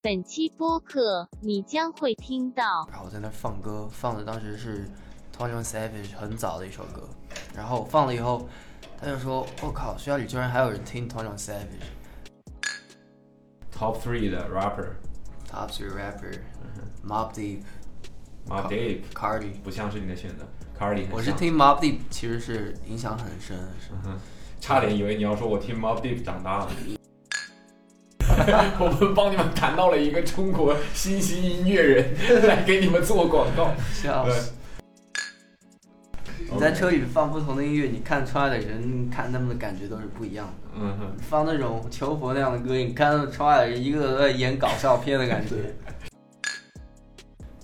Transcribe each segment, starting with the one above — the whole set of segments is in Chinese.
本期播客你将会听到然后我在那儿放歌，放的当时是 Tony Savage 很早的一首歌，然后我放了以后，他就说：“我、靠，学校里居然还有人听 Tony Savage。” Top Three 的 rapper Top three rapper, Mob Deep, Mob Deep， Cardi。啊不像是你的选择，Cardi 很像我是，听 Mob Deep，其实是影响很深。是嗯差点以为你要说我听 Mob Deep 长大了。 我们帮你们谈到了一个中国新兴音乐人来给你们做广告。笑对死！你在车里放不同的音乐，你看出来的人看他们的感觉都是不一样的。嗯哼，放那种求佛那样的歌，你看出来一个个在演搞笑片的感觉。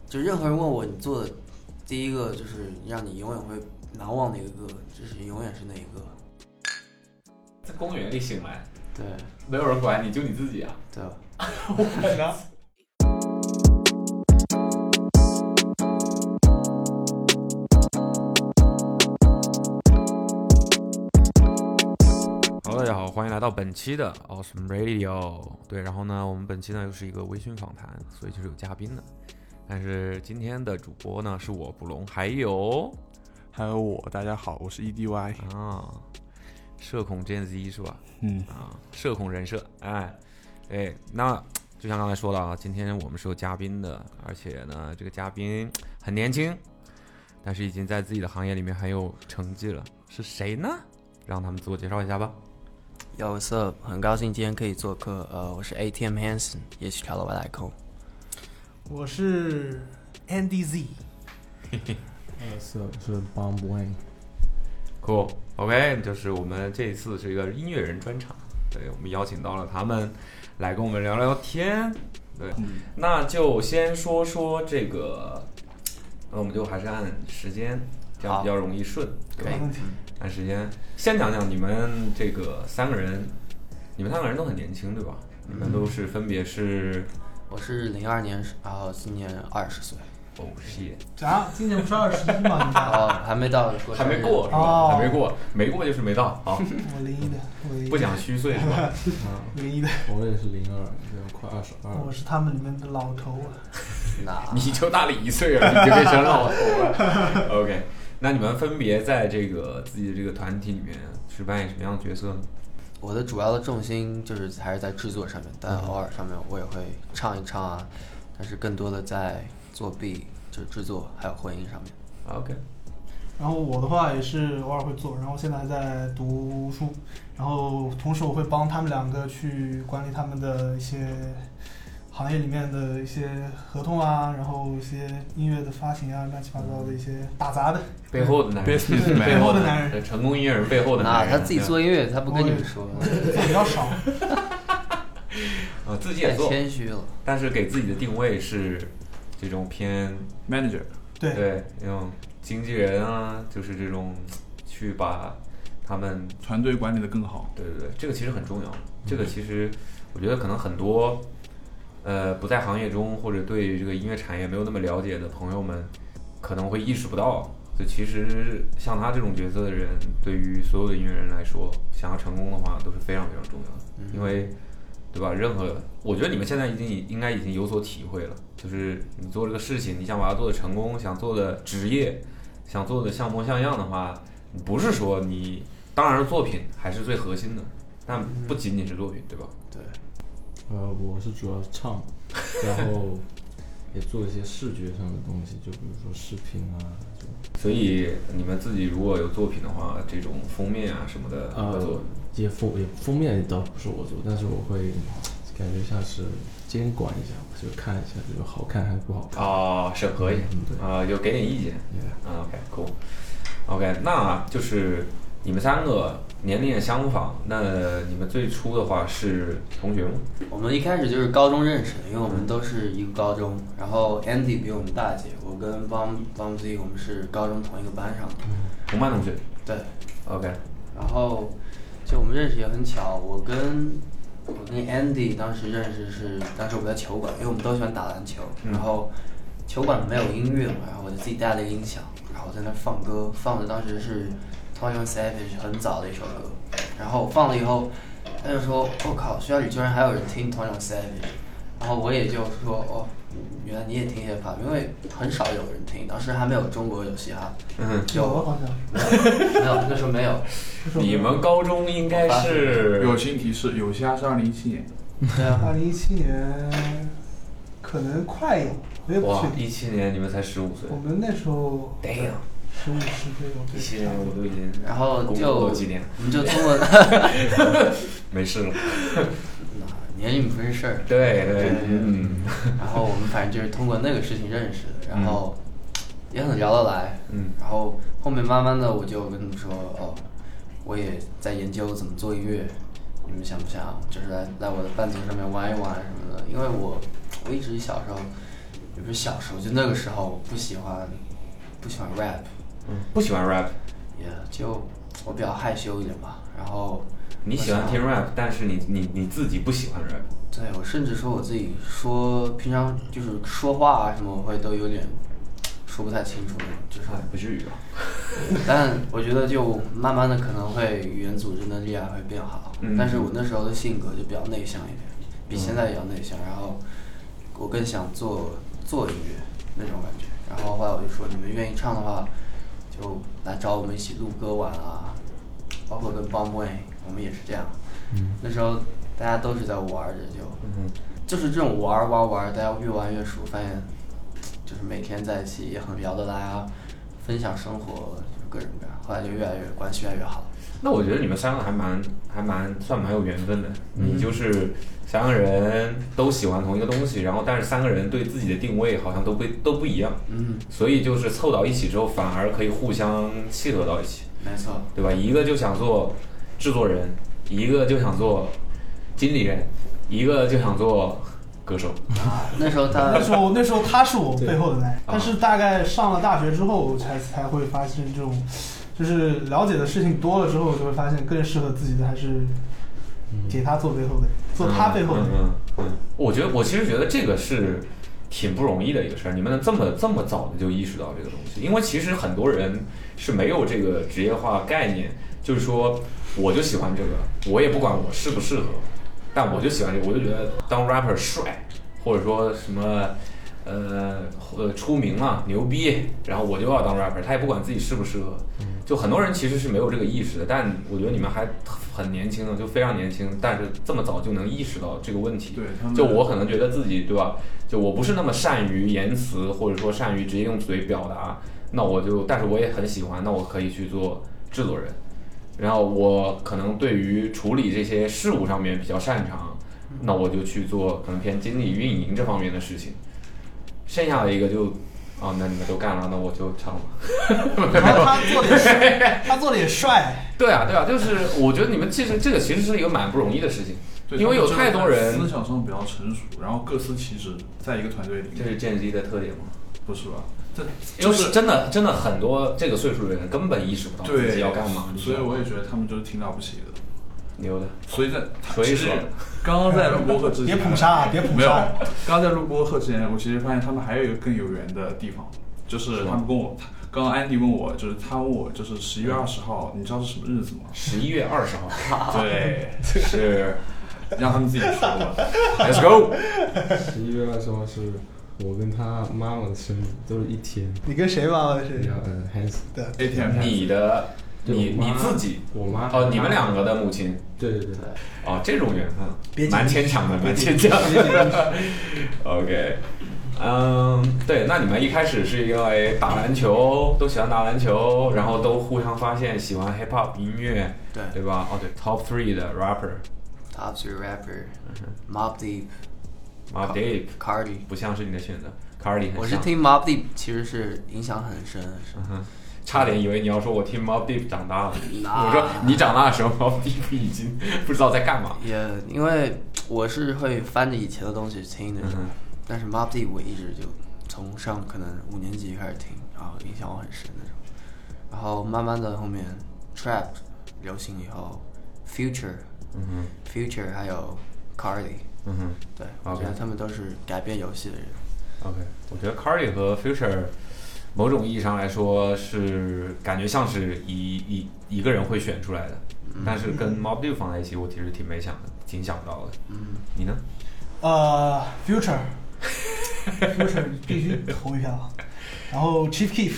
就任何人问我你做的第一个就是让你永远会难忘的一个歌，就是永远是那一个。在公园里醒来，对没有人管你，就你自己啊。对吧？我可能。好，大家好，欢迎来到本期的 Awesome Radio。对，然后呢，我们本期呢又是一个微醺访谈，所以就是有嘉宾的。但是今天的主播呢是我布隆，还有还有我，大家好，我是 E EDY。啊，社恐 Gen Z 是吧？嗯，啊，社恐人设，哎，对，那就像刚才说了啊，今天我们是有嘉宾的，而且呢，这个嘉宾很年轻，但是已经在自己的行业里面很有成绩了，是谁呢？让他们自我介绍一下吧。 Yo, what's up？很高兴今天可以做客，呃，我是 ATM Hanson，也许跳到外太空。我是 Andy Z，是是 Bomb Wayne。 Cool，OK，、就是我们这一次是一个音乐人专场，对我们邀请到了他们来跟我们聊聊天。对，那就先说说这个，那我们就还是按时间，这样好比较容易顺，对吧可以？按时间，先讲讲你们这个三个人，你们三个人都很年轻，对吧？你们都是分别是，我是零二年，然后今年二十岁，哦，是，啥？今年不是二十一吗？然 哦你看，后哦还没到过生日，还没过是吧？哦还没过，没过就是没到，好，我零一的，我零一不的，讲虚岁是吧？零一的，我也是零二，这快二十二我是他们里面的老头啊。那 你就大了一岁了，你就变成老头 了。OK，那你们分别在这个自己的这个团体里面是扮演什么样的角色呢？我的主要的重心就是还是在制作上面，但偶尔上面我也会唱一唱啊，但是更多的在作弊，就是制作还有混音上面。 ？OK，然后我的话也是偶尔会做，然后现在还在读书，然后同时我会帮他们两个去管理他们的一些行业里面的一些合同啊，然后一些音乐的发行啊，乱七八糟的一些打杂的。 背后的男人， Businessman 背后的男人，成功音乐人背后的那男人，他自己做音乐，他不跟你们说，我哦做 比较少，啊，自己也太做，谦虚了。但是给自己的定位是这种偏 manager。对，对那种经纪人啊，就是这种去把他们团队管理的更好。对对对，这个其实很重要。这个其实我觉得可能很多呃不在行业中或者对于这个音乐产业没有那么了解的朋友们，可能会意识不到。就其实像他这种角色的人，对于所有的音乐人来说，想要成功的话都是非常非常重要的，因为。对吧？任何，我觉得你们现在已经应该已经有所体会了，就是你做这个事情，你想把它做的成功，想做的职业，想做的像模像样的话，你不是说你当然作品还是最核心的，但不仅仅是作品，对吧？对，呃，我是主要唱，然后也做一些视觉上的东西，就比如说视频啊，就所以你们自己如果有作品的话，这种封面啊什么的合作呃，也封也封面倒不是我做，但是我会感觉像是监管一下，就看一下这个好看还是不好看。啊、审核一下嗯，对啊、有给点意见。 Yeah，啊，OK，cool，OK，、那就是你们三个年龄也相仿，那你们最初的话是同学吗？我们一开始就是高中认识的，因为我们都是一个高中。然后 Andy 比我们大一届，我跟 Bom Bom Z 我们是高中同一个班上的。同班同学。对， OK，然后就我们认识也很巧，我跟我跟 Andy 当时认识是当时我们在球馆，因为我们都喜欢打篮球，嗯然后球馆没有音乐嘛，然后我就自己带了一个音响，然后在那儿放歌，放的当时是 Tony Savage 很早的一首歌，然后放了以后，他就说：“我、靠，学校里居然还有人听 Tony Savage。”然后我也就说哦，原来你也听 hiphop，因为很少有人听，当时还没有中国有嘻哈，嗯，有好像没有那时候没有，你们高中应该是友情提示，有虾是二零一七年，对啊，二零一七年可能快有，我也不哇确，定。一七年你们才十五岁我们那时候，damn，十五十六，对一七年我都已经然后工就作都几年，我们就通过没事了。年龄不是事儿，对对对，嗯然后我们反正就是通过那个事情认识的，然后也很聊得来，嗯然后后面慢慢的我就跟他们说，哦，我也在研究怎么做音乐，你们想不想就是来来我的伴奏上面玩一玩什么的？因为我我一直小时候，也不是小时候，就那个时候我不喜欢不喜欢 rap，嗯，不喜欢 rap，也就我比较害羞一点吧，然后你喜欢听 rap，但是你你你自己不喜欢 rap，对我甚至说我自己说平常就是说话啊什么，我会都有点说不太清楚那种，就是哎，不至于吧？但我觉得就慢慢的可能会语言组织能力啊会变好，嗯但是我那时候的性格就比较内向一点，比现在也要内向，然后我更想做做音乐那种感觉，然后后来我就说你们愿意唱的话，就来找我们一起录歌玩啊，包括跟 b o m b o y 我们也是这样，那时候大家都是在玩着就。嗯，就是这种玩儿玩儿玩儿，大家越玩越熟，发现就是每天在一起也很聊得来啊，分享生活，就是各种各样，后来就越来越关系越来越好。那我觉得你们三个还蛮还蛮算蛮有缘分的，你就是三个人都喜欢同一个东西，然后但是三个人对自己的定位好像都不都不一样，嗯，所以就是凑到一起之后，反而可以互相契合到一起。没错，对吧？一个就想做制作人，一个就想做经理人，一个就想做歌手。那时候他那时候那时候他是我背后的奶，对但是大概上了大学之后才才会发现这种，就是了解的事情多了之后，就会发现更适合自己的还是给他做背后的，做他背后的嗯。嗯嗯嗯我觉得我其实觉得这个是挺不容易的一个事儿，你们能这么这么早的就意识到这个东西，因为其实很多人是没有这个职业化概念，就是说我就喜欢这个，我也不管我适不适合，但我就喜欢这个，我就觉得当 rapper 帅，或者说什么。呃，呃，出名了，牛逼，然后我就要当 rapper，他也不管自己适不适合，嗯就很多人其实是没有这个意识的，但我觉得你们还很年轻的，就非常年轻，但是这么早就能意识到这个问题。对他们就我可能觉得自己对吧？就我不是那么善于言辞，或者说善于直接用嘴表达，那我就，但是我也很喜欢，那我可以去做制作人。然后我可能对于处理这些事务上面比较擅长，那我就去做可能偏经理运营这方面的事情。剩下的一个就，啊，那你们都干了，那我就唱吧。嗯然后他做的也 帅，他做的也帅，对啊，对啊，就是我觉得你们其实这个其实是一个蛮不容易的事情，对因为有他们太多人思想上比较成熟，然后各司其职，在一个团队里这面，是 Gen Z 的特点嘛。不是吧？这就嗯就是是真的真的很多这个岁数的人根本意识不到自己对要干嘛，所以我也觉得他们就是挺了不起的。牛的。所以在所以其实说刚刚在录播客之别前，捧杀啊别捧杀没有，刚刚在录播客之前，我其实发现他们还有一个更有缘的地方，就是他们跟我，刚刚安迪问我，就是他问我，就是十一月二十号，你知道是什么日子吗？十一月二十号 对，是 让他们自己说吧。 Let's go，十一月二十号是我跟他妈妈的生日，都是一天。你跟谁玩的是然后呃，还是 ATM，你的你你自己我妈哦，你们两个的母亲对对对，哦，这种缘分别蛮牵强的，蛮牵强的。OK，嗯，对，那你们一开始是因为打篮球，都喜欢打篮球，然后都互相发现喜欢 hip hop 音乐，对 对吧？哦，对，Top Three 的 rapper Top Three Rapper、Mob Deep、 Mob Deep。 Cardi，啊不像是你的选择。卡尔里很像嗯我是听 Mob Deep 其实是影响很深，是差点以为你要说我听 Mob Deep 长大了，那嗯我说你长大的时候 Mob Deep 已经不知道在干嘛。也因为我是会翻着以前的东西听的嗯，哼，但是 Mob Deep 我一直就从上可能五年级开始听，然后影响我很深那种。然后慢慢的后面 Trap 流行以后，Future 嗯哼， Future 还有 Cardi，嗯哼。对 OK 我觉得他们都是改变游戏的人。 OK，我觉得 Cardi 和 Future 某种意义上来说是感觉像是一一一个人会选出嗯来的，但是跟 Mob Deep 放在一起，我其实挺没想的，挺想不到的。嗯，你呢？呃，Future，Future 必须投一票，然后 Chief Keef，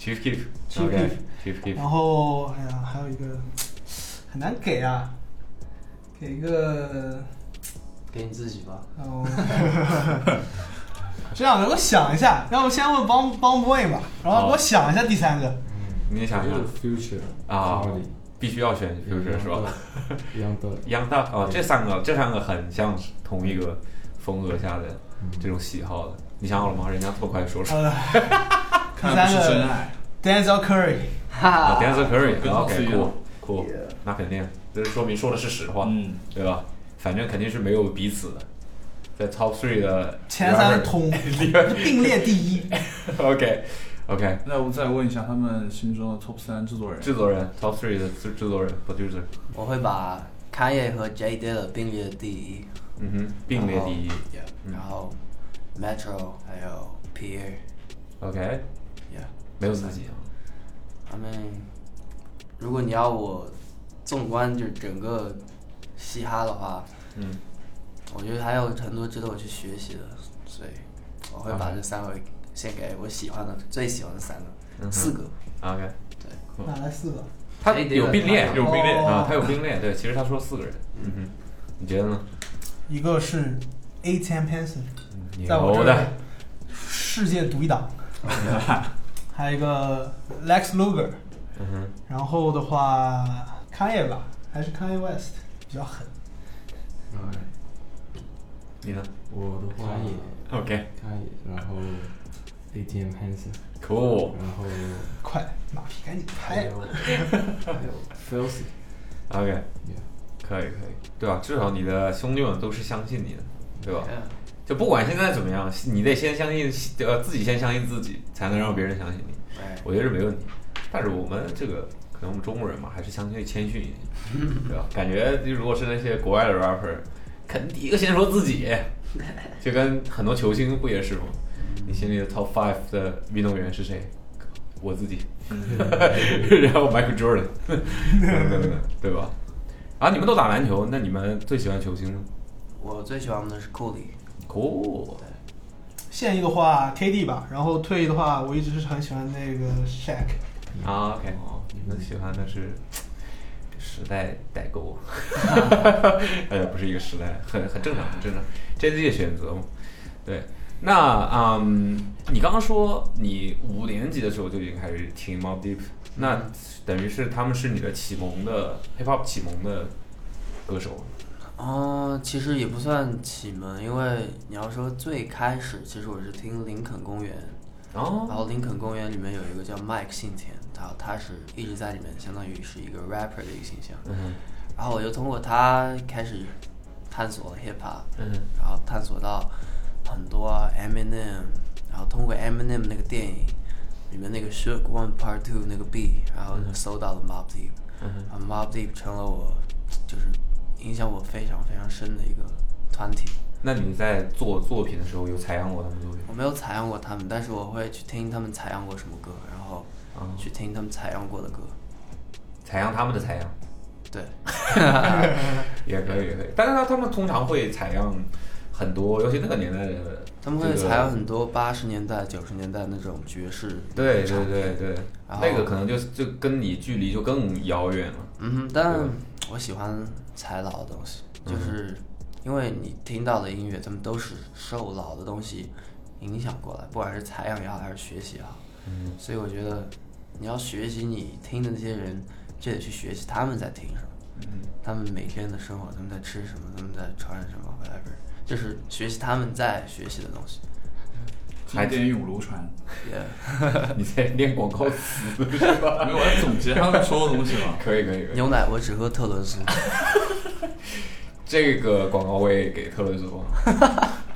Chief Keef， Chief OK，Chief Keef，然后哎呀，还有一个很难给啊，给一个，给你自己吧。哦， 这样子我想一下，要不先问帮帮 boy 吧，然后好给我想一下第三个，你也想想就是啊 Future，必须要选 Future 是吧？嗯？Young d 央大哦，这三个这三个很像是同一个风格下的这种喜好的。你想好了吗？人家这么快就说出啊来呃，第看来三不是真个爱。 Denzel Curry，啊，Dancer Curry，跟上次 OK，一样酷酷，那肯定，这是说明说的是实话，嗯，对吧？反正肯定是没有彼此的，在 Top Three 的前三 rapper 通里边 并列第一， ，OK OK，那我再问一下他们心中的 top 三制作人。制作人 Top Three 的制制作人 producer，我会把 Kanye 和 J Dilla 并列第一，嗯哼，并列第一嗯然后 yeah，然后 Metro 还有 Pierre，yeah， ，OK，没有自己啊，他们如果你要我纵观就是整个嘻哈的话，嗯，我觉得还有很多值得我去学习的，所以我会把这三位献给我喜欢的、最喜欢的三个、嗯嗯哼四个， ，OK，对，哪来四个？他 J Dilla 有并列，有并列啊，哦他有并列，对，其实他说四个人，嗯哼，你觉得呢？一个是 A t e n Pencil，在我牛这儿的，世界独一档，还有一个 Lex Luger，嗯哼。然后的话 Kanye 吧，还是 Kanye West 比较狠。你呢哎我的话也？OK，看，然后 ATM Hanson， cool，然后快，马屁赶紧还拍有！还有 Filthy， OK，可以可以，对吧？至少你的兄弟们都是相信你的，对吧？就不管现在怎么样，你得先相信，呃，自己先相信自己，才能让别人相信你。对，我觉得是没问题。但是我们这个，可能我们中国人嘛，还是相对谦逊一点，对吧？感觉如果是那些国外的 rapper，肯定第一个先说自己，就跟很多球星不也是吗？你心里的 top five 的运动员是谁？我自己， 然后 Michael Jordan，等等等，对吧？啊，你们都打篮球，那你们最喜欢球星呢？我最喜欢的是库里，酷，现役的话 KD 吧，然后退役的话，我一直是很喜欢那个 Shaq。啊，OK，你们喜欢的是时代代 沟，哎呀，不是一个时代，很很正常，很正常，这是一个选择嘛。对，那嗯，你刚刚说你五年级的时候就已经开始听 Mob Deep，那等于是他们是你的启蒙的 hip hop 启蒙的歌手，哦，其实也不算启蒙，因为你要说最开始，其实我是听林肯公园，然哦，后林肯公园里面有一个叫 Mike 信田，他他是一直在里面，相当于是一个 rapper 的一个形象。嗯然后我就通过他开始探索了 hip hop，嗯然后探索到很多 Eminem，然后通过 Eminem 那个电影里面那个 Shook One Part Two 那个 B，然后搜到了 Mob Deep，嗯然后 Mob Deep 成了我就是影响我非常非常深的一个团体。那你在做作品的时候有采样过他们作品吗？我没有采样过他们，但是我会去听他们采样过什么歌，然后啊去听他们采样过的歌。采样他们的采样。对， 也可以，也可以。但是他他们通常会采样很多，尤其那个年代的，他们会采样很多八十年代、九十年代那种爵士。对对对对，然后那个可能就就跟你距离就更遥远了。嗯哼，但我喜欢采老的东西，嗯就是因为你听到的音乐，他们都是受老的东西影响过来，不管是采样也好，还是学习也好。嗯，所以我觉得你要学习你听的那些人，就得去学习他们在听什么。嗯他们每天的生活，他们在吃什么，他们在穿什么，whatever，就是学习他们在学习的东西。经典永 流传。 Yeah，你在练广告词是没吧？有，我在总结他们说的东西嘛。可以可以，可以。牛奶我只喝特仑苏。这个广告位给特仑 苏，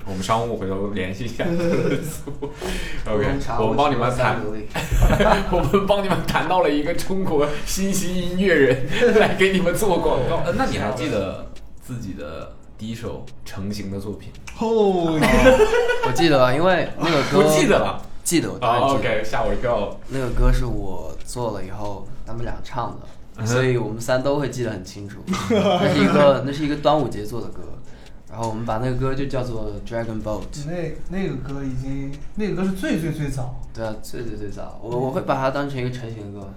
我们商务回头联系一下特仑苏。OK，我们帮你们谈， 我们帮你们谈到了一个中国新兴音乐人来给你们做广告。呃那你还记得自己的第一首成型的作品？哦，我记得啊，因为那 个歌不记得了，记得我当然啊记得。 ，OK，吓我一跳。那个歌是我做了以后，他们俩唱 嗯的，所以我们三都会记得很清楚。那是一个那是一个端午节做的歌，然后我们把那个歌就叫做 Dragon Boat。那那个歌已经，那个歌是最最最早。对啊，最最最早，我我会把它当成一个成型歌。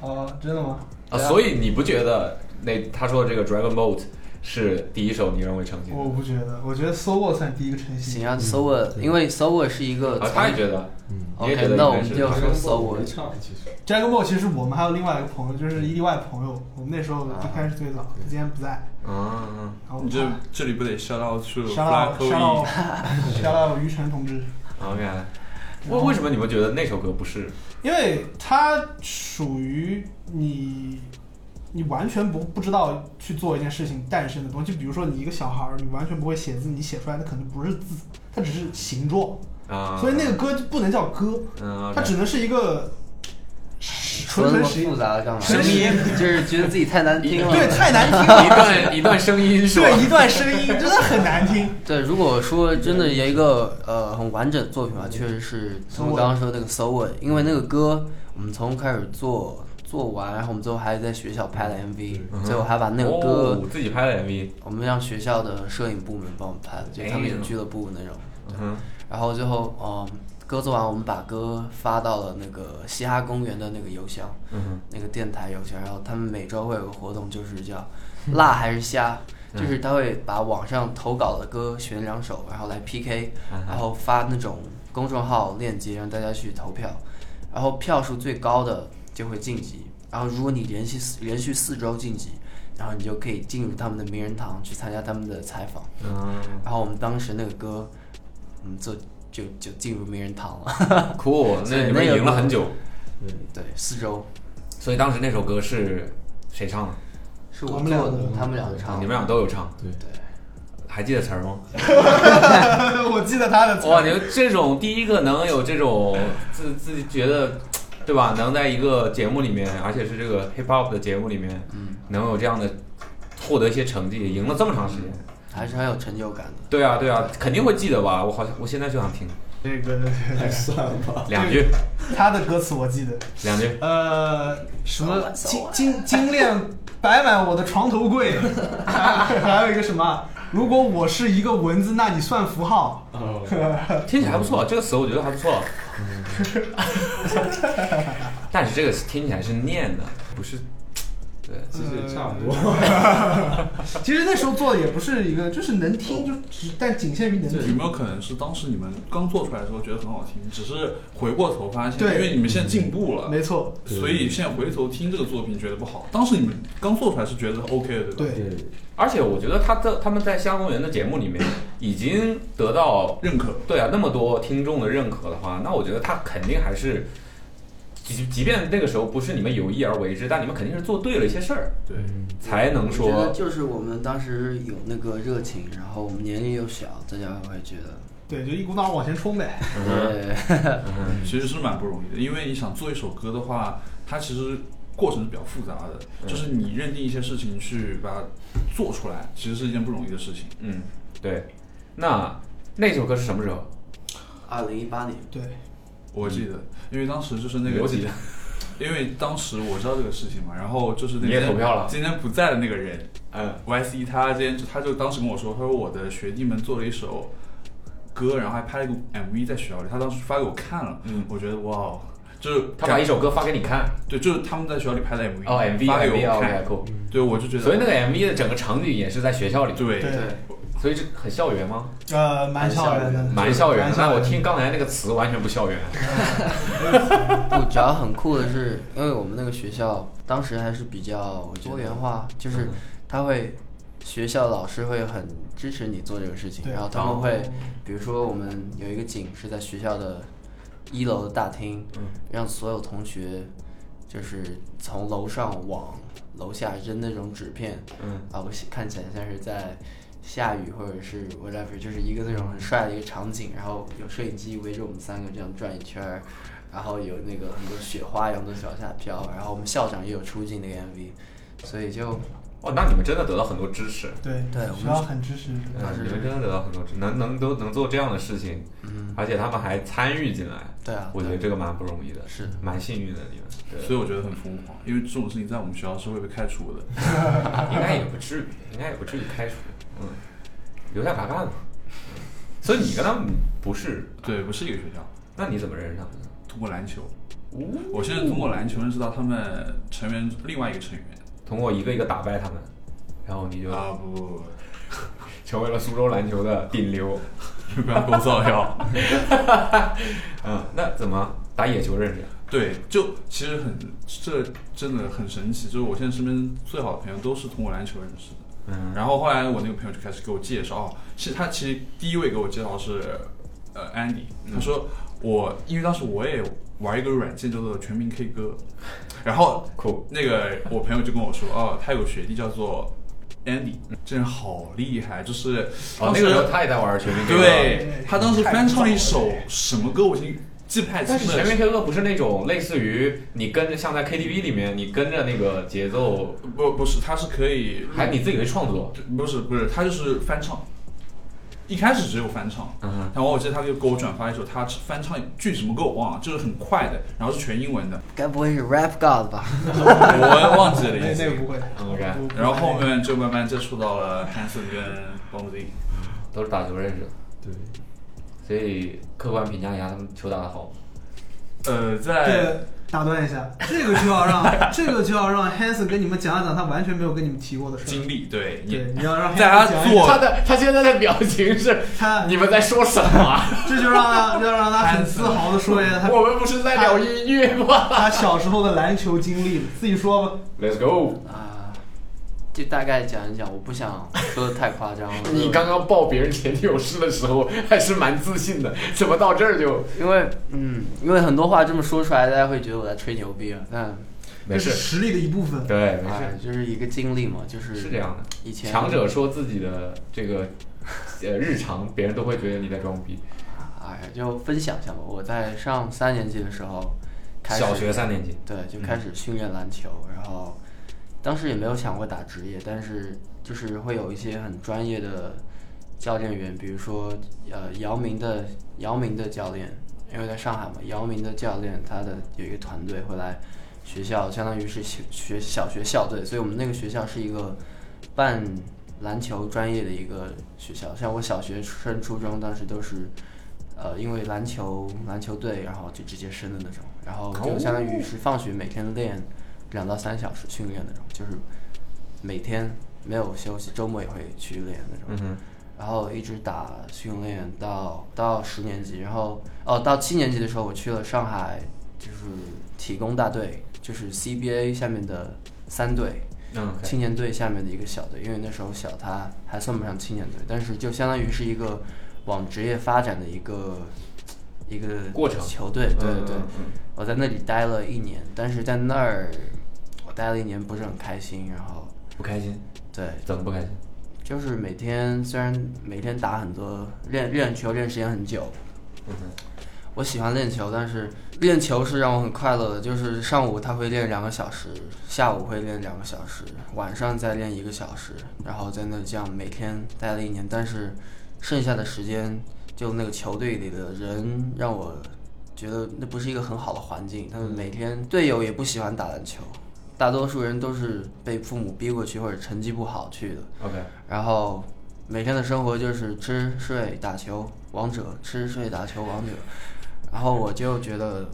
哦，真的吗？啊，所以你不觉得那他说的这个 Dragon Boat 是第一首你认为成型的？我不觉得，我觉得 So What 算第一个成型。行啊，Sowa，因为 Sowa 是一个啊，他也觉得，嗯你也觉 OK，得那应我该们是就他说 Sowa。唱其实 Dragon Ball 其实我们还有另外一个朋友，就是意外朋友，我们那时候一开始最早，他今天不在，嗯，然后你这这里不得 shout out to s h o Fly u t out Chloe， s h o u t out 于晨同志， o k 啊为为什么你们觉得那首歌不是？因为他属于你，你完全不不知道去做一件事情诞生的东西，就比如说你一个小孩儿，你完全不会写字，你写出来的可能不是字，它只是形状，啊，所以那个歌就不能叫歌，嗯，它只能是一个说纯那纯么实复杂干嘛？纯实验就是觉得自己太难听了。对，太难 听一了，段一段声音是吧？对，一段声音真的很难听。 对，如果说真的有一个呃很完整的作品吧，确实是从 Soul 刚刚说那个 So What，因为那个歌我们从开始做做完，然后我们最后还在学校拍了 MV，最后还把那个歌嗯哦自己拍的 MV，我们让学校的摄影部门帮我们拍的，就他们有哎呦俱乐部那种。嗯哼，然后最后嗯，歌做完，我们把歌发到了那个嘻哈公园的那个邮箱，嗯哼，那个电台邮箱，然后他们每周会有个活动，就是叫“嗯辣还是虾”，就是他会把网上投稿的歌选两首，然后来 PK，然嗯后发那种公众号链接让大家去投票，然后票数最高的就会晋级，然后如果你连续四连续四周晋级，然后你就可以进入他们的名人堂去参加他们的采访， 嗯，然后我们当时那个歌，我们就就就进入名人堂了， 酷，所以那你们那个赢了很久，对，四周所以当时那首歌是谁唱的？是我我们做俩的的，他们俩唱啊的，你们俩都有唱，对。还记得词儿吗？我记得他的词哇，你们这种第一个能有这种自自己觉得，对吧？能在一个节目里面，而且是这个 hip hop 的节目里面，能有这样的获得一些成绩，赢了这么长时间。还是很有成就感的。对啊，对啊，肯定会记得吧？我好像我现在就想听这个 两句，他的歌词我记得，两句。呃，什啊么精精精炼摆满我的床头柜， 还有一个什么，如果我是一个文字，那你算符号。哦听起来还不错，这个词我觉得还不错。但是这个听起来是念的，不是。对，其实也差不多。其实那时候做的也不是一个，就是能听，就只但仅限于能有听。没有可能是当时你们刚做出来的时候觉得很好听，只是回过头发现，对因为你们现在进步了，没错，所以现在回头听这个作品觉得不好。当时你们刚做出来是觉得 OK 的，对吧？对，对，而且我觉得他在他们在香公园的节目里面已经得到认可。对啊，那么多听众的认可的话，那我觉得他肯定还是，即即便那个时候不是你们有意而为之，但你们肯定是做对了一些事儿，对，才能我觉得说就是我们当时有那个热情，然后我们年龄又小，大家会觉得，哎对，就一股脑儿往前冲呗。嗯对，其实是蛮不容易的，因为你想做一首歌的话，它其实过程是比较复杂的，就是你认定一些事情去把它做出来，其实是一件不容易的事情。嗯，对。那那首歌是什么时候？二零一八年，对，我记嗯得，因为当时就是那个有几，因为当时我知道这个事情嘛，然后就是那你也天投票了今天不在的那个人嗯， ，YC 他今天就他就当时跟我说，他说我的学弟们做了一首歌，然后还拍了一个 MV 在学校里，他当时发给我看了，嗯我觉得哇哦，就是他把一首歌发给你看，对，就是他们在学校里拍的 MV，哦，MV 嗯发给 MV 我看， OK cool，对我就觉得，所以那个 MV 的整个场景也是在学校里，对对所以这很校园吗？呃，蛮校园的，蛮校园蛮的。校那园我的听刚才那个词完全不校园，不，主要很酷的是，因为我们那个学校当时还是比较多元化，就是嗯他会。学校老师会很支持你做这个事情，对然后他哦们会，比如说我们有一个景是在学校的一楼的大厅，嗯让所有同学就是从楼上往楼下扔那种纸片，嗯，啊，我看起来像是在下雨或者是 whatever，就是一个那种很帅的一个场景，然后有摄影机围着我们三个这样转一圈儿，然后有那个很多雪花一样的往下飘，然后我们校长也有出镜那个 MV，所以就啊哦，那你们真的得到很多支持，对对我们学校很支持。嗯，你们真的得到很多支持，能能都能做这样的事情，而且他们还参与进来，对嗯啊我觉得这个蛮不容易的，是蛮幸运的你们，所以我觉得很疯狂，因为这种事情在我们学校是会被开除的。应该也不至于，应该也不至于开除，嗯，留下白干嘛？所以你跟他们不是，对，不是一个学校，那你怎么认识他们的？通过篮球。哦我现在通过篮球认识到他们成员另外一个成员通过一个一个打败他们，然后你就啊，不不不，成为了苏州篮球的顶流。 不不要给我造谣。嗯，那怎么打野球认识的？啊对，就其实很，这真的很神奇。就是我现在身边最好的朋友都是通过篮球认识的。嗯，然后后来我那个朋友就开始给我介绍，哦，其实他其实第一位给我介绍是呃安迪，嗯他说我因为当时我也玩一个软件叫做全民 K 歌，然后酷那个我朋友就跟我说，哦，他有个学弟叫做 Andy，这人好厉害，就是哦当，那时个时候他也在玩全民 K 歌，对他当时翻唱了一首什么歌，我已经记不太清但是了。全民 K 歌不是那种类似于你跟着像在 KTV 里面你跟着那个节奏，不不是，他是可以还你自己的创作，不是不是，他就是翻唱。一开始只有翻唱，嗯哼然后我记得他就给我转发一首他翻唱句什么歌我忘了，就是很快的，然后是全英文的，该不会是 Rap God 吧？我 忘记了那已那个经。不会。 OK 不不然后后面就慢慢接触到了 Hanson 跟 Bombay。都是打球认识的。对，所以客观评价一下他们球打得好吗，呃，这在个打断一下，这个就要 让这个就要让 Hanson 跟你们讲一讲他完全没有跟你们提过的事经儿。历对你对，你要让 Hanson 在他讲一讲做的他现在的表情 是他，们在说什么？啊 这就让他要让他很自豪的说一下 他们不是在聊音乐吗他小时候的篮球经历，自己说吧。 ？Let's go！。啊、就大概讲一讲，我不想说的太夸张了 你刚刚抱别人前女友事的时候还是蛮自信的，怎么到这儿就因为嗯，因为很多话这么说出来，大家会觉得我在吹牛逼啊。嗯但没这是事？实力的一部分。对，没哎事，，就是一个经历嘛，就是啊是这样的。以前强者说自己的这个呃日常，别人都会觉得你在装逼。哎，就分享一下吧。我在上三年级的时候，开始小学三年级，对，就开始训练篮球，然后当时也没有想过打职业，但是就是会有一些很专业的教练员，比如说呃姚明的姚明的教练，因为在上海嘛，姚明的教练他的有一个团队会来学校，相当于是学学小学校队，所以我们那个学校是一个半篮球专业的一个学校，像我小学升初中当时都是。呃，因为篮球篮球队，然后就直接升的那种，然后就相当于是放学每天练两到三小时训练那种，就是每天没有休息，周末也会去练那种。嗯哼，然后一直打训练到到十年级，然后哦到七年级的时候，我去了上海，就是体工大队，就是 CBA 下面的三队，嗯青年队下面的一个小队，因为那时候小，他还算不上青年队，但是就相当于是一个往职业发展的一个一个过程球队，对对对。嗯嗯我在那里待了一年，但是在那儿我待了一年不是很开心，然后不开心，对，怎么不开心？就是每天虽然每天打很多练练球练时间很久，嗯哼，我喜欢练球，但是练球是让我很快乐的，就是上午他会练两个小时，下午会练两个小时，晚上再练一个小时，然后在那这样每天待了一年，但是剩下的时间就那个球队里的人让我觉得那不是一个很好的环境，他们每嗯天队友也不喜欢打篮球，大多数人都是被父母逼过去或者成绩不好去的， OK，然后每天的生活就是吃睡打球，王者吃睡打球王者。然后我就觉得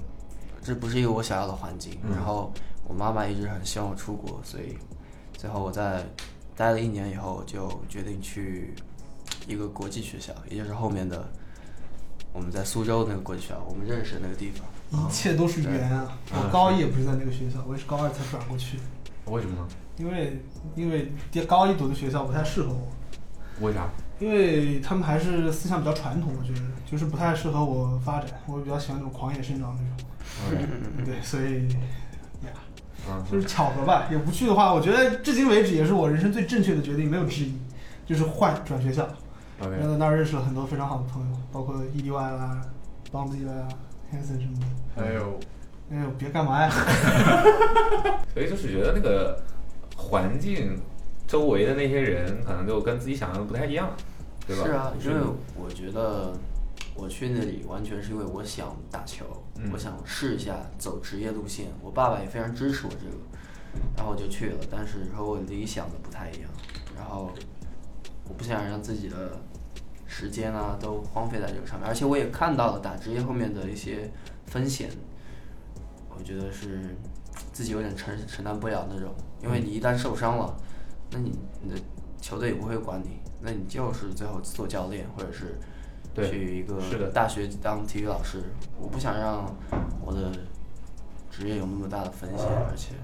这不是一个我想要的环境。然后我妈妈一直很希望我出国，所以最后我在待了一年以后，我就决定去一个国际学校，也就是后面的我们在苏州那个国际学校，我们认识的那个地方。一切都是缘啊！我高一也不是在那个学校，我也是高二才转过去，为什么呢？因为因为高一读的学校不太适合我，为啥？因为他们还是思想比较传统，我觉得就是不太适合我发展，我比较喜欢那种狂野生长那种， 嗯对，所以呀，嗯就是巧合吧。也不去的话，我觉得至今为止也是我人生最正确的决定，没有之一，就是换转学校。然后，OK，在那儿认识了很多非常好的朋友，包括 EDY 啦、邦子 y 啦、Hanson 什么的。还有哎呦，别干嘛呀！所以就是觉得那个环境周围的那些人可能就跟自己想象的不太一样，对吧？是啊，就因为我觉得我去那里完全是因为我想打球，嗯我想试一下走职业路线。我爸爸也非常支持我这个，然后我就去了，但是和我理想的不太一样。然后我不想让自己的时间啊都荒废在这个上面，而且我也看到了打职业后面的一些风险，我觉得是自己有点承承担不了那种，因为你一旦受伤了，那你你的球队也不会管你，那你就是最后做教练或者是对去一个是的大学当体育老师，我不想让我的职业有那么大的风险，而且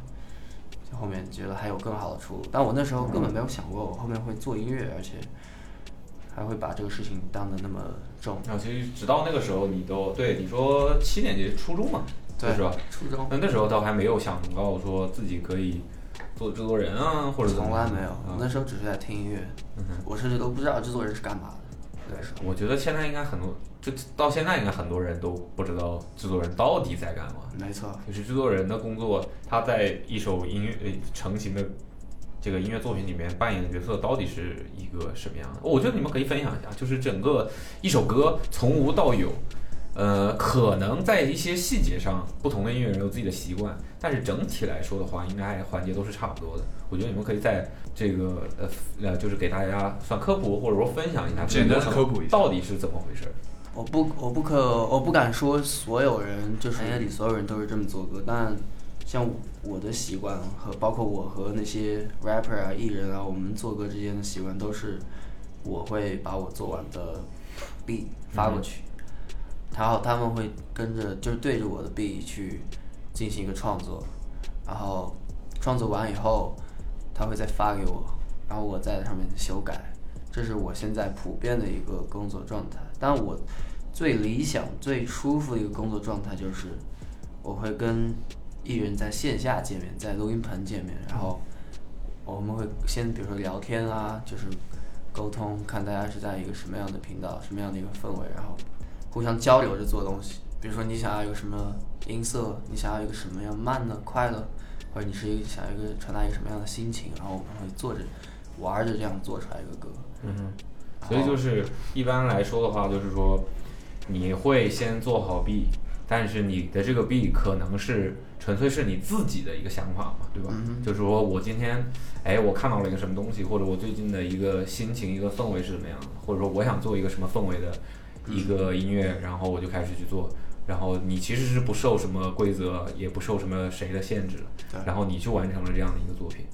就后面觉得还有更好的出路。但我那时候根本没有想过我后面会做音乐，而且还会把这个事情当得那么重。然后啊其实直到那个时候，你都对你说七年级初中嘛，对是吧？初中那那时候倒还没有想到说自己可以做制作人啊，或者怎么从来没有，我啊那时候只是在听音乐，我甚至都不知道制作人是干嘛的。那时候我觉得现在应该很多，就到现在应该很多人都不知道制作人到底在干嘛。没错，就是制作人的工作，他在一首音乐呃成型的这个音乐作品里面扮演的角色到底是一个什么样的？哦我觉得你们可以分享一下，就是整个一首歌从无到有，呃，可能在一些细节上，不同的音乐人有自己的习惯，但是整体来说的话，应该环节都是差不多的。我觉得你们可以在这个呃呃，就是给大家算科普，或者说分享一下，简单地科 普一下到底是怎么回事儿。我不，我不可，我不敢说所有人，就是行业里所有人都是这么做歌，但像我的习惯和包括我和那些 rapper 啊、艺人啊，我们做歌之间的习惯都是，我会把我做完的 beat 发过去，然后他们会跟着就是对着我的 beat 去进行一个创作，然后创作完以后，他会再发给我，然后我在上面修改，这是我现在普遍的一个工作状态。但我最理想、最舒服的一个工作状态就是，我会跟艺人在线下见面，在录音棚见面，然后我们会先比如说聊天啊，就是沟通，看大家是在一个什么样的频道、什么样的一个氛围，然后互相交流着做东西。比如说你想要一个什么音色，你想要一个什么样慢的、快的，或者你是一个想要一个传达一个什么样的心情，然后我们会做着玩着这样做出来一个歌。嗯哼。所以就是一般来说的话，就是说你会先做好 B，但是你的这个 B 可能是纯粹是你自己的一个想法嘛，对吧？就是说我今天哎，我看到了一个什么东西，或者我最近的一个心情、一个氛围是怎么样的，或者说我想做一个什么氛围的一个音乐，然后我就开始去做。然后你其实是不受什么规则，也不受什么谁的限制，然后你去完成了这样的一个作品。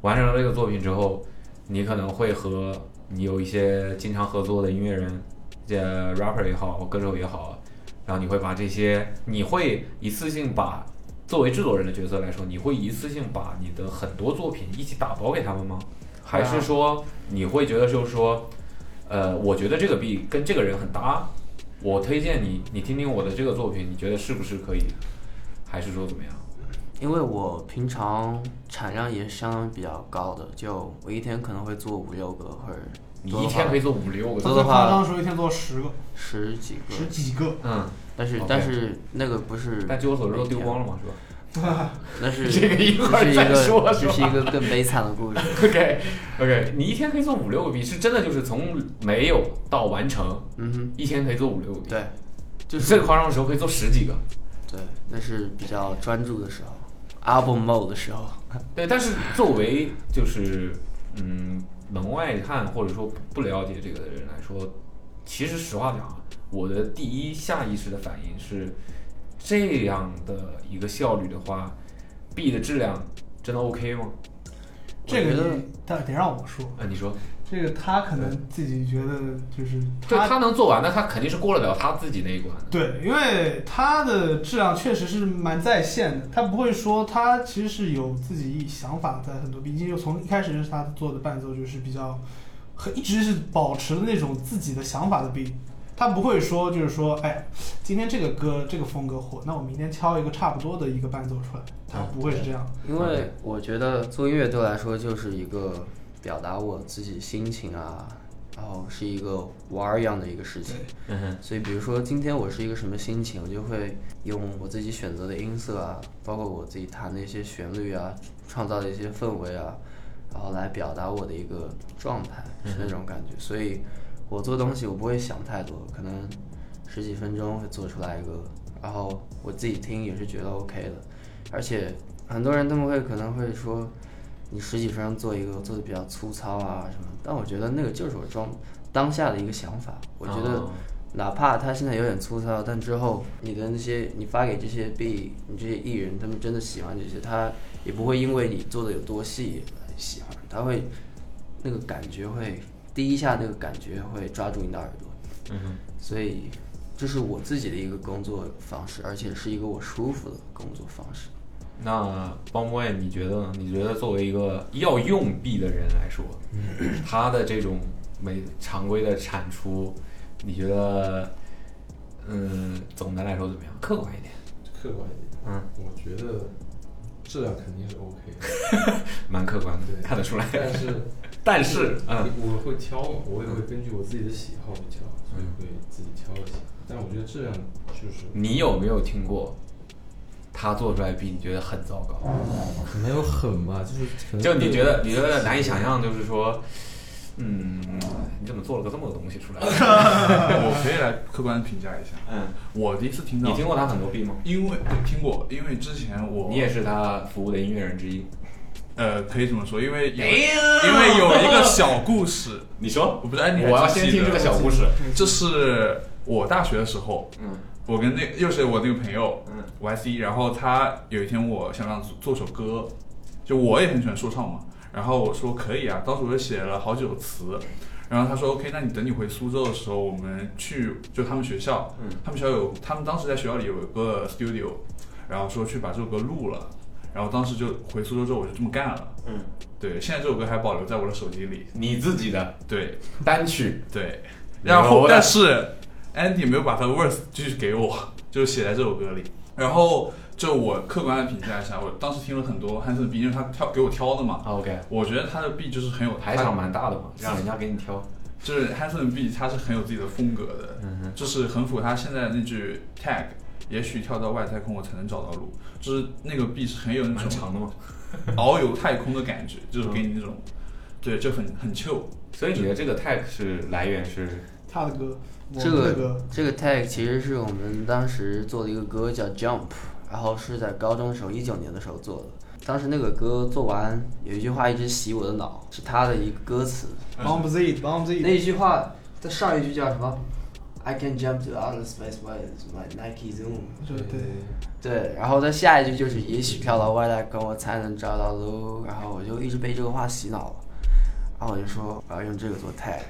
完成了这个作品之后，你可能会和你有一些经常合作的音乐人，呃，rapper 也好，歌手也好，然后你会把这些，你会一次性把作为制作人的角色来说，你会一次性把你的很多作品一起打包给他们吗？还是说你会觉得就是说，呃，我觉得这个 B 跟这个人很搭，我推荐你，你听听我的这个作品，你觉得是不是可以？还是说怎么样？因为我平常产量也是相当比较高的，就我一天可能会做五六个或者你多的一天话可以做五六他个，多最的话夸张的时候一天做十个、十几个，十几个，嗯，但是 OK 但是那个不是，但据我所知都丢光了，嘛，是吧？那是这个一会 儿这是一再个说是这吧是一个更悲惨的故事。 OK OK，你一天可以做五六个币，是真的就是从没有到完成，嗯哼，一天可以做五六个币，对就是最夸张的时候可以做十几个。对，那是比较专注的时候，album mode 的时候，对，但是作为就是嗯门外汉或者说不了解这个的人来说，其实实话讲啊，我的第一下意识的反应是这样的一个效率的话币的质量真的 OK 吗？这我觉个得你但得让我说，啊，你说，这个他可能自己觉得就是对他他能做完，那他肯定是过得了他自己那一关的。对，因为它的质量确实是蛮在线的，它不会说它其实是有自己想法在很多，毕竟就从一开始哎就是他做的伴奏就是比较，很一直是保持那种自己的想法的 B，他不会说就是说，哎，今天这个歌这个风格火，那我明天敲一个差不多的一个伴奏出来，他不会是这样。因为我觉得做音乐对我来说就是一个表达我自己心情啊，然后是一个玩儿一样的一个事情。嗯哼，所以，比如说今天我是一个什么心情，我就会用我自己选择的音色啊，包括我自己弹的一些旋律啊，创造的一些氛围啊，然后来表达我的一个状态，是那种感觉。所以，我做东西我不会想太多，可能十几分钟会做出来一个，然后我自己听也是觉得 OK 的。而且很多人他们会可能会说，你实体上做一个做的比较粗糙啊什么，但我觉得那个就是我装当下的一个想法。我觉得哦哪怕它现在有点粗糙，但之后你的那些你发给这些 B 你这些艺人，他们真的喜欢这些，他也不会因为你做的有多细而喜欢，他会那个感觉会第一下那个感觉会抓住你的耳朵。嗯哼，所以这是我自己的一个工作方式，而且是一个我舒服的工作方式。那邦博你觉得呢？你觉得作为一个要用币的人来说，他的这种每常规的产出，你觉得，嗯，总的来说怎么样？客观一点，客观一点，嗯，我觉得质量肯定是 OK 的，蛮客观的，对看得出来。但是但是，嗯，我会挑嘛，我也会根据我自己的喜好去挑，所嗯以会自己挑一些。但我觉得质量就是你有没有听过他做出来的币，你觉得很糟糕？没有狠吧，就是可能就你觉得你觉得难以想象，就是说，嗯，你怎么做了个这么个东西出来？ 我可以来客观地评价一下。嗯，我第一次听到，你听过他很多币吗？因为对听过，因为之前我你也是他服务的音乐人之一。呃，可以这么说，因为有因为有一个小故事，你说我，不知道你还我要记不先记听得这个小故事。这是我大学的时候，嗯我跟那又是我那个朋友嗯 YC，然后他有一天问我想不想做首歌，就我也很喜欢说唱嘛，然后我说可以啊，当时我就写了好几首词，然后他说 OK，那你等你回苏州的时候，我们去就他们学校，嗯他们学校有他们当时在学校里有一个 studio，然后说去把这首歌录了，然后当时就回苏州之后我就这么干了，嗯，对，现在这首歌还保留在我的手机里，你自己的对单 曲，对，牛然后了但是 Andy 没有把他的 verse 继续给我，就是写在这首歌里。然后就我客观的评价一下，我当时听了很多汉森的 B，因为他挑给我挑的嘛，啊 OK，我觉得他的 B 就是很有排场，蛮大的嘛，让人家给你挑。他就是汉森的 B 他是很有自己的风格的，嗯哼，就是很符合他现在那句 tag，也许跳到外太空我才能找到路，就是那个 B 是很有那蛮种长的嗯嘛。遨游太空的感觉，就是给你那种，对，就很很 chill。所以你的这个 tag 是来源是他的歌，我这们个那个这个 tag 其实是我们当时做的一个歌叫 Jump，然后是在高中的时候，一九年的时候做的。当时那个歌做完，有一句话一直洗我的脑，是他的一个歌词。 Bomb Z 那 Bomb Z，一句话，它上一句叫什么？I can jump to outer space with my Nike Zoom。对对，对，然后他下一句就是也许跳到外太空我才能找到路，然后我就一直被这个话洗脑了，然后我就说我要用这个做 tag，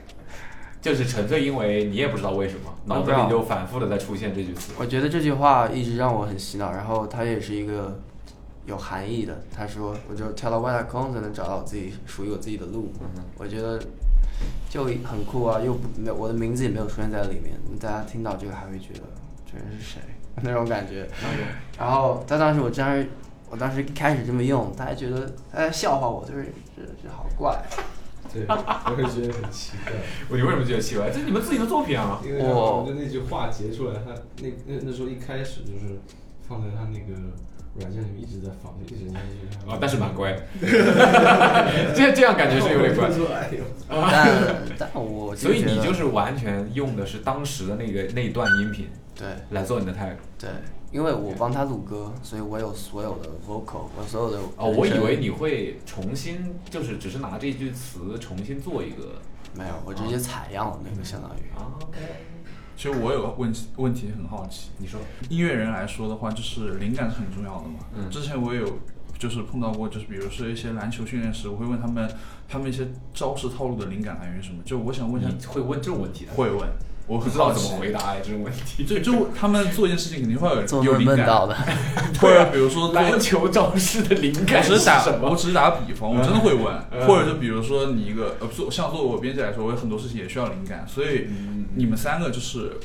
就是纯粹因为你也不知道为什么，脑子里就反复的在出现这句词。我觉得这句话一直让我很洗脑，然后它也是一个有含义的。他说我就跳到外太空才能找到我自己属于我自己的路，我觉得就很酷啊，又不没有我的名字也没有出现在里面，大家听到这个还会觉得这人是谁 那种感觉。然后他当时我当时我当时一开始这么用，他还觉得他在笑话我，就是这这好 怪。对，我会觉得很奇怪，我你为什么觉得奇怪？这是你们自己的作品啊。因为他我们就那句话截出来，他那那那时候一开始就是放在他那个软件里面一直在放，就一直在那啊，但是蛮乖的，这这样感觉是有点怪。但但我就所以觉你得就是完全用的是当时的那个那一段音频对。来做你的 tag 对，因为我帮他录歌，所以我有所有的 vocal，我所有的哦，我以为你会重新，就是只是拿这句词重新做一个没有，我直接采样了那个相当于。啊，OK，其实我有个问问题很好奇，你说，音乐人来说的话，就是灵感是很重要的嘛。嗯之前我也有就是碰到过，就是比如说一些篮球训练时，我会问他们他们一些招式套路的灵感来源是什么。就我想问一下，你会问这种问题的，会问，我我不很知好道奇怎么回。答哎，这种问题。就就他们做一件事情肯定会有做有梦灵梦到感，的，或者比如说做篮球招式的灵我感只是是打什，我么？只是打个比方，我真的会嗯问，或者就比如说你一个呃，做像作为我编辑来说，我有很多事情也需要灵感，所以嗯你们三个就是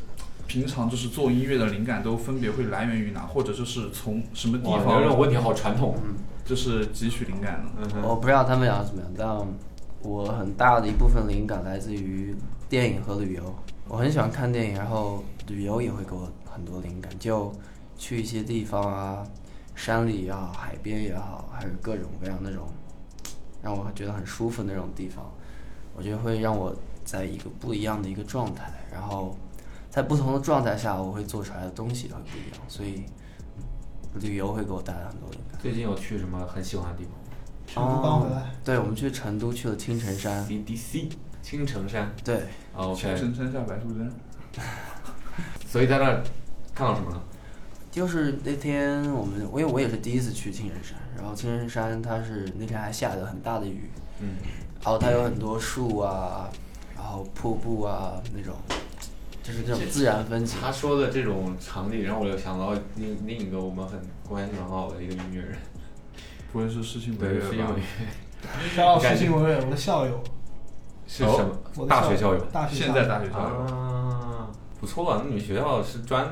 平常就是做音乐的灵感都分别会来源于哪，或者就是从什么地哇，你这种方嗯问题好传统。就是汲取灵感呢？嗯哼，我不知道他们俩怎么样，但我很大的一部分灵感来自于电影和旅游。我很喜欢看电影，然后旅游也会给我很多灵感，就去一些地方啊，山里也好，海边也好，还有各种各样那种让我觉得很舒服的那种地方，我觉得会让我在一个不一样的一个状态，然后在不同的状态下，我会做出来的东西也会不一样，所以旅游会给我带来很多灵感。最近有去什么很喜欢的地方吗？成都刚回来。对，我们去成都去了青城山， CDC 青城山对，哦全，OK，身山下白素贞，所以在那儿看到什么了？就是那天我们，因为我也是第一次去青城山，然后青城山它是那天还下着很大的雨，嗯，然后它有很多树啊，然后瀑布啊那种，就是这种自然风景。他说的这种场景让我又想到另另一个我们很关系很好的一个音乐人，不会是事情违 对，是约因吧为？然后石信伟，我的校友，是什么、哦我的大学校友大学校现友在大学校友，啊？不错啊，那你们学校是专，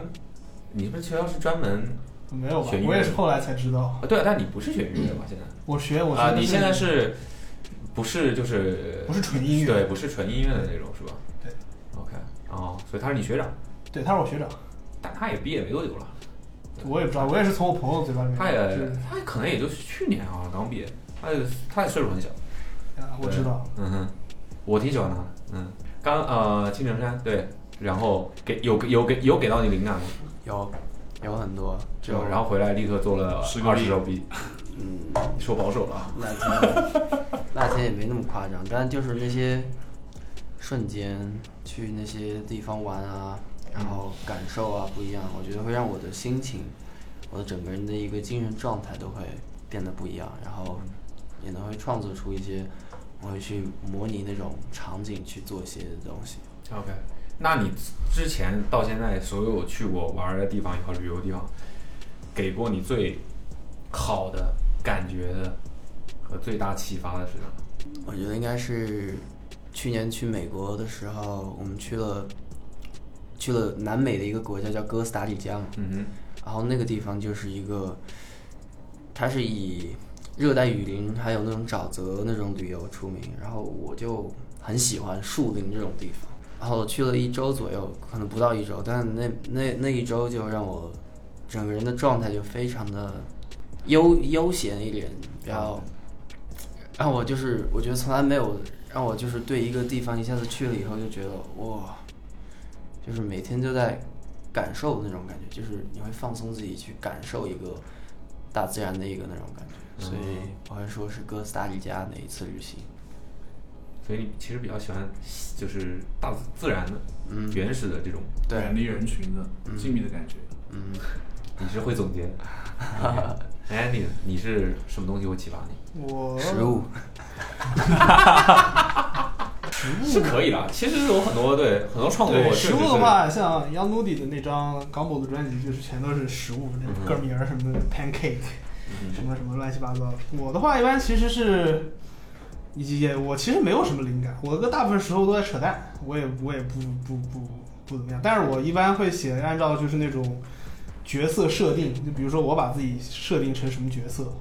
你们学校是专门没有吧学？艺我也人是后来才知道，啊？对啊，但你不是学音乐吧？现在我学我学啊、的你现在是不是就是不是纯音乐对，不是纯音乐的那种是吧？对，OK，哦，所以他是你学长，对，他是我学长，但他也毕业没多久了，我也不知道，我也是从我朋友嘴巴里面，他也嗯就是他可能也就是去年好像刚毕业，他也他也岁数很小。啊我知道，嗯哼，我挺喜欢他的。嗯，刚呃，青城山对，然后给有有给有给到你灵感吗？有有很多，就然后回来立刻做了十个二哦币十手臂，嗯，说保守了啊。那天那天也没那么夸张，但就是那些瞬间去那些地方玩啊，然后感受啊不一样，我觉得会让我的心情，我的整个人的一个精神状态都会变得不一样，然后也能会创作出一些我会去模拟那种场景去做一些东西。 OK，那你之前到现在所有去过玩的地方也好，旅游地方，给过你最好的感觉的和最大启发的是什么？我觉得应该是去年去美国的时候，我们去了去了南美的一个国家叫哥斯达黎加嘛，嗯然后那个地方就是一个，它是以热带雨林还有那种沼泽那种旅游出名，然后我就很喜欢树林这种地方。然后我去了一周左右，可能不到一周，但那那那一周就让我整个人的状态就非常的悠悠闲一点，然后让我就是我觉得从来没有让我就是对一个地方一下子去了以后就觉得哇，就是每天就在感受那种感觉，就是你会放松自己去感受一个大自然的一个那种感觉，所以我会说是哥斯达黎加那一次旅行。哼，所以你其实比较喜欢就是大自自然的、嗯，原始的这种，对，远离人群的静谧的感觉。嗯，你是会总 结。哎，你你是什么东西会启发你？我食物，是可以啦，其实有很多对很多创作，嗯对我确实食物是的，话，像 Young Nudie 的那张 Gumbo 的专辑，就是全都是食物，嗯那歌名儿什么的 Pancake，什么什么乱七八糟的。我的话一般其实是，也我其实没有什么灵感，我的大部分时候都在扯淡，我也我也不不不不怎么样。但是我一般会写按照就是那种角色设定，就比如说我把自己设定成什么角色。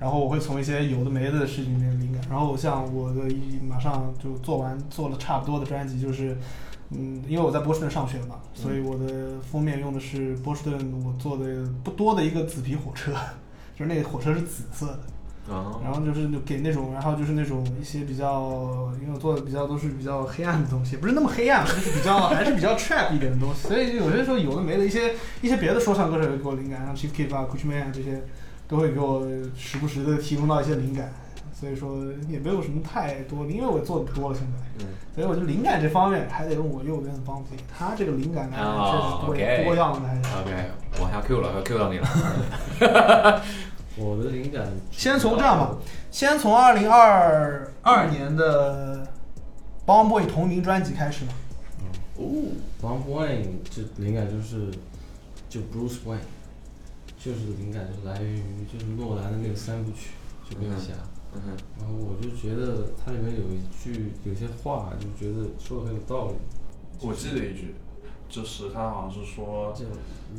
然后我会从一些有的没的事情里面灵感，然后像我的一马上就做完做了差不多的专辑，就是嗯，因为我在波士顿上学嘛，所以我的封面用的是波士顿我做的不多的一个紫皮火车，就是那个火车是紫色的，啊，然后就是给那种，然后就是那种一些比较，因为我做的比较都是比较黑暗的东西，不是那么黑暗，就是比较还是比较 trap 一点的东西，所以就有些时候有的没的一些一些别的说唱歌手也给我灵感，像 Chief Keef 啊、Gucci Mane 啊这些，都会给我时不时的提供到一些灵感，所以说也没有什么太多，因为我做的多了现在。嗯，所以我觉得灵感这方面还得用我右边的帮助，他这个灵感来源确哦实多、 OK 多样的，还是 OK，往下 Q 了，要 Q 到你了。我的灵感先从这样吧，先从二零二二年的《Bomb Boy》同名专辑开始吧。哦，Bob Wayne 这灵感就是就 Bruce Wayne，就是灵感是来源于就是诺兰的那个三部曲，就蝙蝠侠。嗯哼，然后我就觉得它里面有一句有些话，就觉得说的很有道理，我记得一句，就是他好像 是说，叫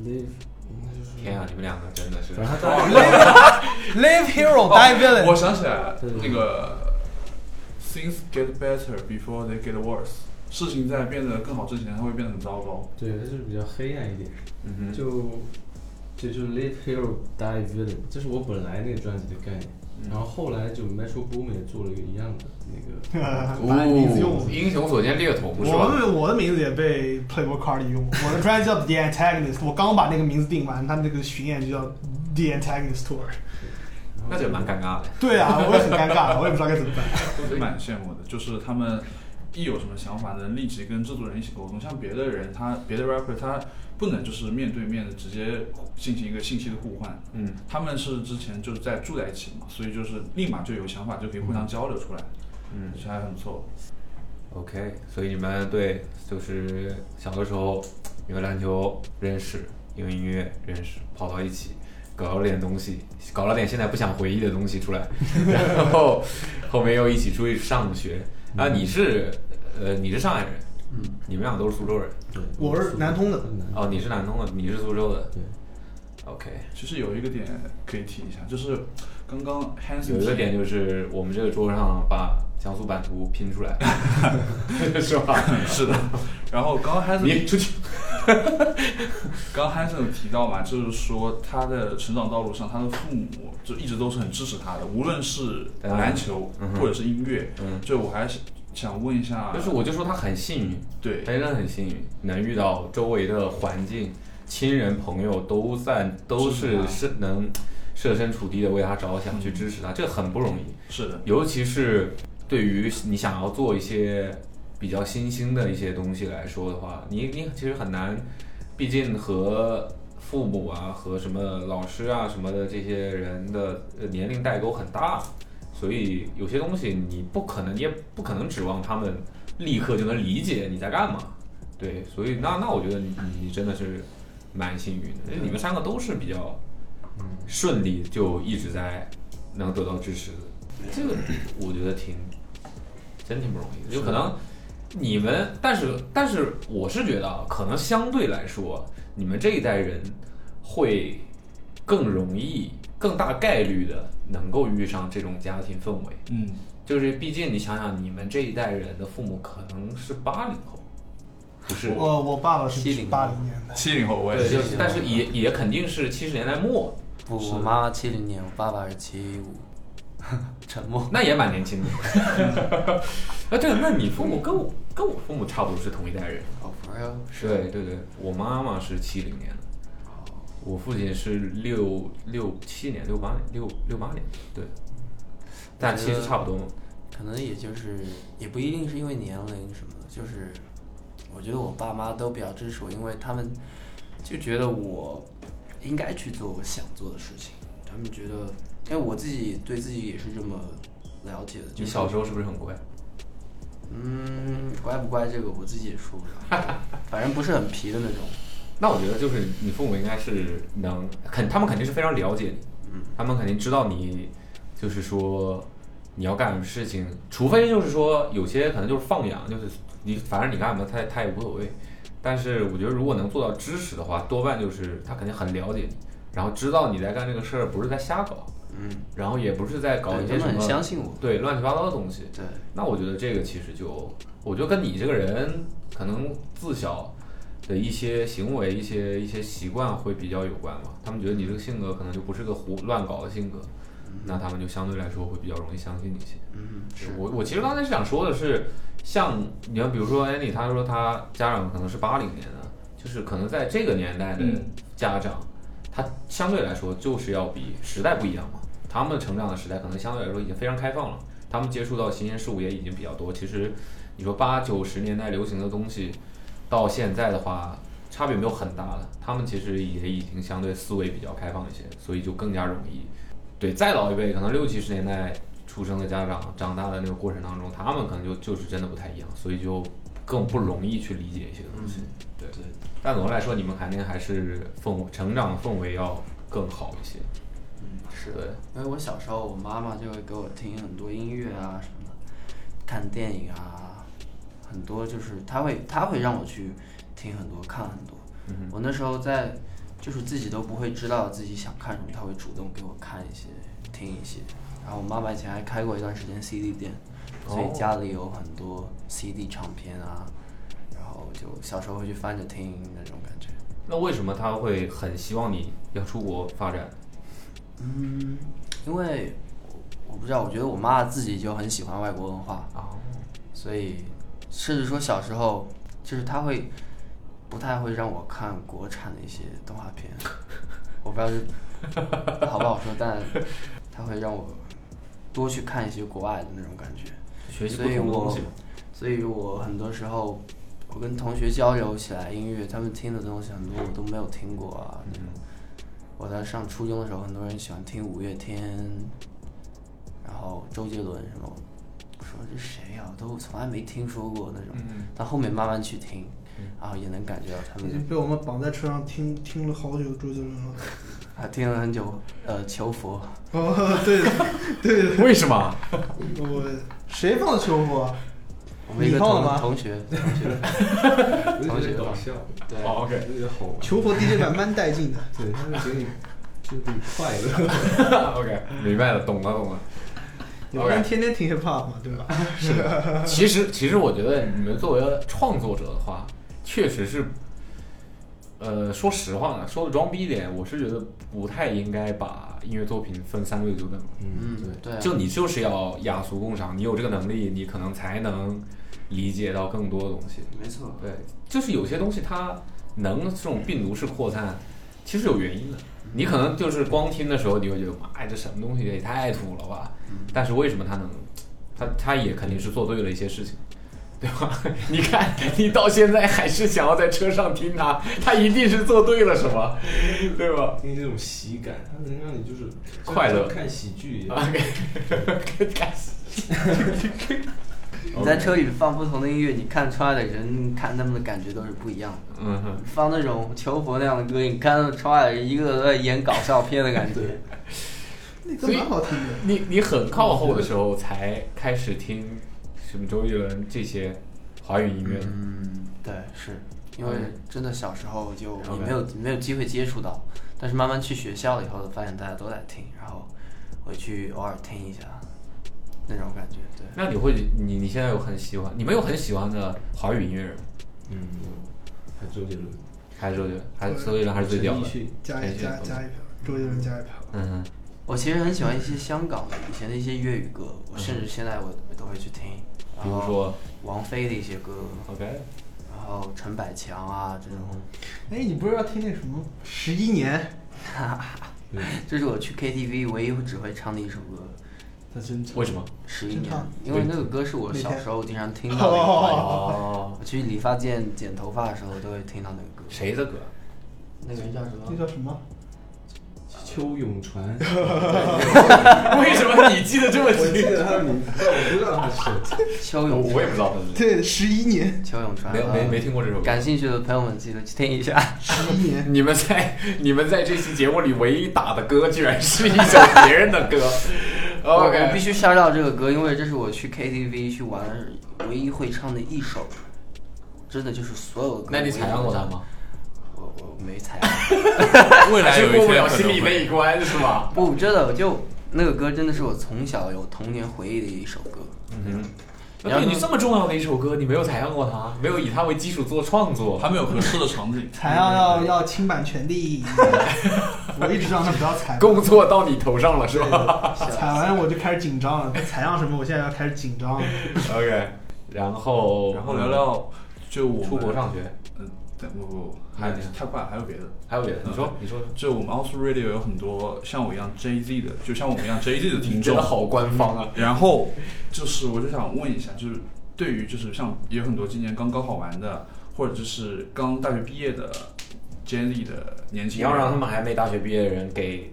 live，应该就是天啊，你们两个真的是反正他 Live Hero Die 哦我 Villain，想起来对那个 things get better before they get worse，事情在变得更好之前，它会变得很糟糕。对，它就是比较黑暗一点，嗯哼，就就就是 live hero die villain，这是我本来那个专辑的概念。然后后来就 Metro Boomin 也做了一个一样的那个， 把你名字用了哦英雄所见略同是我吧？的我的名字也被 Playboy Cardi 用过，我的专辑叫 The Antagonist，我刚把那个名字定完，他那个巡演就叫 The Antagonist Tour。然后那就蛮尴尬的。对啊，我也很尴尬，我也不知道该怎么办。我是蛮羡慕的，就是他们一有什么想法能立即跟制作人一起沟通。像别的人，他别的 rapper 他不能就是面对面的直接进行一个信息的互换，嗯，他们是之前就是在住在一起嘛，所以就是立马就有想法就可以互相交流出来，嗯这还很不错。 OK，所以你们对就是小的时候因为篮球认识，因为音乐认识，跑到一起。搞了点东西，搞了点现在不想回忆的东西出来， 然后后面又一起出去上学。啊，嗯你是呃，你是上海人，嗯，你们俩都是苏州人，对，我是南通的，很难。哦，你是南通的，你是苏州的，对， OK，其实有一个点可以提一下，就是刚刚 Hanson 有一个点提就是我们这个桌上把江苏版图拼 出来，是吧？是的，然后刚刚 Hanson 你出去，刚刚 Hanson 有提到嘛，就是说他的成长道路上，他的父母就一直都是很支持他的，无论是当然篮球嗯哼或者是音乐。嗯，就我还是想问一下，就是我就说他很幸运，对他真的很幸运，能遇到周围的环境、亲人、朋友都在，都支持是他是能设身处地的为他着想，去支持他，这很不容易。是的，尤其是对于你想要做一些比较新兴的一些东西来说的话，你你其实很难，毕竟和父母啊、和什么老师啊什么的这些人的呃年龄代沟很大，所以有些东西你不可能，你也不可能指望他们立刻就能理解你在干嘛。对，所以那那我觉得你你真的是蛮幸运的，因为你们三个都是比较顺利，就一直在能得到支持的。这个我觉得挺真挺不容易的，就可能你们，但是但是我是觉得啊，可能相对来说，你们这一代人会更容易、更大概率的能够遇上这种家庭氛围。嗯，就是毕竟你想想，你们这一代人的父母可能是八零后，不是？我我爸爸是70八零年的，七零后我也对，是，就是，但是也也肯定是七十年代末，不，我妈妈七零年，我爸爸是七五， 沉默。那也蛮年轻的。 啊，对，那你父母跟我跟我父母差不多是同一代人。哦，不是哦，是对对对，我妈妈是七零年的，我父亲是六六七年、六八年、六六八年，对，但其实差不多嘛。可能也就是也不一定是因为年龄什么的，就是我觉得我爸妈都比较支持我，因为他们就觉得我应该去做我想做的事情。他们觉得，因为我自己对自己也是这么了解的。就你是小时候是不是很乖？嗯，乖不乖这个我自己也说不了，反正不是很皮的那 种。那我觉得就是你父母应该是能肯，他们肯定是非常了解你，嗯，他们肯定知道你，就是说你要干什么事情，除非就是说有些可能就是放养，就是你反正你干什么他他也无所谓。但是我觉得如果能做到支持的话，多半就是他肯定很了解你，然后知道你在干这个事儿不是在瞎搞，嗯，然后也不是在搞一些对他什们很么相信我。对乱七八糟的东西。对，那我觉得这个其实就，我觉得跟你这个人可能自小的一些行为、一些一些习惯会比较有关吧。他们觉得你这个性格可能就不是个胡乱搞的性格，那他们就相对来说会比较容易相信你一些。嗯，是我我其实刚才是想说的是，像你要比如说 Annie，她说她家长可能是八零年的，就是可能在这个年代的嗯家长，他相对来说就是要比时代不一样嘛，他们成长的时代可能相对来说已经非常开放了，他们接触到新鲜事物也已经比较多。其实你说八九十年代流行的东西，到现在的话。差别没有很大了，他们其实也已经相对思维比较开放一些，所以就更加容易。对，再老一辈，可能六七十年代出生的家长长大的那个过程当中，他们可能就就是真的不太一样，所以就更不容易去理解一些东西。嗯对对。但总的来说，你们肯定还是氛围成长的氛围要更好一些。嗯，是对，因为我小时候，我妈妈就会给我听很多音乐啊什么的，看电影啊，很多就是她会她会让我去听很多看很多。嗯我那时候在就是自己都不会知道自己想看什么，她会主动给我看一些听一些。然后我妈妈以前还开过一段时间 CD 店，所哦以家里有很多 CD 唱片啊，然后就小时候会去翻着听那种感觉。那为什么他会很希望你要出国发展？嗯，因为我我不知道，我觉得我妈自己就很喜欢外国文化，哦，所以甚至说小时候就是她会不太会让我看国产的一些动画片，我不知道是好不好说，但它会让我多去看一些国外的那种感觉，学习不所以同的东我西嘛。 所以我很多时候，我跟同学交流起来音乐，他们听的东西很多我都没有听过啊。嗯那种我在上初中的时候，很多人喜欢听五月天，然后周杰伦什么，我说这谁呀、都从来没听说过那种。嗯但后面慢慢去听，然后也能感觉到他已们经被我们绑在车上听听了好久周杰伦了。还听了很久，呃，求佛。哦，对的，对的，为什么？ 我谁放的球服啊？我们一个你放同了吗同学，同学，同学搞吧笑，对，哦，OK，有点好玩，球服 DJ 版蛮带劲的。对，他就给你就给你快乐。 OK，明白了，懂了，懂了。你不 OK 能天天听 hip hop 嘛，对 吧？其实，其实我觉得你们作为创作者的话，确实是，呃，说实话呢，说的装逼一点，我是觉得不太应该把音乐作品分三六九等。嗯，嗯对，，对啊，就你就是要雅俗共赏，你有这个能力，你可能才能理解到更多的东西。没错，对，就是有些东西它能这种病毒式扩散，其实有原因的。你可能就是光听的时候，你会觉得妈，哎，这什么东西也太土了吧？但是为什么它能？它它也肯定是做对了一些事情，对吧？ 你看，你到现在还是想要在车上听它，它一定是做对了什么，对吧？因为这种喜感，它能让你就是快乐像看喜剧一样。 啊，给给干死！你在车里放不同的音乐，你看出来的人看他们的感觉都是不一样的。嗯哼。放那种求佛那样的歌，你看出来一个个在演搞笑片的感觉。那歌蛮好听的。你你很靠后的时候才开始听什么周杰伦这些华语音乐，嗯，对，是因为 OK 真的小时候就 OK 你没有没有机会接触到，但是慢慢去学校了以后，发现大家都在听，然后我去偶尔听一下，那种感觉。对，那你会你你现在有很喜欢，你们有很喜欢的华语音乐人吗？嗯，还有周杰伦，还是周杰伦，还是周杰伦还是最屌陈的奕？迅，加一加加一票，周杰伦加一票。嗯我其实很喜欢一些香港的以前的一些粤语歌，我甚至现在我我都会去听，哼，比如说王菲的一些歌， OK，然后陈百强啊这种。哎，你不是要听那什么十一年？这是我去 KTV 唯一只会唱的一首歌，他真唱为什么？十一年真唱，因为那个歌是我每天小时候经常听到的一个哦歌。哦，我去理发店剪头发的时候都会听到那个歌。谁的歌？那个人叫什那么？叫什么？邱永传， 为什么你记得这么 我记清？得他的名字，但我不知道他是谁。邱我永我也不知道他是谁，对，十一年，邱永传。哦没有没没听过这首歌 感。兴趣的朋友们记得去听一下。十一年。你们在你们在这期节目里唯一打的歌，居然是一首别人的 歌。 我我哦 OK，必须刷到这个歌，因为这是我去 KTV 去玩唯一会唱的一首，真的就是所有的歌。那你采样过他？吗？我我没采样。未来还有是一过天不了可心能里那会一关是吧？不，真的，我就那个歌真的是我从小有童年回忆的一首歌。嗯然后对你这么重要的一首歌，你没有采样过它，没有以它为基础做创作， 还没有合适的场 景。采样要要清版权 的，我一直让他不要采。工作到你头上了是吧采完我就开始紧张了，采样什么？我现在要开始紧张了。 ？OK，然后嗯然后聊聊，就我们出国，上学，嗯，对不不不，还还有呢太快，还有别的。还有别的，你啊说你说，就我们 Also Radio 有很多像我一样 J Z 的，就像我们一样 J Z 的听你众真的。好官方啊！然后就是我就想问一下，就是对于就是像有很多今年刚高考完的，或者就是刚大学毕业的 J Z 的年你轻人，要让他们还没大学毕业的人给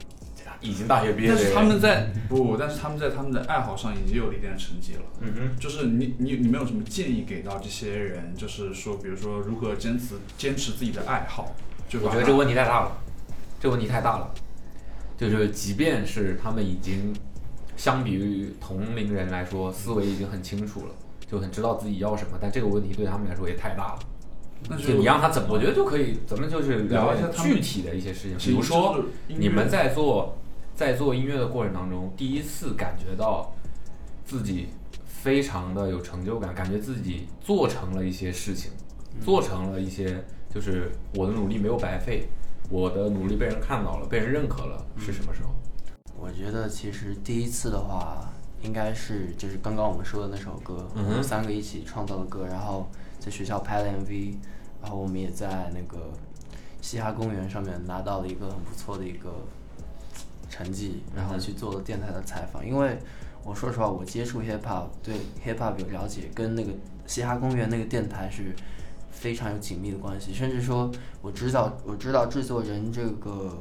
已经大学毕业但的是人，他们在不，但是他们在他们的爱好上已经有了一定的成绩了。嗯哼，就是你你你们有什么建议给到这些人？就是说，比如说如何坚持坚持自己的爱好？就我把觉得这个问题太大了，这个问题太大了，就是即便是他们已经相比于同龄人来说，思维已经很清楚了，就很知道自己要什么，但这个问题对他们来说也太大了。那就就你让他怎么，我觉得就可以，咱们就是聊一下具体的一些事情，比如说你们在做在做音乐的过程当中，第一次感觉到自己非常的有成就感，感觉自己做成了一些事情，嗯做成了一些就是我的努力没有白费，我的努力被人看到了，被人认可了，嗯是什么时候？我觉得其实第一次的话，应该是就是刚刚我们说的那首歌，嗯哼我们三个一起创造的歌，然后在学校拍了 MV，然后我们也在那个嘻哈公园上面拿到了一个很不错的一个成绩，然嗯后去做了电台的采访。因为我说实话，我接触 hip hop 对 hip hop 有了解，跟那个嘻哈公园那个电台是非常有紧密的关系。甚至说，我知道我知道制作人这个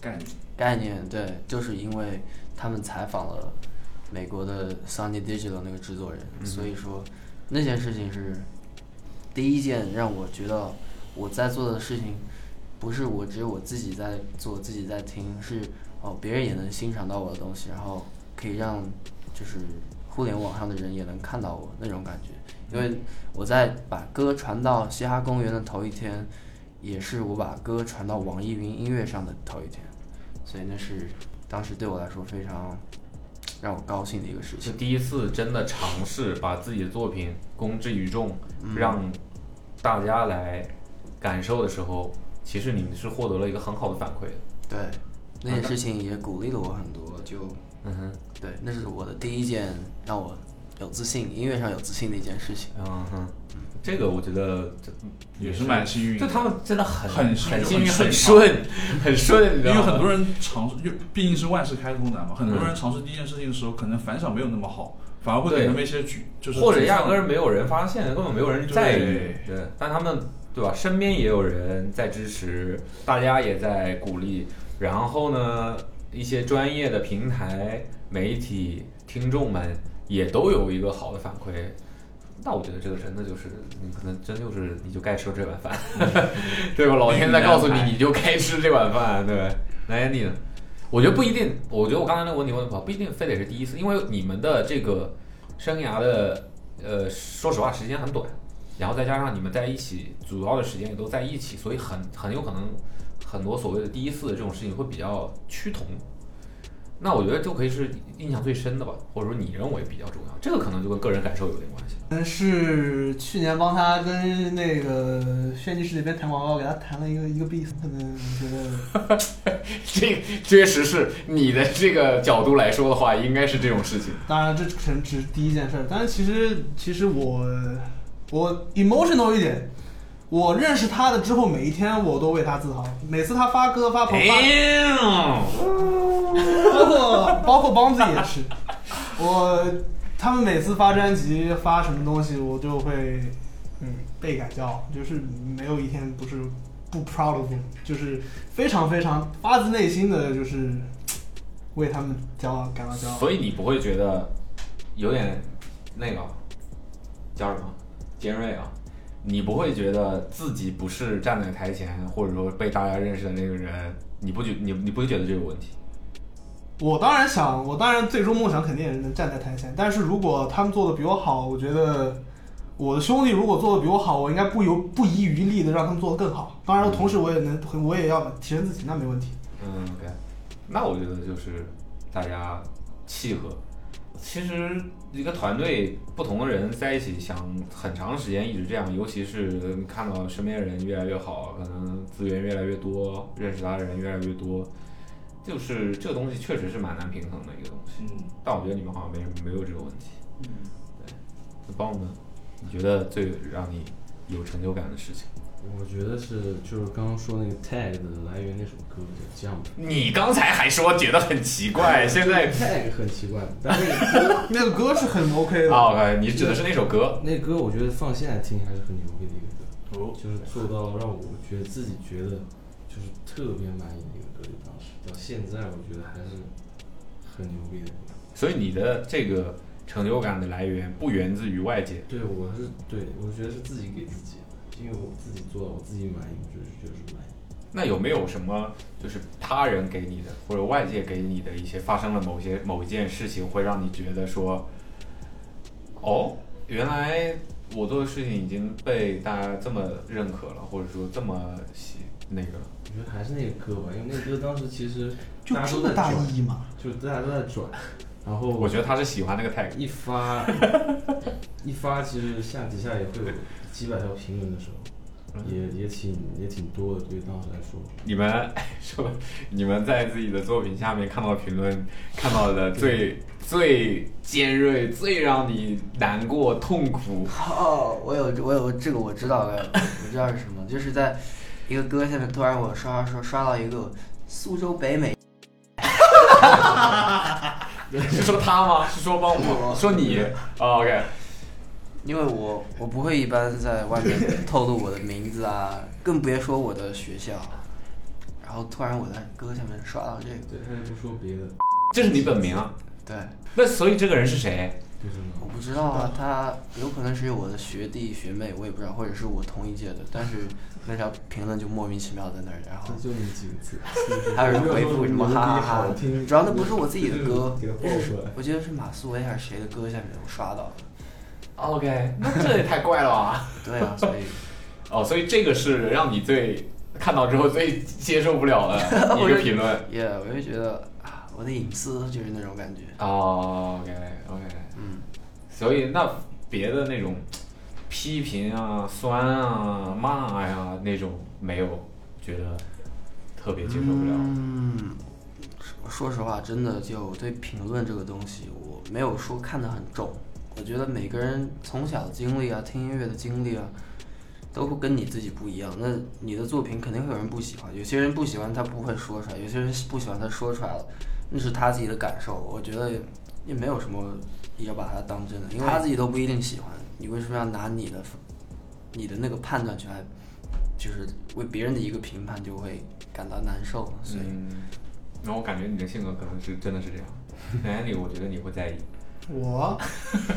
概念。概念，对，就是因为他们采访了美国的 Sony Digital 那个制作人，所以说那件事情是第一件让我觉得我在做的事情，不是我只有我自己在做，自己在听，是哦别人也能欣赏到我的东西，然后可以让就是互联网上的人也能看到我那种感觉。因为我在把歌传到嘻哈公园的头一天，也是我把歌传到网易云音乐上的头一天。所以那是当时对我来说非常让我高兴的一个事是情。第一次真的尝试把自己的作品公之于众，嗯让大家来感受的时候，其实你是获得了一个很好的反馈的。对，那件事情也鼓励了我很多。就嗯哼，对，那是我的第一件让我有自信、音乐上有自信的一件事情。嗯哼，这个我觉得这也是蛮幸运的就他们真的很很幸运很幸运，很很顺，很顺，你知道因为吗很多人尝试，因为毕竟是万事开头难嘛，很多人尝试第一件事情的时候，可能反响没有那么好，反而会给对他们一些沮，就是或者压根儿儿没有人发现，根本没有人在意。对，但他们对吧？身边也有人在支持，大家也在鼓励。然后呢，一些专业的平台、媒体、听众们也都有一个好的反馈。那我觉得这个真的就是，你可能真就是你就该吃这碗饭， 对吧？老天在告诉你，你就该吃这碗饭，对吧？来，你呢？嗯我觉得不一定，我觉得我刚才那个问题问的不好，不一定非得是第一次，因为你们的这个生涯的，呃，说实话时间很短，然后再加上你们在一起主要的时间也都在一起，所以很很有可能很多所谓的第一次的这种事情会比较趋同。那我觉得就可以是印象最深的吧，或者说你认为比较重要，这个可能就跟个人感受有点关系。 嗯，是去年帮他跟那个炫技师那边谈广告，给他谈了一个一个 beat，可能我觉得这确实是你的这个角度来说的话，应该是这种事情。当然，这可能只是第一件事儿，但是其实其实我我 emotional 一点，我认识他的之后，每一天我都为他自豪。每次他发歌发头哎发，包括包括邦子也是， 我他们每次发专辑发什么东西，我就会嗯倍感骄傲，就是没有一天不是不 proud of him，就是非常非常发自内心的就是为他们骄傲感到骄傲。所以你不会觉得有点那个叫什么尖锐啊？你不会觉得自己不是站在台前，或者说被大家认识的那个人，你不觉你你不会觉得这有问题？我当然想，我当然最终梦想肯定也是能站在台前。但是如果他们做的比我好，我觉得我的兄弟如果做的比我好，我应该不由不遗余力的让他们做的更好。当然，同时我也能，我也要提升自己，那没问题。嗯，OK，那我觉得就是大家契合。其实一个团队不同的人在一起，想很长时间一直这样，尤其是看到身边人越来越好，可能资源越来越多，认识他的人越来越多，就是这个东西确实是蛮难平衡的一个东西。嗯，但我觉得你们好像没什么没有这个问题。嗯，对。那帮我们，你觉得最让你有成就感的事情？我觉得是就是刚刚说那个 tag 的来源那首歌叫 Jump。你刚才还说觉得很奇 怪，现在 tag 很奇怪，但那个歌，那个歌是很 OK 的，啊、o 你指的是那首歌那歌我觉得放现在听还是很牛逼的一个歌。哦，就是做到让我觉得自己觉得就是特别满意的一个歌，就当时到现在我觉得还是很牛逼的。所以你的这个成就感的来源不源自于外界，对，我是对，我觉得是自己给自己的，因为我自己做到我自己满意，我就是就是满意。那有没有什么就是他人给你的或者外界给你的一些发生了某些某一件事情，会让你觉得说，哦，原来我做的事情已经被大家这么认可了，或者说这么喜那个了。我觉得还是那个歌吧，因为那个歌当时其实就大家这都么在大转，意义吗？就是大家都在转，然后我觉得他是喜欢那个 tag，一发一发，其实下底下也会有几百条评论的时候，也也挺也挺多的，对于当时来说。你们哎说你们在自己的作品下面看到的评 论，看到的最最尖锐、最让你难过、痛 苦， 哦，我有我有这个我知道了，我知道是什么，就是在一个歌下面突然我刷刷刷刷到一个苏州北美，是说他吗？是说帮我？说你、o 哦 k 因为我我不会一般在外面透露我的名字啊，更别说我的学校。然后突然我在歌下面刷到这个，对，他也不说别的，这是你本名啊？对，那所以这个人是谁？不知道。我不知道啊，他有可能是我的学弟学妹，我也不知道，或者是我同一届的，但是那条评论就莫名其妙在那儿，然后这就那几个字，还有人回复什么哈哈哈好，听，主要那不是我自己的歌给他爆出来。我记得是马思唯还是谁的歌下面我刷到的，哦 OK，那这也太怪了 吧？对啊，所以 哦，所以这个是让你最看到之后最接受不了 的一个评论。也、yeah, 我就觉得啊，我的隐私就是那种感觉，哦，OK，OK、嗯，所以那别的那种批评啊、酸啊、骂呀、那种没有觉得特别接受不了。嗯，说实话，真的就对评论这个东西，我没有说看得很重。我觉得每个人从小的经历啊，听音乐的经历啊，都会跟你自己不一样。那你的作品肯定会有人不喜欢，有些人不喜欢他不会说出来，有些人不喜欢他说出来了，那是他自己的感受。我觉得也没有什么要把它当真的，因为他自己都不一定喜欢，你为什么要拿你的你的那个判断权来，就是为别人的一个评判就会感到难受？所以，嗯，那我感觉你的性格可能是真的是这 样。哎，你我觉得你会在意。我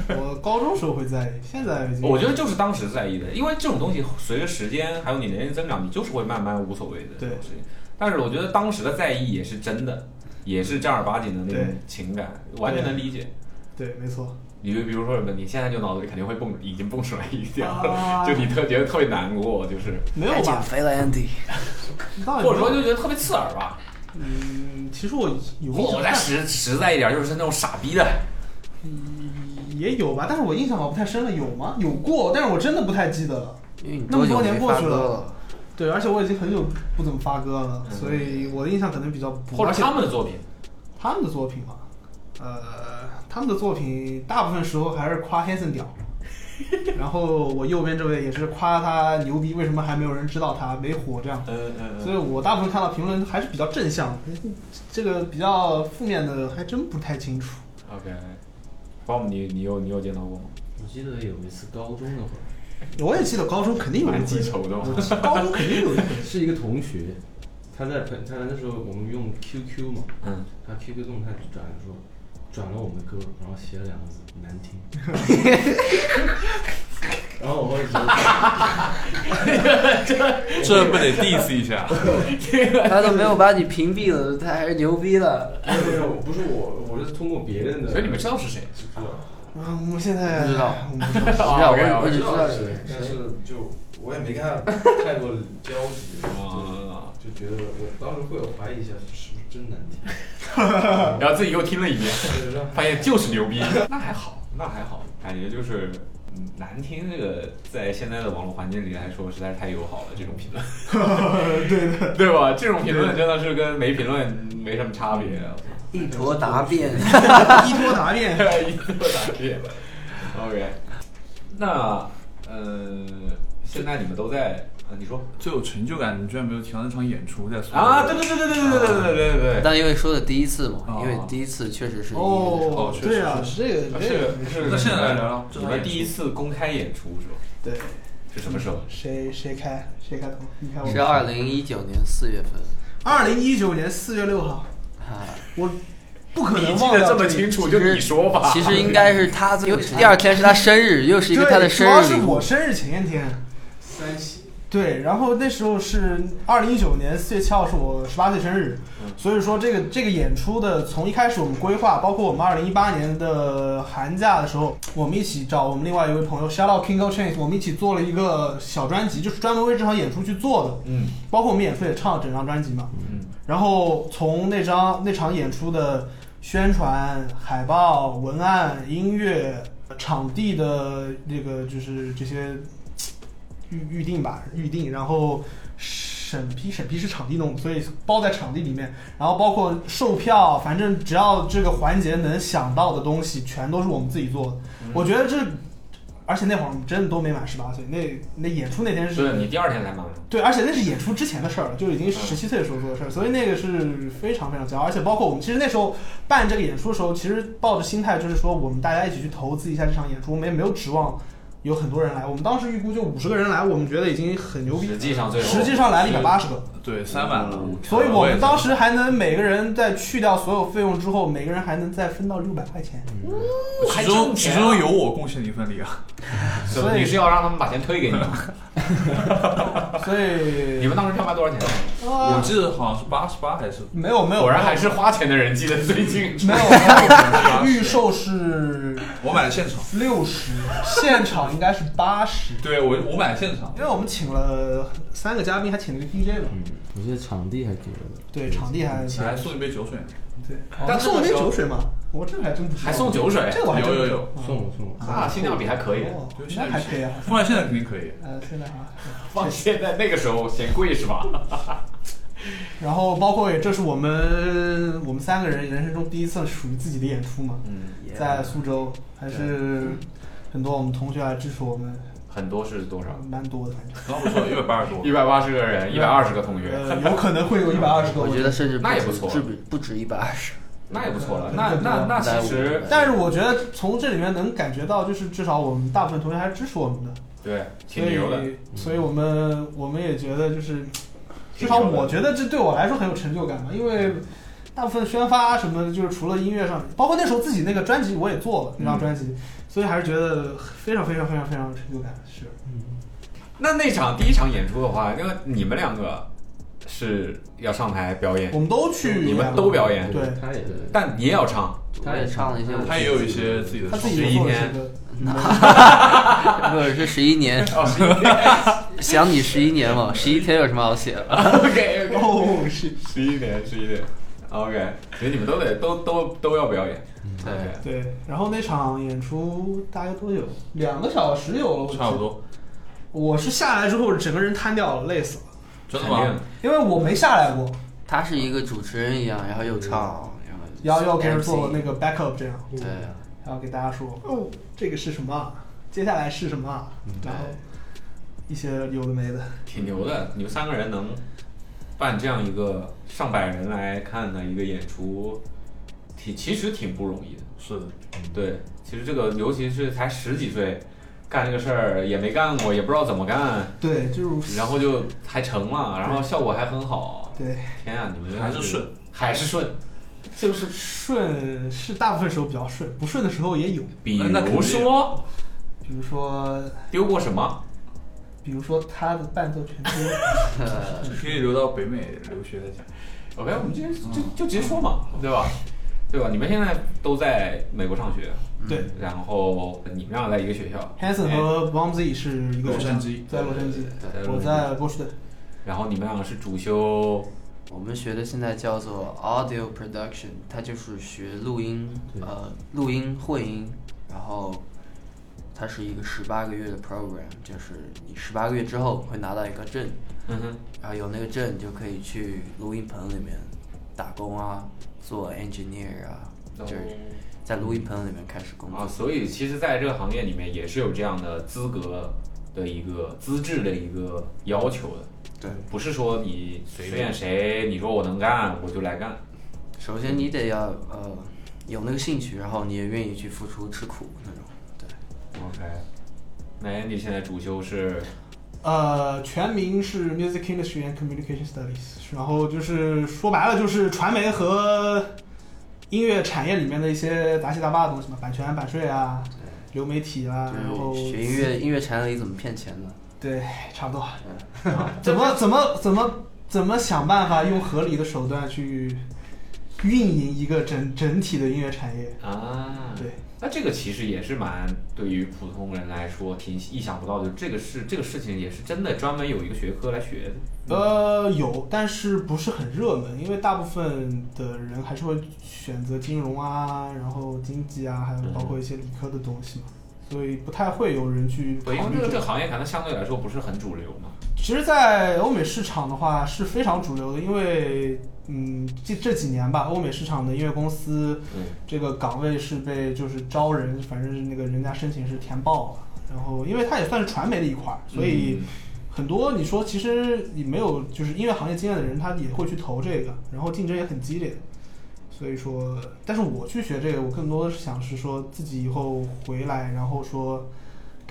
我高中时候会在意，现在已经我觉得就是当时在意的，因为这种东西随着时间还有你年龄增长，你就是会慢慢无所谓的这对种事情。但是我觉得当时的在意也是真的，也是正儿八经的那种对情感，完全能理解。对，没错。你就比如说什么，你现在就脑子里肯定会蹦，已经蹦出来一点了，啊 就你特觉得特别难过，就是没该有减吧？肥了，Andy。倒也哎或者没说有就觉得特别刺耳吧。嗯，其实我有印我象再，实实在一点，就是那种傻逼的，但也有吧，但是我印象好像不太深了。有吗？有过，但是我真的不太记得了。因为你那么多久多年没过发去歌了了？ 对，而且我已经很久不怎么发歌了，嗯所以我的印象可能比较不。或者而且他们的作品，他们的作品嘛，呃，他们的作品大部分时候还是夸黑 森屌。然后我右边这位也是夸他牛逼，为什么还没有人知道他没火这样？嗯嗯嗯，所以我大部分看到评论还是比较正向，这个比较负面的还真不太清楚。 ，OK。包姆，你你有你有见到过吗？我记得有一次高中那会儿，我也记得高中肯定有蛮人记记仇的嘛。仇， 高中肯定 有人。是一个同学，他在朋他那时候我们用 QQ 嘛，嗯，他 QQ 动态转说转了我们的歌，然后写了两个字难听。然后我会觉得这不得 diss 一下？他都没有把你屏蔽了，他还是牛逼 的。没有没有，不是我，我是通过别人的，所以你们知道是谁？知道嗯，我现在不知道我不知道。知道我 OK，哦我只知知道道是谁，但是就我也没跟他太过交集，啊，就觉得我当时会有怀疑一下，是不是真难听？然后自己又听了一遍，就是让发现就是牛逼。那还好，那还好，感觉就是嗯难听这个，在现在的网络环境里来说，实在是太友好了。这种评论， 对的，对吧？这种评论真的是跟没评论没什么差别。啊一坨答辩，依托答辩。 一个打辩。OK，那呃，现在你们都在啊？你说最有成就感，你居然没有提到那场演出在苏州啊？对对对对对对对对对对对。但因为说的第一次嘛哦，因为第一次确实是一个哦确，实对啊，是这个，啊这个是是，那现在来聊聊这你场们演第一出次公开演出是吧？对，是什么时候？谁谁开谁开头？你开我。是二零一九年四月份。二零一九年四月六号，啊，我不可能你记忘得掉这么个清楚，其就实你说 吧。其实应该是他最，因为第二天是他生日，又是一个他的生对主要日是礼物我。生日前一天。三喜，对，然后那时候是二零一九年四月七号是我十八岁生日，所以说这个这个演出的从一开始我们规划，包括我们二零一八年的寒假的时候，我们一起找我们另外一位朋友 shout out Kingo Chains，我们一起做了一个小专辑，就是专门为这场演出去做的，嗯包括我们演出也唱了整张专辑嘛。嗯然后从那张那场演出的宣传、海报、文案、音乐、场地的这个就是这些预预定吧，预定，然后审批审批是场地弄的，所以包在场地里面，然后包括售票，反正只要这个环节能想到的东西，全都是我们自己做的。我觉得这而且那会儿我们真的都没满十八岁，那那演出那天是是你第二天才满的，对，而且那是演出之前的事儿了，就已经是十七岁的时候做的事儿，所以那个是非常非常骄傲。而且包括我们其实那时候办这个演出的时候，其实抱着心态就是说，我们大家一起去投资一下这场演出，我们也没有指望有很多人来。我们当时预估就五十个人来，我们觉得已经很牛逼了，实际上最后实际上来了一百八十个。对，塞满了。所以我也们当时还能每个人在去掉所有费用之后，每个人还能再分到六百块钱。其中其中有我贡献的一份力啊。所以你是要让他们把钱退给你吗？所以你们当时票卖多少钱？啊我记得好像是八十八还是没有没有， 果然还是花钱的人记得最近。没有没有预售是我买了现场。六十，现场应该是八十，对我我买了现场因，为我们请了三个嘉宾，还请了一个 DJ 嘛，嗯我觉得场地还给了的，对，场地还还送一杯酒水，对，但送了那个杯时候酒水嘛，我这个还真不知 道，还送酒水这个我还真不知道有有有嗯送我送我，啊，性价比还可以。哦就现那在还可以啊，放在现在肯定可以。呃，现在啊。放现在那个时候嫌贵是吧？然后包括也，这是我们我们三个人人生中第一次属于自己的演出嘛，嗯，在苏州，还是很多我们同学来支持我们，嗯很多是多少？蛮多的，反正刚不错，一百八十多一。百八十个人，一百二十个同学，呃，有可能会有一百二十个， 我觉得。甚至那也止不错至比不止一百 二十。那也不错了。那那那在其实我但是我觉得从这里面能感觉到，就是至少我们大部分同学还是支持我们的，对挺所牛的，以所以我们我们也觉得就是，至少我觉得这对我来说很有成就感嘛，因为大部分宣发什么的，就是除了音乐上，包括那时候自己那个专辑我也做了那张专辑，嗯所以还是觉得非常非常非常非常有成就感，是。那那场第一场演出的话，那个你们两个是要上台表演我，们都去，你们都表演，对他也对但你也要 唱，我也唱了一些，他也有一些自己的他自己十一就做了天这个，不是是十一年，想你十一年嘛，十一天有什么好写的？ OK OK，哦，是，十一点十一点，OK，所以你们都得都都都要表演。对， 对。然后那场演出大概多久？两个小时有了，我记得差不。多，我是下来之后，整个人瘫掉了，累死了，真的肯定吗？因为我没下来过，他是一个主持人一样，然后又唱，然后要要给人做 MC 那个 backup 这样， 对，然后给大家说，哦，这个是什么啊？接下来是什么啊？然后一些有的没的，挺牛的，你们三个人能办这样一个上百人来看的一个演出，挺其实挺不容易的。是的，对，其实这个尤其是才十几岁，干这个事儿也没干过，也不知道怎么干，对，就是然后就还成了，然后效果还很好。对天啊，你们还是顺，还是顺，就是顺是大部分时候比较顺，不顺的时候也有，比那肯定如说比如说丢过什么？比如说他的伴奏全丢， 可以留到北美留学再讲。 OK，我们直接嗯就就直接说嘛，对吧？对吧？你们现在都在美国上学，对。然后你们俩在一个学校 Hanson 和 Bomzy 是一个洛学杉校矶在洛杉矶，对我在波士顿。呃然后你们两个是主修，我们学的现在叫做 audio production，它就是学录音，呃，录音混音，然后它是一个十八个月的 program，就是你十八个月之后会拿到一个证，嗯哼，然后有那个证你就可以去录音棚里面打工啊，做 engineer 啊，就是在录音棚里面开始工哦啊，作。所以其实在这个行业里面也是有这样的资格的一个资质的一个要求的，对，不是说你随便谁你说我能干我就来干，首先你得要呃有那个兴趣，然后你也愿意去付出吃苦那种。对， OK，那 Andy 现在主修是呃，全名是 Music Industry and Communication Studies，然后就是说白了就是传媒和音乐产业里面的一些杂七杂八的东西嘛，版权、版税啊，流媒体啊，然后就是学音乐，音乐产业里怎么骗钱呢？对，差不多。嗯 怎么怎么怎么怎么想办法用合理的手段去运营一个整整体的音乐产业？啊，对，那这个其实也是蛮对于普通人来说挺意想不到的，这个是这个事情也是真的专门有一个学科来学的。呃，有，但是不是很热门，因为大部分的人还是会选择金融啊，然后经济啊，还有包括一些理科的东西嘛，所以不太会有人去考对，因为虑这个这个这个。行业可能相对来说不是很主流嘛。其实，在欧美市场的话是非常主流的，因为嗯，这这几年吧，欧美市场的音乐公司嗯，这个岗位是被就是招人，反正是那个人家申请是填爆了，然后因为它也算是传媒的一块儿，所嗯以很多你说其实你没有就是音乐行业经验的人，他也会去投这个，然后竞争也很激烈。所以说，但是我去学这个，我更多的是想是说自己以后回来，然后说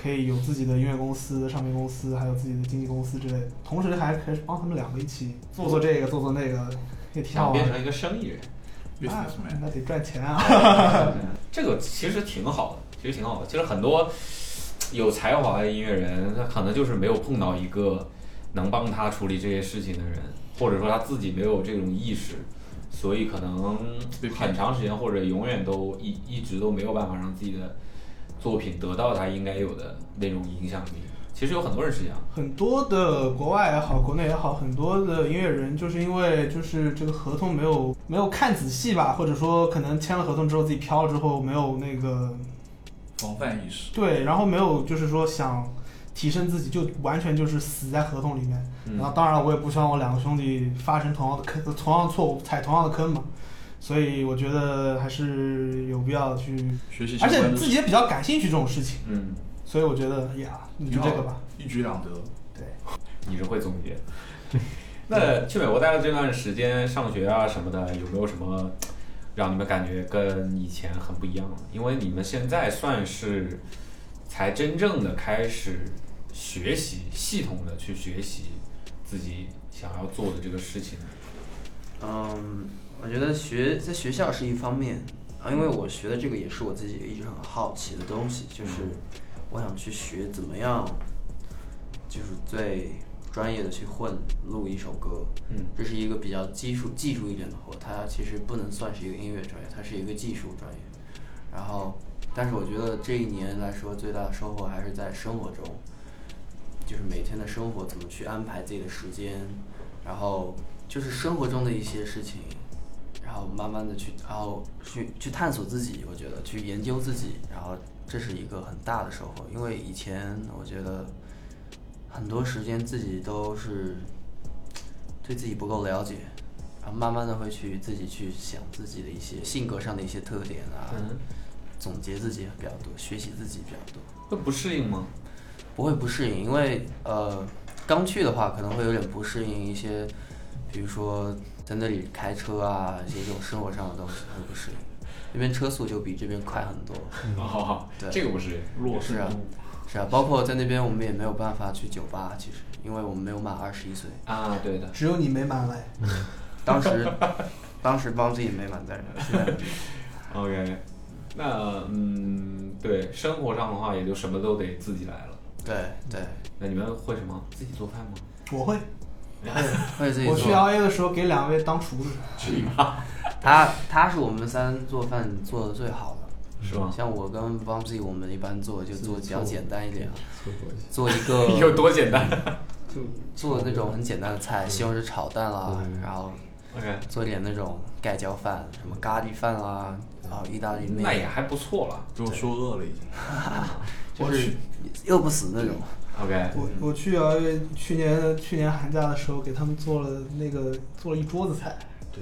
可以有自己的音乐公司、唱片公司，还有自己的经纪公司之类的，同时还可以帮他们两个一起做做这个，做做那个，也挺好想啊玩变的。成一个生意人，那 businessman 那得赚钱啊！ 这个其实挺好的，其实挺好的。其实很多有才华的音乐人，他可能就是没有碰到一个能帮他处理这些事情的人，或者说他自己没有这种意识，所以可能被骗很长时间或者永远都一一直都没有办法让自己的作品得到他应该有的那种影响力。其实有很多人是这样，很多的国外也好，国内也好，很多的音乐人就是因为就是这个合同没有没有看仔细吧，或者说可能签了合同之后自己飘了之后没有那个防范意识。对，然后没有就是说想提升自己，就完全就是死在合同里面。然后当然我也不希望我两个兄弟发生同样的坑，同样的错误，踩同样的坑嘛。所以我觉得还是有必要去，学习而相关且的自己也比较感兴趣这种事情，嗯，所以我觉得呀，你就挺好这的个吧。，一举两得。你是会总结。那去美国待的这段时间，上学啊什么的，有没有什么让你们感觉跟以前很不一样的？因为你们现在算是才真正的开始学习，系统的去学习自己想要做的这个事情。嗯，我觉得学在学校是一方面啊，因为我学的这个也是我自己一直很好奇的东西，就是我想去学怎么样，就是最专业的去混录一首歌。嗯，这是一个比较技术技术一点的活，它其实不能算是一个音乐专业，它是一个技术专业。然后，但是我觉得这一年来说，最大的收获还是在生活中，就是每天的生活怎么去安排自己的时间，然后就是生活中的一些事情，然后慢慢的去，然后去去探索自己，我觉得去研究自己，然后这是一个很大的收获，因为以前我觉得很多时间自己都是对自己不够了解。然后慢慢的会去自己去想自己的一些性格上的一些特点啊，嗯，总结自己比较多，学习自己比较多，会不适应吗？不会不适应，因为呃，刚去的话可能会有点不适应一些，比如说在那里开车啊，一些这种生活上的东西很不适应，那边车速就比这边快很多，哦，对这个不适应。落是啊，是啊，包括在那边我们也没有办法去酒吧，其实因为我们没有满二十一岁，啊，对的，只有你没满来，当时当时帮自己没满在这儿，现在 OK，那嗯，对，生活上的话，也就什么都得自己来了。 对对，那你们会什么？自己做饭吗？我会。会自己我做。去 L A 的时候给两位当厨子，他他是我们三做饭做的最好的，是吗？像我跟 Bumsy，我们一般做就做比较简单一点啊，错过一下，做一 有个多简单就做那种很简单的菜，西红柿炒蛋啦，然后？OK，做点那种盖浇饭，什么咖喱饭啦，然后意大利那也面，还不错了。给我说饿了已经。就是饿不死那种。 OK，我我去 L A 去年去年寒假的时候给他们做了那个做了一桌子菜，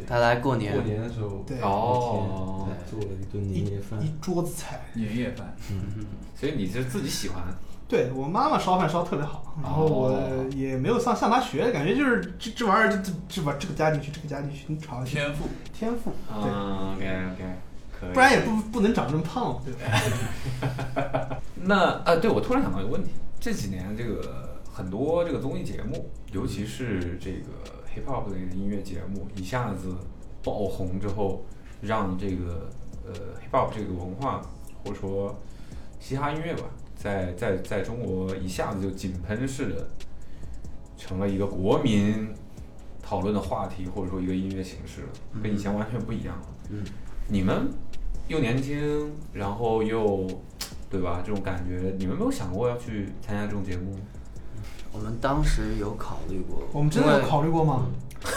他来过年过，年的时候，对，哦，做了一顿年夜饭，哦一桌子菜。年夜饭，所以你是自己喜欢，对我妈妈烧饭烧得特别好，然后我也没有向向她学，感觉就是这这玩意儿就这这把这个加进去，这个加进去，你炒一下天赋天赋，对，嗯，OK OK，可以。不然也不不能长这么胖嘛，对吧？那呃，对我突然想到一个问题，这几年这个很多这个综艺节目，尤其是这个 hip hop 类的音乐节目，一下子爆红之后，让这个呃 hip hop 这个文化或者说嘻哈音乐吧，在在在中国一下子就井喷式的成了一个国民讨论的话题，或者说一个音乐形式了，跟以前完全不一样了。嗯，你们又年轻，然后又对吧？这种感觉，你们没有想过要去参加这种节目吗？我们当时有考虑过，我们真的有考虑过吗？因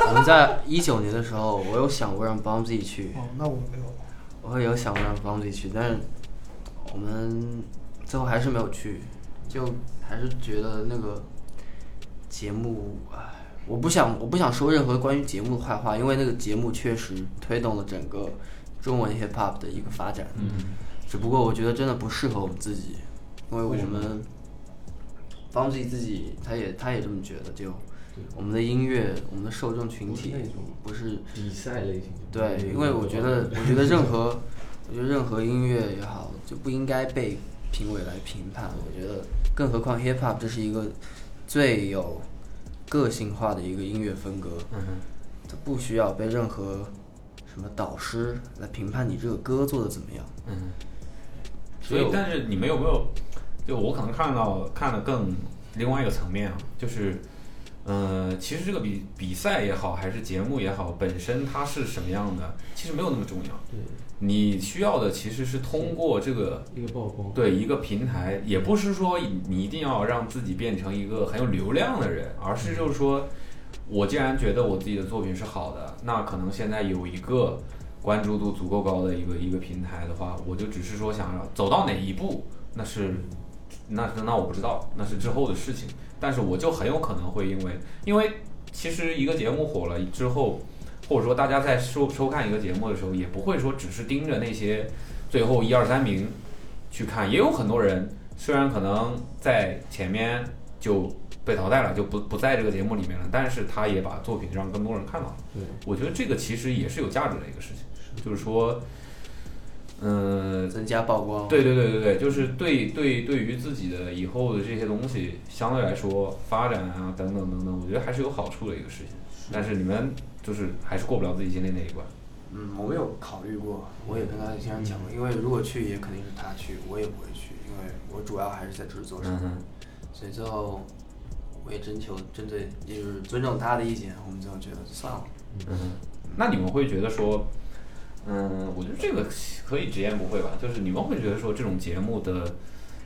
为我们在一九年的时候，我有想过让 Bumsy 去，哦，那我没有。我有想过让帮自己去，但是我们最后还是没有去，就还是觉得那个节目，唉，我不想我不想说任何关于节目的坏话，因为那个节目确实推动了整个中文 hip hop 的一个发展。嗯，只不过我觉得真的不适合我们自己，因为我们邦 G 自己他也他也这么觉得，就对我们的音乐，我们的受众群体不是那种不是比赛类型。对，因为我觉 得，我觉得任何，我觉得任何音乐也好，就不应该被评委来评判。我觉得，更何况 hip hop 这是一个最有个性化的一个音乐风格，它不需要被任何什么导师来评判你这个歌做的怎么样。嗯，所所以以我但是你们有没有？就我可能看到看的更另外一个层面啊，就是，呃，其实这个比比赛也好，还是节目也好，本身它是什么样的，其实没有那么重要。对你需要的其实是通过这个一个曝光，对一个平台，也不是说你一定要让自己变成一个很有流量的人，而是就是说，我既然觉得我自己的作品是好的，那可能现在有一个关注度足够高的一个一个平台的话，我就只是说想要走到哪一步，那是那那我不知道，那是之后的事情。但是我就很有可能会因为，因为其实一个节目火了之后，或者说大家在收收看一个节目的时候，也不会说只是盯着那些最后一二三名去看，也有很多人虽然可能在前面就被淘汰了，就不不在这个节目里面了，但是他也把作品让更多人看到了。对，我觉得这个其实也是有价值的一个事情，就是说，嗯、增加曝光，对对对对对，就是对对对于自己的以后的这些东西，相对来说发展啊等等等等，我觉得还是有好处的一个事情。但是你们就是还是过不了自己心里那一关。嗯，我没有考虑过，我也跟他经常讲过，因为如果去也肯定是他去，我也不会去，因为我主要还是在制作上。嗯哼，所以最后我也征求针对，也就是尊重他的意见，我们最后觉得算了。嗯哼，那你们会觉得说，嗯，我觉得这个可以直言不讳吧，就是你们会觉得说这种节目的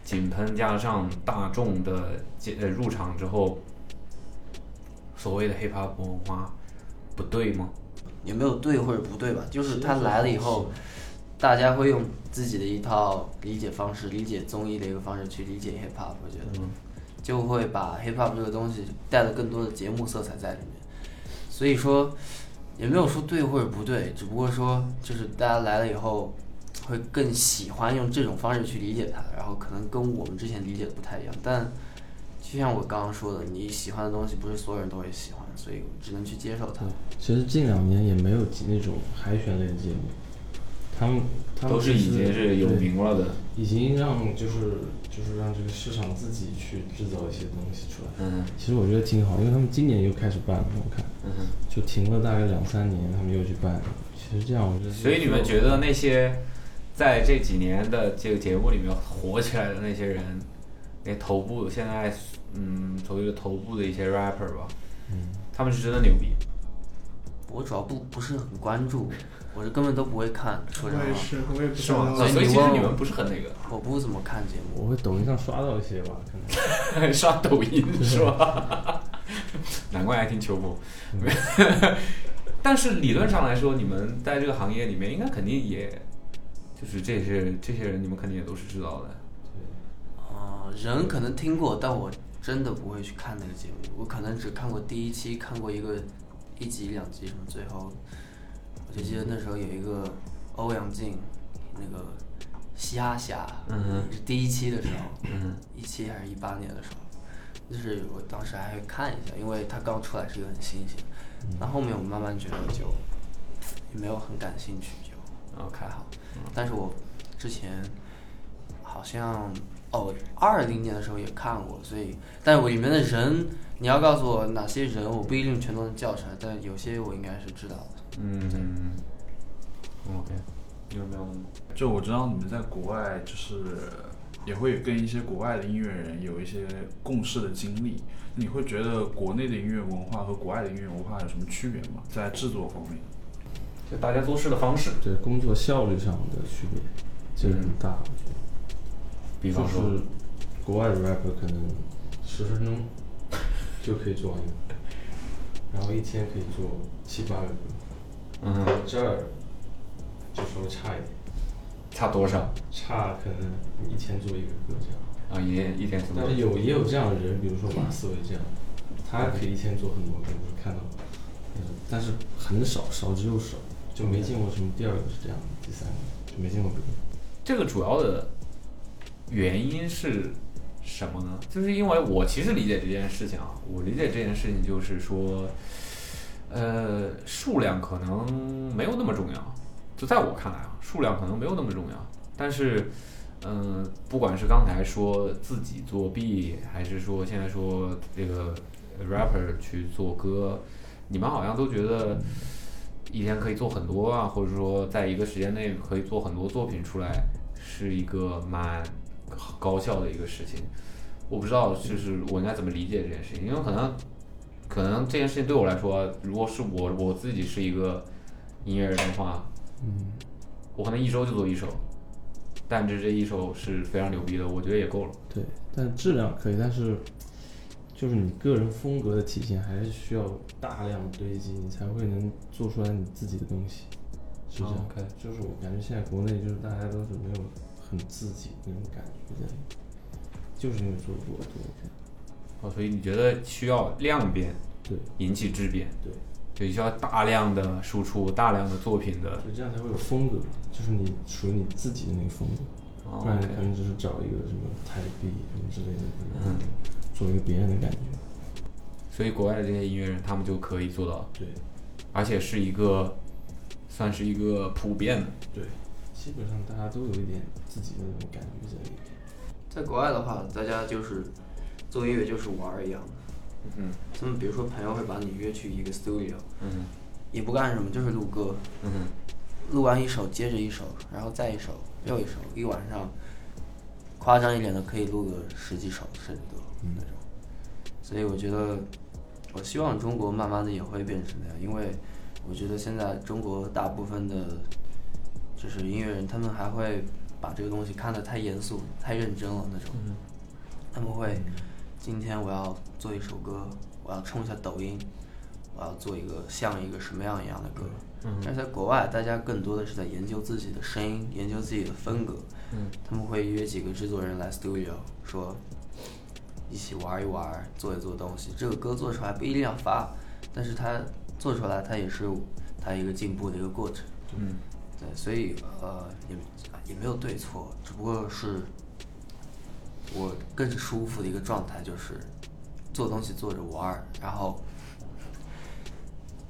井喷加上大众的进呃入场之后，所谓的 hip hop 文化不对吗？也没有对或者不对吧，就是其实他是来好了以事后，大家会用自己的一套理解方式、理解综艺的一个方式去理解 hip hop，我觉得、就会把 hip hop 这个东西带了更多的节目色彩在里面。所以说，也没有说对或者不对，只不过说就是大家来了以后会更喜欢用这种方式去理解它，然后可能跟我们之前理解的不太一样，但。就像我刚刚说的，你喜欢的东西不是所有人都会喜欢，所以我只能去接受它。其实近两年也没有那种海选类的节目，他们他们都是就已经是有对名了的。已经让就是就是让这个市场自己去制造一些东西出来。嗯其实我觉得挺好，因为他们今年又开始办了，我看嗯哼。就停了大概两三年，他们又去办了。其实这样我觉得，所以你们觉得那些在这几年的这个节目里面火起来的那些人，那头部现在嗯所谓的头部的一些 rapper 吧，嗯他们是真的牛逼。我主要不不是很关注，我是根本都不会看，说实我也话，是，我也不是知吗道？所以所以你其实问你我们不是很那个，我不怎么看节目。我会抖音上刷到一些吧，可 能。刷抖音是吧？ 难怪爱听秋波。 但是理论上来说，你们在这个行业里面，应该肯定也，就是这些这些人，你们肯定也都是知道的。呃，人可能听过，但我真的不会去看那个节目，我可能只看过第一期，看过一个一集两集什么，最后我就记得那时候有一个欧阳靖，那个嘻哈侠，嗯哼是第一期的时候，嗯，一七还是一八年的时候，就是我当时还会看一下，因为它刚出来是一个很新鲜。那后面我慢慢觉得就也没有很感兴趣，就哦还嗯好。但是我之前好像哦，二零年的时候也看过，所以但是我里面的人，你要告诉我哪些人，我不一定全都能叫出来，但有些我应该是知道的。嗯，OK，你嗯有没有？就我知道你们在国外就是也会跟一些国外的音乐人有一些共事的经历，你会觉得国内的音乐文化和国外的音乐文化有什么区别吗？在制作方面，就大家做事的方式，对工作效率上的区别，这个很大，我觉嗯得。比方说，就是国外的 rapper 可能十分钟就可以做完 一个，然后一天可以做七八个歌，嗯哼，这儿就稍微差一点，差多少啊？差可能一天做一个歌这样。一天啊一天怎么但？是有也有这样的人，比如说马思唯这样，他可以一天做很多歌，你看到，嗯但是很少，少之又少，就嗯没见过什么第二个是这样的，第三个就没见过别人。这个主要的原因是什么呢？就是因为我其实理解这件事情啊，我理解这件事情就是说，呃，数量可能没有那么重要，就在我看来啊，数量可能没有那么重要，但是。嗯，不管是刚才说自己作弊，还是说现在说这个 rapper 去做歌，你们好像都觉得一天可以做很多啊，或者说在一个时间内可以做很多作品出来，是一个蛮高效的一个事情。我不知道，就是我应该怎么理解这件事情，因为可能可能这件事情对我来说，如果是我我自己是一个音乐人的话，嗯，我可能一周就做一首，但这这一首是非常牛逼的，我觉得也够了。对，但质量可以，但是就是你个人风格的体现，还是需要大量堆积，你才会能做出来你自己的东西。是这样哦，OK 就是我感觉现在国内就是大家都是没有很自己那种感觉在里面，就是因为做不过多，我觉得哦，所以你觉得需要量变对，引起质变，对，对，需要大量的输出，大量的作品的，就这样才会有风格，就是你属于你自己的那个风格，哦不然你可 OK 能就是找一个什么泰币什么之类的，嗯，做一个别人的感觉。所以国外的这些音乐人他们就可以做到，对而且是一个算是一个普遍的，对，基本上大家都有一点自己的那种感觉在里面。在国外的话，大家就是做音乐就是玩儿一样的。嗯他们比如说朋友会把你约去一个 studio，嗯也不干什么，就是录歌，嗯哼录完一首接着一首，然后再一首又一首，一晚上，夸张一点的可以录个十几首甚至多嗯那种。所以我觉得，我希望中国慢慢的也会变成那样，因为我觉得现在中国大部分的，就是音乐人，他们还会把这个东西看得太严肃、太认真了那种。他们会，今天我要做一首歌，我要冲一下抖音，我要做一个像一个什么样一样的歌。但是在国外，大家更多的是在研究自己的声音，研究自己的风格。他们会约几个制作人来 studio，说一起玩一玩，做一做东西。这个歌做出来不一定要发，但是它做出来，它也是它一个进步的一个过程。嗯，对，所以呃，也也没有对错，只不过是我更舒服的一个状态就是做东西做着玩儿，然后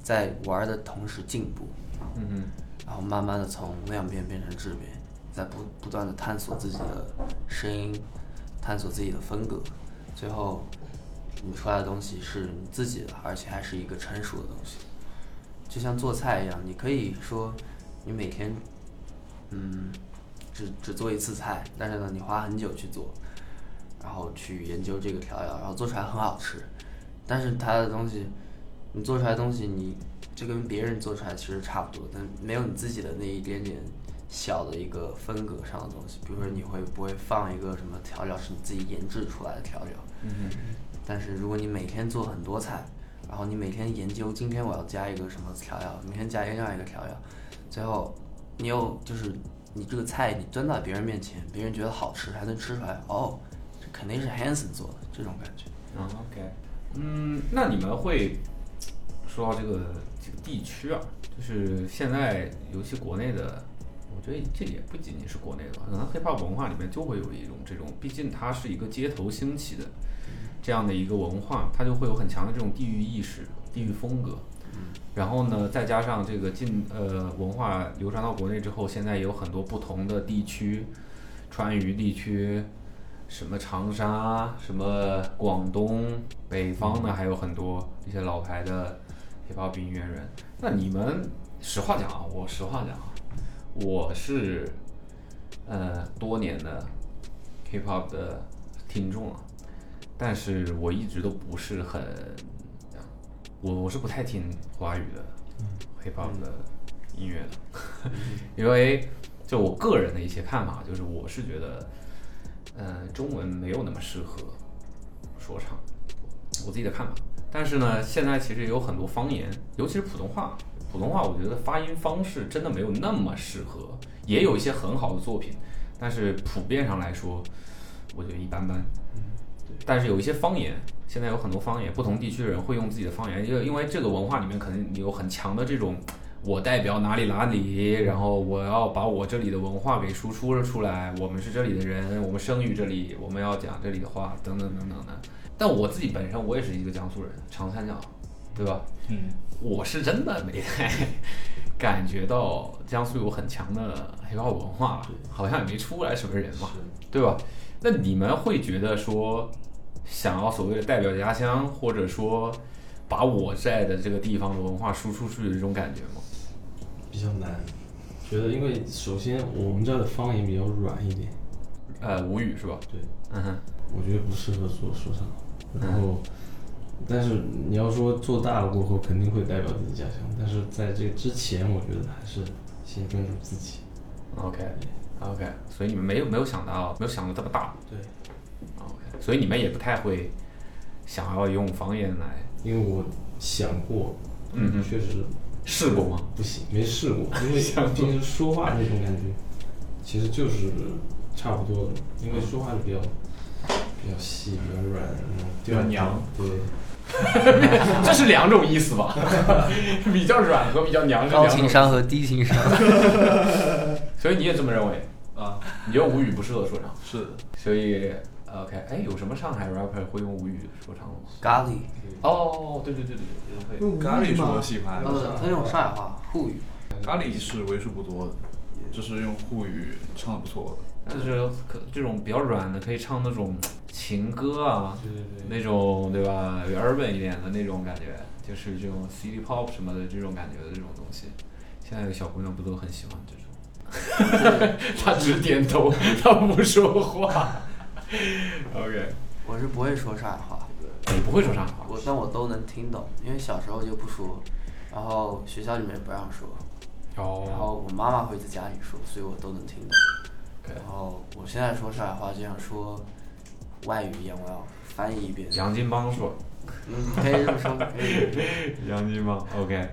在玩儿的同时进步，嗯哼然后慢慢的从量变变成质变，在不不断的探索自己的声音，探索自己的风格，最后你出来的东西是你自己的，而且还是一个成熟的东西。就像做菜一样，你可以说你每天，嗯，只只做一次菜，但是呢，你花很久去做，然后去研究这个调料，然后做出来很好吃，但是它的东西，你做出来的东西你这跟别人做出来其实差不多，但没有你自己的那一点点小的一个风格上的东西。比如说你会不会放一个什么调料是你自己研制出来的调料，但是如果你每天做很多菜，然后你每天研究今天我要加一个什么调料，明天加一个另外一个调料，最后你又就是你这个菜你端到别人面前，别人觉得好吃还能吃出来，哦，这肯定是 Hanson 做的这种感觉。啊，OK，嗯，那你们会说到这个这个地区啊，就是现在尤其国内的，我觉得这也不仅仅是国内的吧，可能 hiphop 文化里面就会有一种这种，毕竟它是一个街头兴起的这样的一个文化，它就会有很强的这种地域意识、地域风格。然后呢，再加上这个进呃文化流传到国内之后，现在也有很多不同的地区，川渝地区，什么长沙、什么广东、北方呢，还有很多一些老牌的 hiphop 音乐人。那你们实话讲啊，我实话讲啊，我是呃多年的 hiphop 的听众啊，但是我一直都不是很，我我是不太听华语的 hiphop 的音乐的， 因为就我个人的一些看法，就是我是觉得。呃，中文没有那么适合说唱，我自己的看法。但是呢，现在其实也有很多方言，尤其是普通话，普通话我觉得发音方式真的没有那么适合，也有一些很好的作品，但是普遍上来说，我觉得一般般。但是有一些方言，现在有很多方言，不同地区的人会用自己的方言，因为因为这个文化里面可能有很强的这种我代表哪里哪里，然后我要把我这里的文化给输出了出来。我们是这里的人，我们生于这里，我们要讲这里的话，等等等等的。但我自己本身我也是一个江苏人，长三角，对吧？嗯，我是真的没太 感觉到江苏有很强的黑豹文化，好像也没出来什么人嘛，对吧？那你们会觉得说，想要所谓的代表家乡，或者说把我在的这个地方的文化输出出去的这种感觉吗？比较难。觉得，因为首先我们这儿的方言比较软一点，呃，吴语是吧？对，嗯哼，我觉得不适合做说唱。然后，但是你要说做大了过后，肯定会代表自己家乡。但是在这之前，我觉得还是先专注自己。 OK OK，所以你们没有没有想到没有想的这么大对， ，OK，所以你们也不太会想要用方言来，因为我想过，嗯嗯，确实试过吗？ 不行，没试过，因为平时说话那种感觉，其实就是差不多的，因为说话就比较比较细，比较软，然后比较娘，对，这是两种意思吧？ 比较软和比较娘是高两种情，商和低情商。所以你也这么认为？啊，你觉得吴语不适合说唱，是的，所以 OK，哎，有什么上海 rapper 会用吴语说唱的吗？咖喱，哦，对对对对对，也会。咖喱是我喜欢嗯的，呃，他用上海话沪语，咖喱是为数不多的，就是用沪语唱的不错的。就是可这种比较软的，可以唱那种情歌啊，对对对，那种对吧？urban 一点的那种感觉，就是这种 city pop 什么的这种感觉的这种东西。现在有小姑娘不都很喜欢这种？ 她只点头，她不说话。OK，我是不会说上海话，哦你不会说上海话我但我都能听懂，因为小时候就不说，然后学校里面不让说，然哦后我妈妈会在家里说，所以我都能听懂。 ，OK，然后我现在说上海话就像说外语一样，我要翻译一遍。杨金帮说，嗯，可以这么说，可以。杨金帮，OK，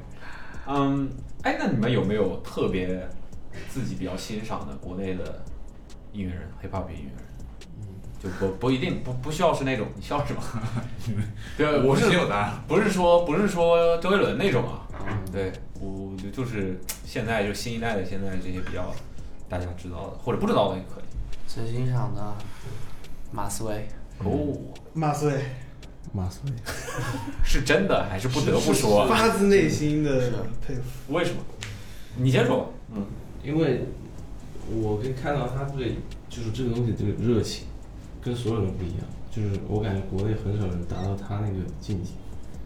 嗯，哎，那你们有没有特别自己比较欣赏的国内的音乐人，hiphop 音乐人？就不不一定不不需要是那种，你笑什 么？呃对，我不是是有答案，不是说不是说周杰伦那种啊，对我就就是现在就新一代的现在这些比较大家知道的或者不知道的也可以。最欣赏的马思唯，哦，马思唯马思唯，是真的还是不得不说啊？发自内心的佩服。为什么？你先说吧。嗯，因为我可以看到他对就是这个东西这个热情，跟所有人不一样，就是我感觉国内很少人达到他那个境界，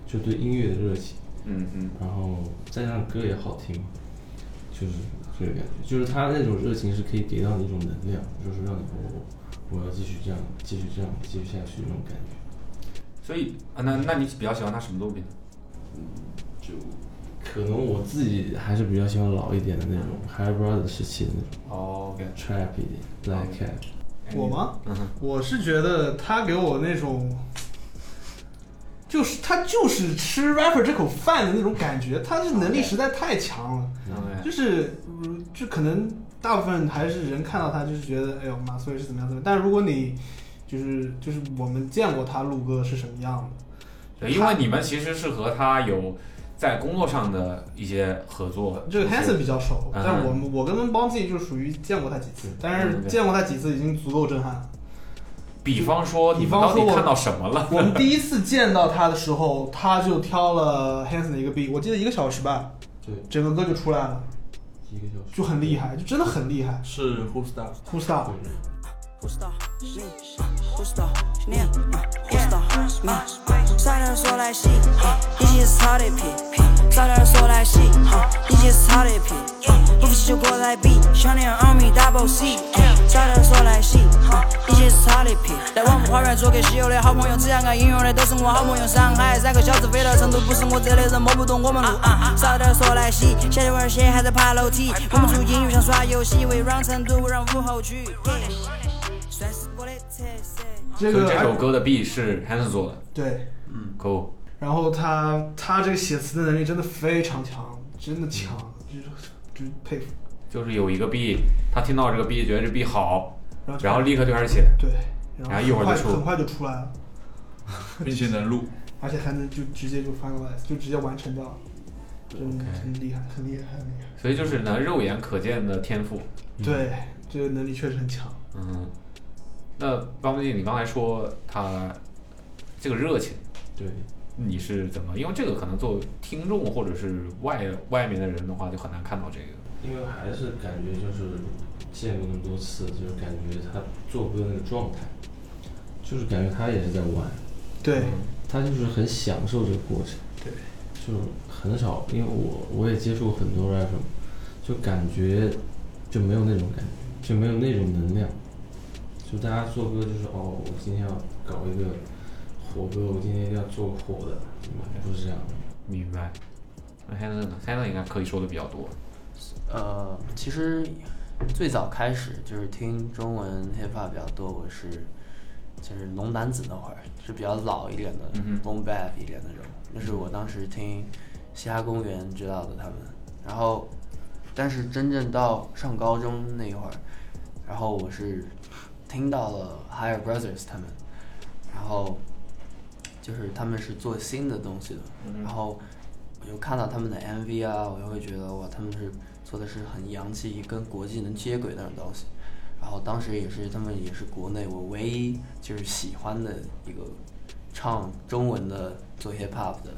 就对音乐的热情。嗯嗯然后再加上歌也好听，就是这个感觉，就是他那种热情是可以给到你一种能量，就是让你哦我我要继续这样，继续这样，继续下去那种感觉。所以啊，那那你比较喜欢他什么作品呢？就可能我自己还是比较喜欢老一点的那种 High Brother 时期的那种哦，OK， Trap 一点 Black Cat，我吗？嗯哼，我是觉得他给我那种，就是他就是吃 rapper 这口饭的那种感觉，他这能力实在太强了。 OK，就是，嗯就可能大部分还是人看到他就是觉得，哎呦马思唯是怎么样怎么样。但如果你就是就是我们见过他录歌是什么样的，对，因为你们其实是和他有在工作上的一些合作，就是 Hanson 比较熟，嗯但我们我跟 Bouncy 就属于见过他几次，但是嗯对见过他几次已经足够震撼了。比方说你比们方到说底我看到什么了？ 我们第一次见到他的时候，他就挑了 Hanson 的一个 B，我记得一个小时吧，对，整个歌就出来了，一个小时。就很厉害，就真的很厉害。是 Who Star， Who Star？ Who's the? Who's the? Yeah, uh, who's the? Me. 上人说来信，一起操的皮。上人说来信，一起操的皮。不服气就过来 B，想念 Army Double C。上人说来信，一起操的皮。来万亩花园做给稀有的好朋友，这样的英雄的都是我好朋友。上海三个小时飞到成都，不是我这类人摸不懂我们路。啊上人说来信，下着玩鞋还在爬楼梯。我们住英语像耍游戏，围绕成都，围绕武侯区。哎算是我的特色。这所以个这哎首歌的 B 是 Hanson 做的对， ，Cool。然后他他这个写词的能力真的非常强，真的强，就是就是佩服。就是有一个 B，他听到这个 B，觉得这 B 好，然后就然后立刻就开始写。对，然然后一会儿很快就出很快就出来了，并且能录，而且还能就直接就 finalize，就直接完成掉了。真真厉害，很厉害，很厉害。所以就是能肉眼可见的天赋。对，这个能力确实很强。嗯，那邦木弟，你刚才说他这个热情，对，你是怎么？因为这个可能作为听众或者是外外面的人的话，就很难看到这个。因为还是感觉就是见过那么多次，就是感觉他做歌那个状态，就是感觉他也是在玩，对，他就是很享受这个过程。对，就是很少，因为我我也接触过很多 rapper，就感觉就没有那种感觉，就没有那种能量。就大家做歌就是哦，我今天要搞一个火歌，我今天一定要做个火的，不是这样的。明白。那 h a n d 呢 h a n d 应该可以说的比较多。呃，其实最早开始就是听中文 hiphop 比较多，我是就是龙男子那会儿是比较老一点的嗯 boom bap 一点那种，那是我当时听嘻哈公园知道的他们。然后，但是真正到上高中那一会儿，然后我是听到了 Higher Brothers 他们，然后就是他们是做新的东西的，然后我就看到他们的 MV 啊，我就会觉得哇，他们是做的是很洋气，跟国际能接轨那种东西。然后当时也是他们也是国内我唯一就是喜欢的一个唱中文的做 hip hop 的，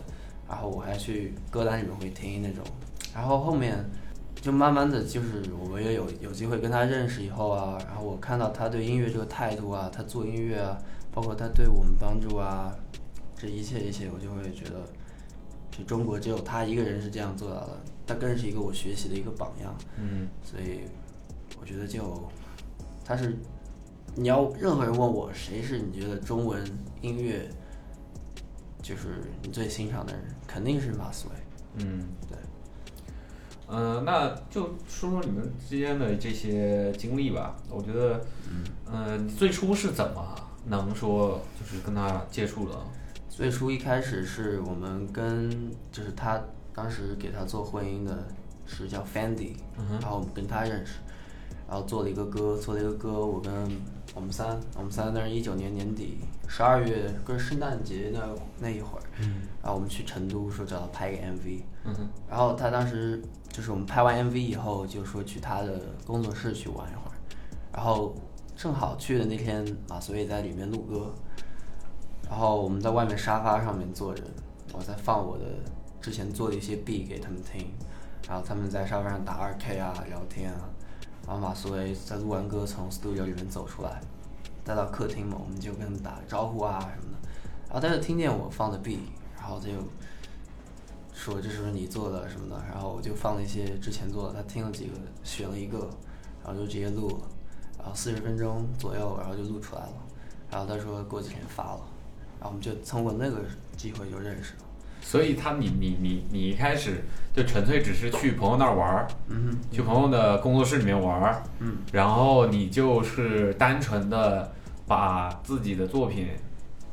然后我还去歌单里面会听那种，然后后面就慢慢的就是我也有有机会跟他认识以后啊，然后我看到他对音乐这个态度啊，他做音乐啊，包括他对我们帮助啊，这一切一切我就会觉得，就中国只有他一个人是这样做到的，他更是一个我学习的一个榜样，嗯，所以我觉得就他是你要任何人问我谁是你觉得中文音乐就是你最欣赏的人，肯定是马思唯，嗯，对。嗯、那就说说你们之间的这些经历吧。我觉得，嗯、你最初是怎么能说就是跟他接触的？最初一开始是我们跟就是他当时给他做混音的是叫 Fendi，、然后我们跟他认识，然后做了一个歌，做了一个歌，我跟我们三，我们三那是一九年年底十二月跟圣诞节那那一会儿，然后我们去成都说找他拍个 MV，、然后他当时就是我们拍完 MV 以后就说去他的工作室去玩一会儿，然后正好去的那天马思唯也在里面录歌。然后我们在外面沙发上面坐着，我在放我的之前做的一些 B 给他们听，然后他们在沙发上打二 K 啊，聊天啊，然后马思唯在录完歌从 studio 里面走出来，带到客厅嘛，我们就跟他们打个招呼啊什么的，然后他就听见我放的 B，然后他就说这是不是你做的什么的，然后我就放了一些之前做的，他听了几个，选了一个，然后就直接录了，然后四十分钟左右，然后就录出来了，然后他说过几天发了，然后我们就通过那个机会就认识了，所以他你你你你一开始就纯粹只是去朋友那儿玩儿，嗯去朋友的工作室里面玩儿，嗯，然后你就是单纯的把自己的作品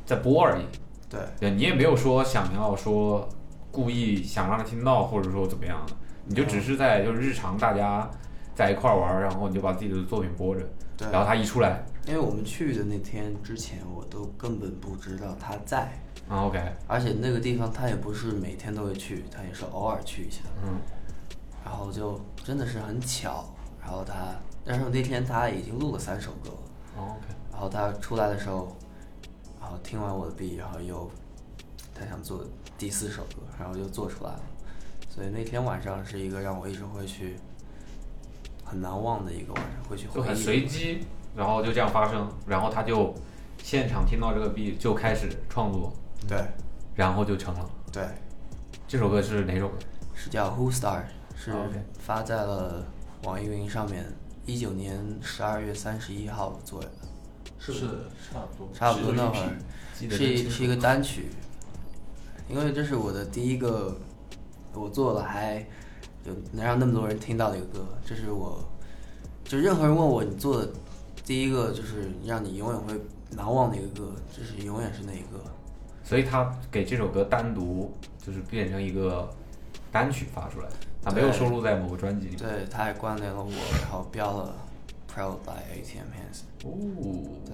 在播而已，哼，对，对你也没有说想要说故意想让他听到，或者说怎么样的，你就嗯只是在就是日常大家在一块儿玩儿，然后你就把自己的作品播着，对然后他一出来，因为我们去的那天之前，我都根本不知道他在，啊 OK，而且那个地方他也不是每天都会去，他也是偶尔去一下。嗯，然后就真的是很巧，然后他，但是那天他已经录了三首歌了，哦 OK，然后他出来的时候，然后听完我的 B，然后又他想做第四首歌，然后又做出来了，所以那天晚上是一个让我一直会去很难忘的一个晚上，会去回就忆的很随机，然后就这样发生，然后他就现场听到这个 B 就开始创作，对然后就成了。对，这首歌是哪首歌？是叫 Who Star，是 OK 发在了网易云上面，一九年十二月三十一号左右，是差不多，差不多那会儿。记得是真一清楚是一个单曲，因为这是我的第一个我做了还有能让那么多人听到的一个歌，这是我就任何人问我你做的第一个就是让你永远会难忘的一个歌，这是永远是那一个。所以他给这首歌单独就是变成一个单曲发出来，他没有对收录在某个专辑里面。对，他还关联了我，然后标了 Proud by ATM Hands。哦，对，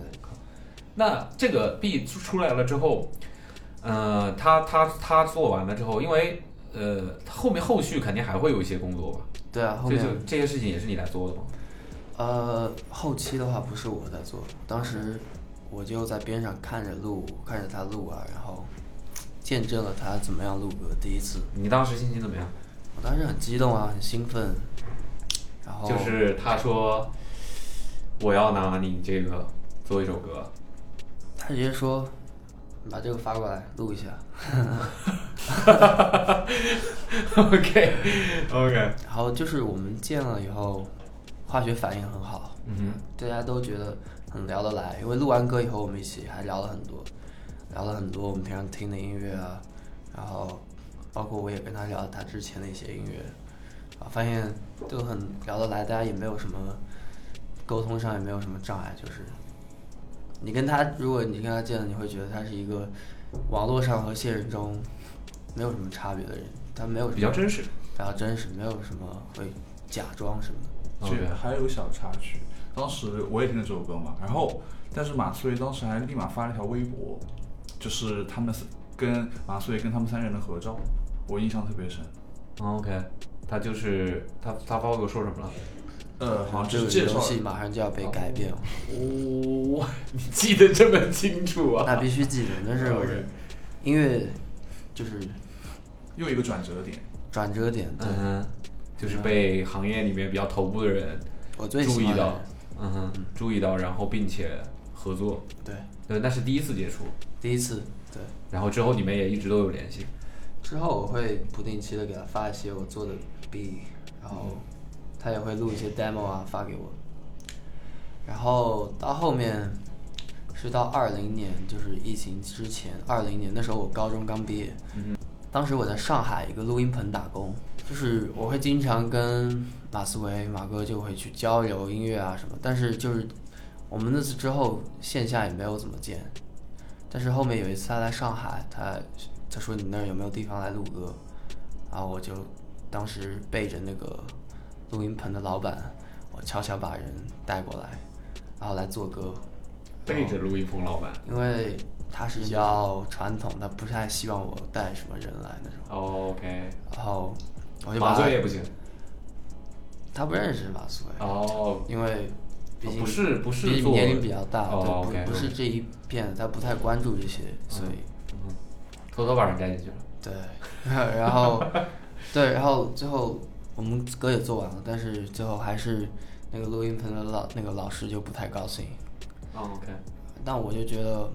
那这个 B 出出来了之后，呃，他他他做完了之后，因为呃，后面后续肯定还会有一些工作吧？对啊，后这面就这些事情也是你来做的吗？呃，后期的话不是我在做，当时我就在边上看着录，看着他录啊，然后见证了他怎么样录歌第一次。你当时心情怎么样？我当时很激动啊，很兴奋，然后就是他说我要拿你这个做一 首歌，他直接说把这个发过来录一下， OK OK，然后就是我们见了以后，化学反应很好，嗯大家都觉得很聊得来，因为录完歌以后我们一起还聊了很多，聊了很多我们平常听的音乐啊，然后包括我也跟他聊他之前的一些音乐，啊，发现就很聊得来，大家也没有什么沟通上也没有什么障碍，就是你跟他，如果你跟他见了，你会觉得他是一个网络上和现实中没有什么差别的人，他没有什么比较真实。比较真实，没有什么会假装什么的。其实还有个小插曲，当时我也听了这首歌嘛，然后但是马思唯当时还立马发了一条微博，就是他们三跟马思唯跟他们三人的合照，我印象特别深。 OK，他就是他他发微博说什么了？呃，好啊像这就个是介游绍戏马上就要被改变了，哦，你记得这么清楚啊？那必须记得，那是我的 OK 音乐就是又一个转折点，转折点。对，嗯，就是被行业里面比较头部的人我最注喜意欢的到，嗯哼，注意到，然后并且合作，对，对，那是第一次接触，第一次对。然后之后你们也一直都有联系。之后我会不定期的给他发一些我做的 B，然后他也会录一些 demo 啊发给我。然后到后面是到二零年，就是疫情之前，二零年那时候我高中刚毕业，当时我在上海一个录音棚打工，就是我会经常跟马思唯马哥就会去交流音乐啊什么，但是就是我们那次之后线下也没有怎么见，但是后面有一次他来上海，他他说你那儿有没有地方来录歌？然后我就当时背着那个录音棚的老板，我悄悄把人带过来，然后来做歌。背着陆一峰老板。因为他是比较传统，他不太希望我带什么人来那种。哦 OK，然后我就把麻他醉也不行。他不认识马思唯，哦，因为毕竟不是不是毕做年龄比较大，哦对， ，OK，不不是这一片，他不太关注这些，所以。偷偷把人带进去了。 对， 然后对，然后最后我们歌也做完了，但是最后还是那个录音棚的老那个老师就不太高兴，哦 OK，但我就觉得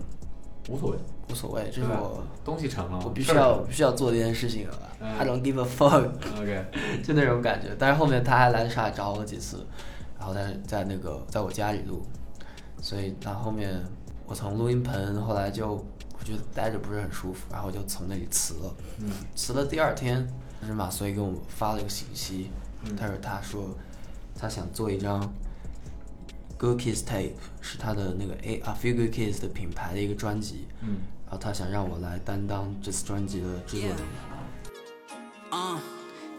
无所谓，无所谓，这是对吧啊我东西成了，我必事须儿要成了必须要做这件事情了吧、嗯 i don't give a fuck， OK， 就那种感觉。但是后面他还来上海找我几次，然后在在那个在我家里录，所以到后面我从录音棚后来就我觉得待着不是很舒服，然后我就从那里辞了。嗯，辞了第二天，就是马思唯给我发了一个信息，他说他说他想做一张 Good Kids Tape 是他的那个 A A Few Good Kids 的品牌的一个专辑，嗯，然后他想让我来担当这次专辑的制作人。 Uh,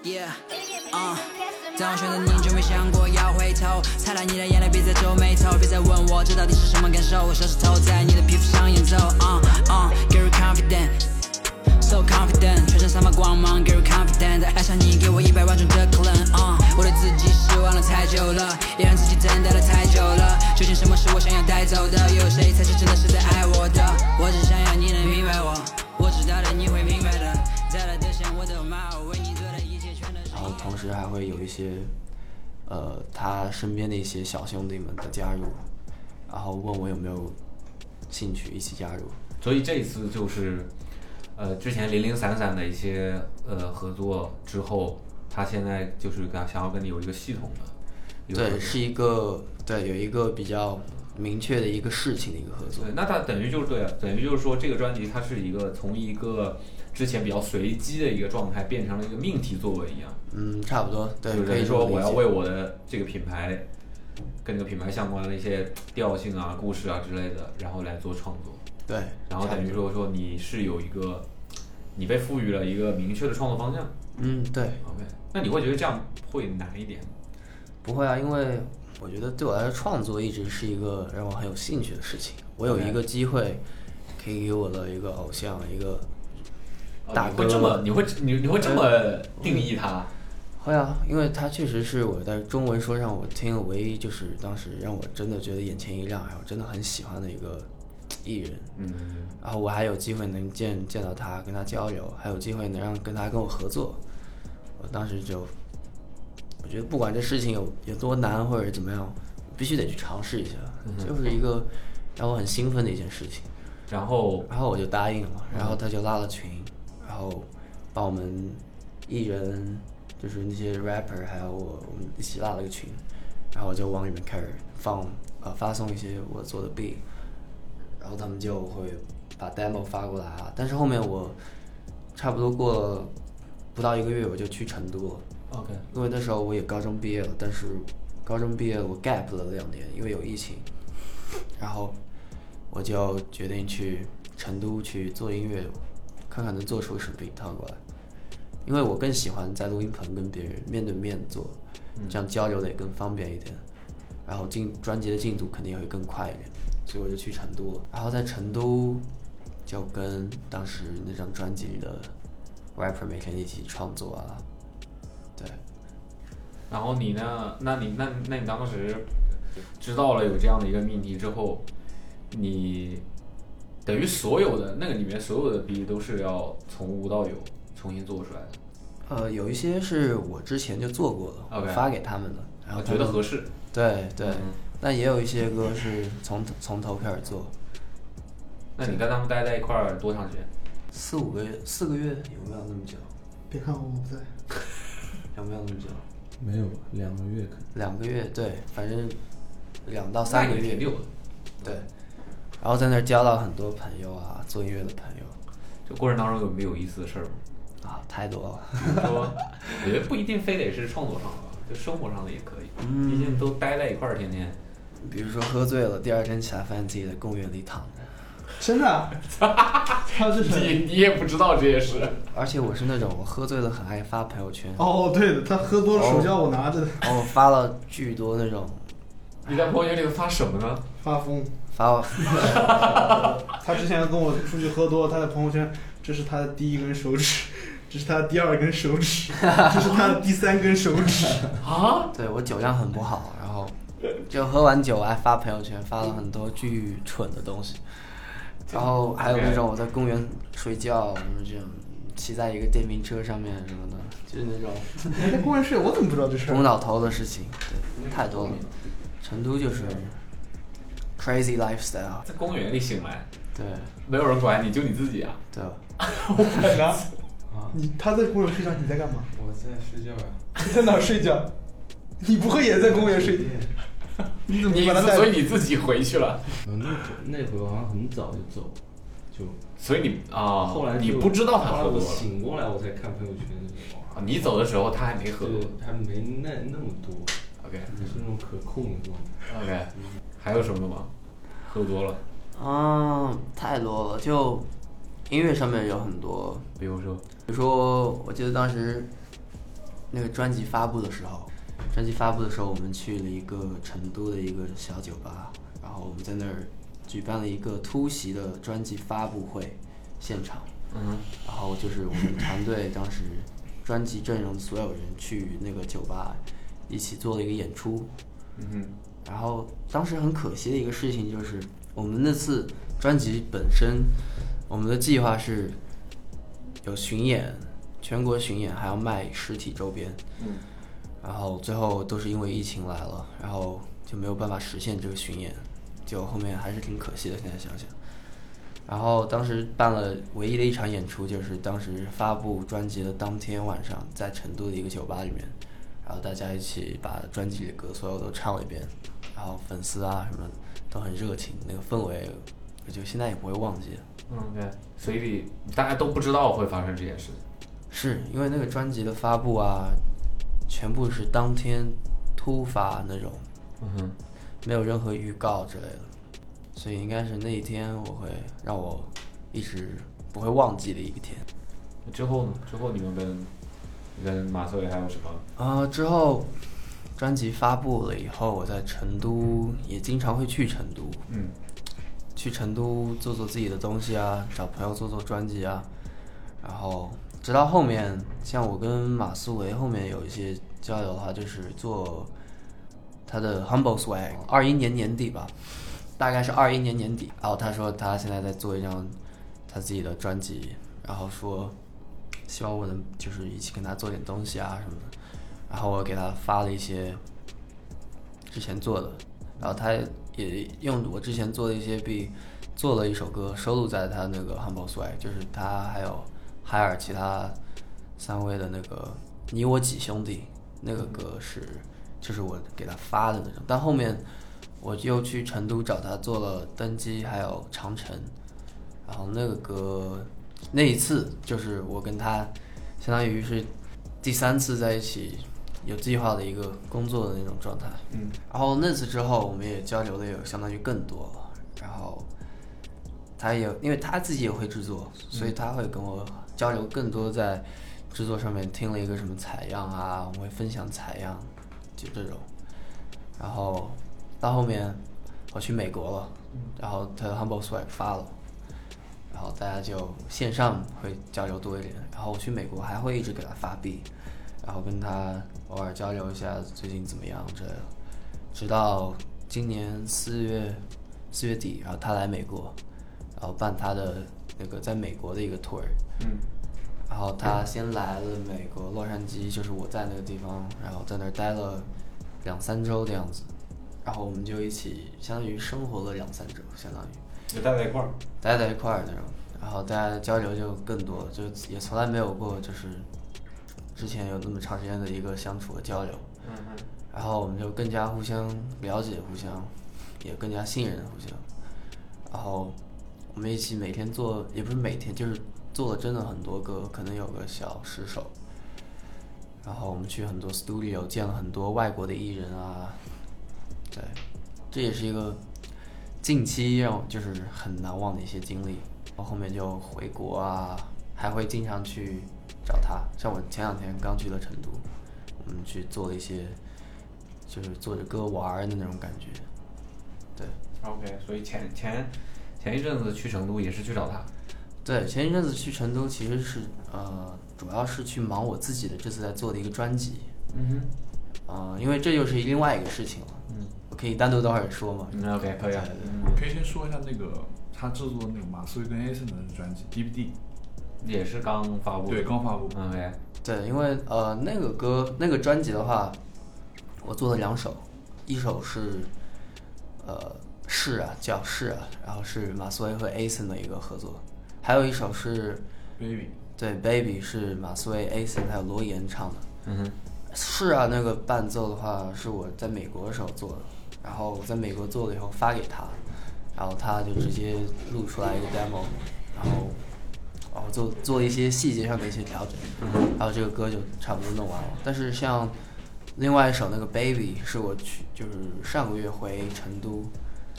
yeah, uh, 在我选择你，就没想过要回头。擦亮你的眼泪，别再皱眉头，别再问我这到底是什么感受。我手指头在你的皮肤上演奏。Uh, uh, g i r l confident。So confident，全身散发光芒，Girl confident，爱上你给我一百万种的可能啊我对自己失望了太久了，也让自己等待了太久了。究竟什么是我想要带走的？又有谁才是真的是在爱我的？我只想要你能明白我，我知道的你会明白的。再来兑现我的梦，为你做的一切全都是。然后同时还会有一些，呃，他身边的一些小兄弟们的加入，然后问我有没有兴趣一起加入。所以这一次就是，呃，之前零零散散的一些呃合作之后，他现在就是跟想要跟你有一个系统的，一个合对，作是一个对有一个比较明确的一个事情的一个合作对，。那他等于就是对啊，等于就是说这个专辑它是一个从一个之前比较随机的一个状态变成了一个命题作文一样，嗯，差不多，对，就是可等于以说这么我要理解为我的这个品牌跟这个品牌相关的一些调性啊、故事啊之类的，然后来做创作，对，然后差不等于多说说你是有一个你被赋予了一个明确的创作方向。嗯，对， OK，那你会觉得这样会难一点吗？不会啊，因为我觉得对我来说，创作一直是一个让我很有兴趣的事情。我有 OK 一个机会，可以给我的一个偶像、一个大你哥会这么，你会你你会这么定义他？会啊，因为他确实是我在中文说上我听的唯一就是当时让我真的觉得眼前一亮，还有真的很喜欢的一个艺人。嗯，然后我还有机会能见见到他，跟他交流，还有机会能让跟他跟我合作。我当时就，我觉得不管这事情有有多难或者怎么样，必须得去尝试一下，就是一个让我很兴奋的一件事情。然后然后我就答应了，然后他就拉了群，然后把我们艺人，就是那些 rapper 还有我，我们一起拉了个群，然后我就往里面开始放呃发送一些我做的 beat，然后他们就会把 demo 发过来啊。但是后面我差不多过了不到一个月，我就去成都了， OK，因为那时候我也高中毕业了，但是高中毕业我 gap 了两年，因为有疫情，然后我就决定去成都去做音乐，看看能做出什么一趟过来。因为我更喜欢在录音棚跟别人面对面做，这样交流的也更方便一点，然后进专辑的进度肯定会更快一点，所以我就去成都了。然后在成都就跟当时那张专辑的 rapper 每天一起创作啊，对，然后你呢？那你那那你当时知道了有这样的一个命题之后，你等于所有的那个里面所有的 B 都是要从无到有重新做出来的，呃，有一些是我之前就做过的，我 OK 发给他们的，然后觉得合适。适。嗯对对，但也有一些歌是从从头开始做，那你跟他们待在一块儿多长时间？四五个月，四个月有没有那么久？别看我不在，有没有那么久？没有吧两个月可能。两个月，对，反正两到三个那也月挺，溜的。对。然后在那儿交到很多朋友啊，做音乐的朋友这过程当中有没有意思的事儿吗？啊，太多了。比如说，我觉得不一定非得是创作上的吧，就生活上的也可以。嗯毕竟都待在一块儿，天天。比如说喝醉了，第二天起来发现自己在公园里躺着，真 的啊，他这是你也不知道这些事。而且我是那种我喝醉了很爱发朋友圈， 哦，对的，他喝多了手机要我拿着然后我发了巨多那种你在朋友圈里发什么呢？发疯。发我他之前跟我出去喝多，他在朋友圈，这是他的第一根手指，这是他的第二根手指，这是他的第三根手 指。啊？对我酒量很不好，然后就喝完酒还发朋友圈，发了很多巨蠢的东西，然后还有那种我在公园睡觉，什么这种骑在一个电瓶车上面什么的，就是那种你哎在公园睡，我怎么不知道这事无儿？脑头的事情，对，太多了。成都就是 crazy lifestyle，在公园里醒来，对没有人管你，就你自己啊。对， 啥？你他在公园睡觉，你在干嘛？我在睡觉啊呀、你 在哪儿睡觉？你不会也在公园睡觉？ 你怎么你把他带？所以你自己回去了，呃那会那会我好像很早就走，就所以你啊，后来就你不知道他后来喝我多了。醒过来我才看朋友圈，哇，你走的时候他还没喝对多。，还没那那么多， OK 就是那种可控的状态。 OK，还有什么吗？喝多了，嗯，太多了，就音乐上面有很多比如说，比如说，我记得当时那个专辑发布的时候，专辑发布的时候，我们去了一个成都的一个小酒吧，然后我们在那儿举办了一个突袭的专辑发布会现场，嗯，然后就是我们团队当时专辑阵容所有人去那个酒吧一起做了一个演出，嗯哼，然后当时很可惜的一个事情就是，我们那次专辑本身，我们的计划是有巡演，全国巡演，还要卖实体周边。嗯。然后最后都是因为疫情来了，然后就没有办法实现这个巡演，就后面还是挺可惜的。现在想想，然后当时办了唯一的一场演出，就是当时发布专辑的当天晚上，在成都的一个酒吧里面，然后大家一起把专辑里的歌所有都唱了一遍，然后粉丝啊什么都很热情，那个氛围我就现在也不会忘记。嗯，OK，所以大家都不知道会发生这件事。是因为那个专辑的发布啊，全部是当天突发那种，嗯哼，没有任何预告之类的，所以应该是那一天我会让我一直不会忘记的一天。之后呢？之后你们跟你跟马思维还有什么？啊、之后专辑发布了以后，我在成都也经常会去成都，嗯，去成都做做自己的东西啊，找朋友做做专辑啊，然后直到后面，像我跟马思唯后面有一些交流的话，就是做他的 Humble Swag，二一年年底吧，大概是二一年年底。然后他说他现在在做一张他自己的专辑，然后说希望我能就是一起跟他做点东西啊什么的。然后我给他发了一些之前做的，然后他也用我之前做的一些 B 做了一首歌，收录在他那个 Humble Swag，就是他还有海尔其他三位的那个你我几兄弟那个歌是，就是我给他发的那种，但后面我又去成都找他做了登机，还有长城，然后那个歌那一次就是我跟他相当于是第三次在一起有计划的一个工作的那种状态。嗯，然后那次之后，我们也交流的有相当于更多了。然后他也因为他自己也会制作，所以他会跟我交流更多在制作上面听了一个什么采样啊，我们会分享采样，就这种。然后到后面我去美国了，然后他的 Humble Swag 发了。然后大家就线上会交流多一点。然后我去美国还会一直给他发币，然后跟他偶尔交流一下最近怎么样之类的。直到今年四月四月底，然后他来美国，然后办他的那个在美国的一个 tour。嗯。然后他先来了美国洛杉矶，就是我在那个地方，然后在那儿待了两三周的样子，然后我们就一起相当于生活了两三周，相当于。就待在一块儿。待在一块儿那种，然后大家交流就更多，就也从来没有过就是之前有那么长时间的一个相处和交流，嗯嗯。然后我们就更加互相了解，互相也更加信任互相，然后我们一起每天做，也不是每天，就是做了真的很多歌，可能有个小十首，然后我们去很多 studio 见了很多外国的艺人啊，对，这也是一个近期让我就是很难忘的一些经历。我后面就回国啊，还会经常去找他。像我前两天刚去了成都，我们去做了一些就是做着歌玩儿的那种感觉。对， OK，所以前前前一阵子去成都也是去找他。对，前一阵子去成都其实是呃，主要是去忙我自己的这次在做的一个专辑。嗯哼。啊、因为这又是另外一个事情了。嗯，我可以单独待会儿说嘛。嗯，OK，可以啊对对嗯可以先说一下那个他制作的那个马思唯跟 Ason 的专辑 DVD，也是刚发布。对，。刚发布。嗯 OK，对，因为呃，那个歌那个专辑的话，我做了两首，一首是呃是啊叫是啊，然后是马思唯和 Ason 的一个合作，还有一首是 Baby，对 Baby 是马思唯 Ason 还有罗研唱的。嗯哼，是啊，那个伴奏的话是我在美国的时候做的，然后我在美国做了以后发给他，然后他就直接录出来一个 demo，然后，然后做做一些细节上的一些调整，嗯然后这个歌就差不多弄完了。但是像另外一首那个 Baby 是我去就是上个月回成都，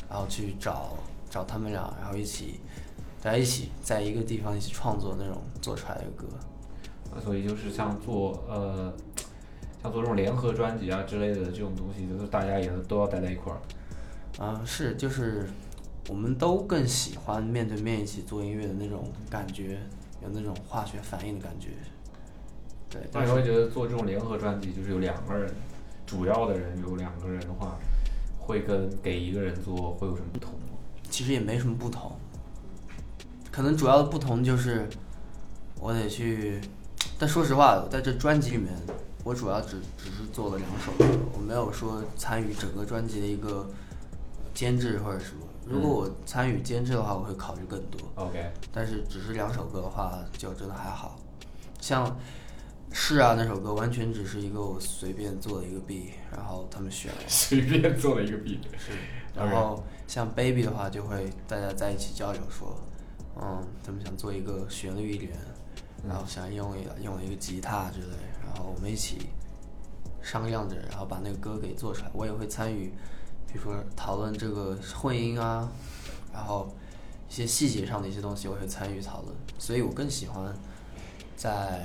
然后去找找他们俩，然后一起大家一起在一个地方一起创作那种做出来的歌。呃所以就是像做呃，像做这种联合专辑啊之类的这种东西，就是大家也都要待在一块儿。啊，是，就是我们都更喜欢面对面一起做音乐的那种感觉，有那种化学反应的感觉。对，那但你会是觉得做这种联合专辑，就是有两个人，主要的人有两个人的话，会跟给一个人做会有什么不同吗？其实也没什么不同，可能主要的不同就是我得去，但说实话，在这专辑里面，我主要只只是做了两首歌，我没有说参与整个专辑的一个呃监制或者什么。如果我参与监制的话，我会考虑更多。 OK，但是只是两首歌的话，就真的还好。像是啊那首歌，完全只是一个我随便做的一个 B，然后他们选了。 随便做了一个 B。然后像 Baby 的话，就会大家在一起交流说，嗯，他们想做一个旋律一点，然后想用一用一个吉他之类，然后我们一起商量着，然后把那个歌给做出来。我也会参与，比如说讨论这个混音啊，然后一些细节上的一些东西，我也会参与讨论。所以我更喜欢在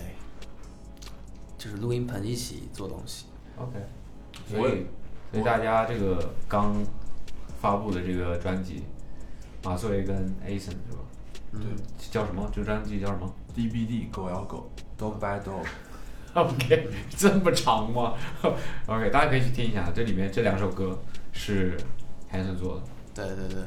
就是录音棚一起做东西。 OK，我所以所以大家这个刚发布的这个专辑，马思唯跟 Ason 是吧？嗯对，叫什么？这个专辑叫什么？ DBD 狗咬狗，Dog by Dog。 OK，这么长吗 ？OK，大家可以去听一下，这里面这两首歌是 Hanson 做的。对对对，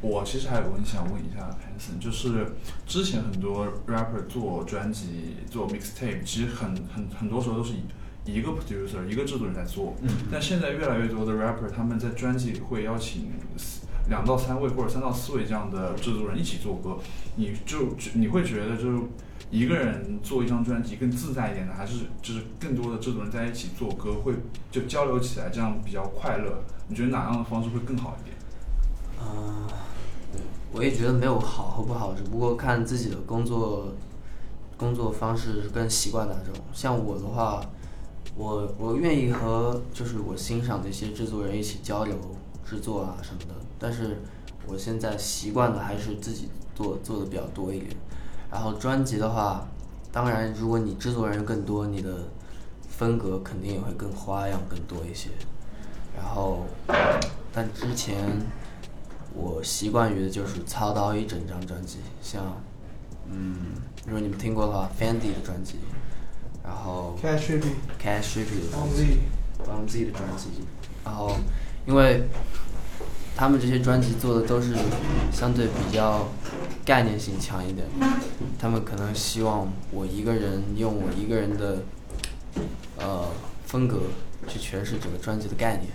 我其实还有个问题想问一下 Hanson，就是之前很多 rapper 做专辑、做 mixtape，其实很很很多时候都是一一个 producer、一个制作人在做。嗯。但现在越来越多的 rapper 他们在专辑里会邀请四两到三位或者三到四位这样的制作人一起做歌，你就你会觉得就是一个人做一张专辑更自在一点呢，还是就是更多的制作人在一起做歌会就交流起来这样比较快乐？你觉得哪样的方式会更好一点？嗯，我也觉得没有好和不好，只不过看自己的工作工作方式跟习惯哪种。像我的话，我我愿意和就是我欣赏的一些制作人一起交流制作啊什么的，但是我现在习惯的还是自己做做的比较多一点。然后专辑的话，当然如果你制作人更多，你的风格肯定也会更花样更多一些。然后，但之前我习惯于的就是操刀一整张专辑，像，嗯，如果你们听过的话，Fendi 的专辑，然后 Cash Baby Cash Shippy 的专 on 辑 Z，帮自己的专辑，然后因为他们这些专辑做的都是相对比较概念性强一点，他们可能希望我一个人用我一个人的呃风格去诠释整个专辑的概念，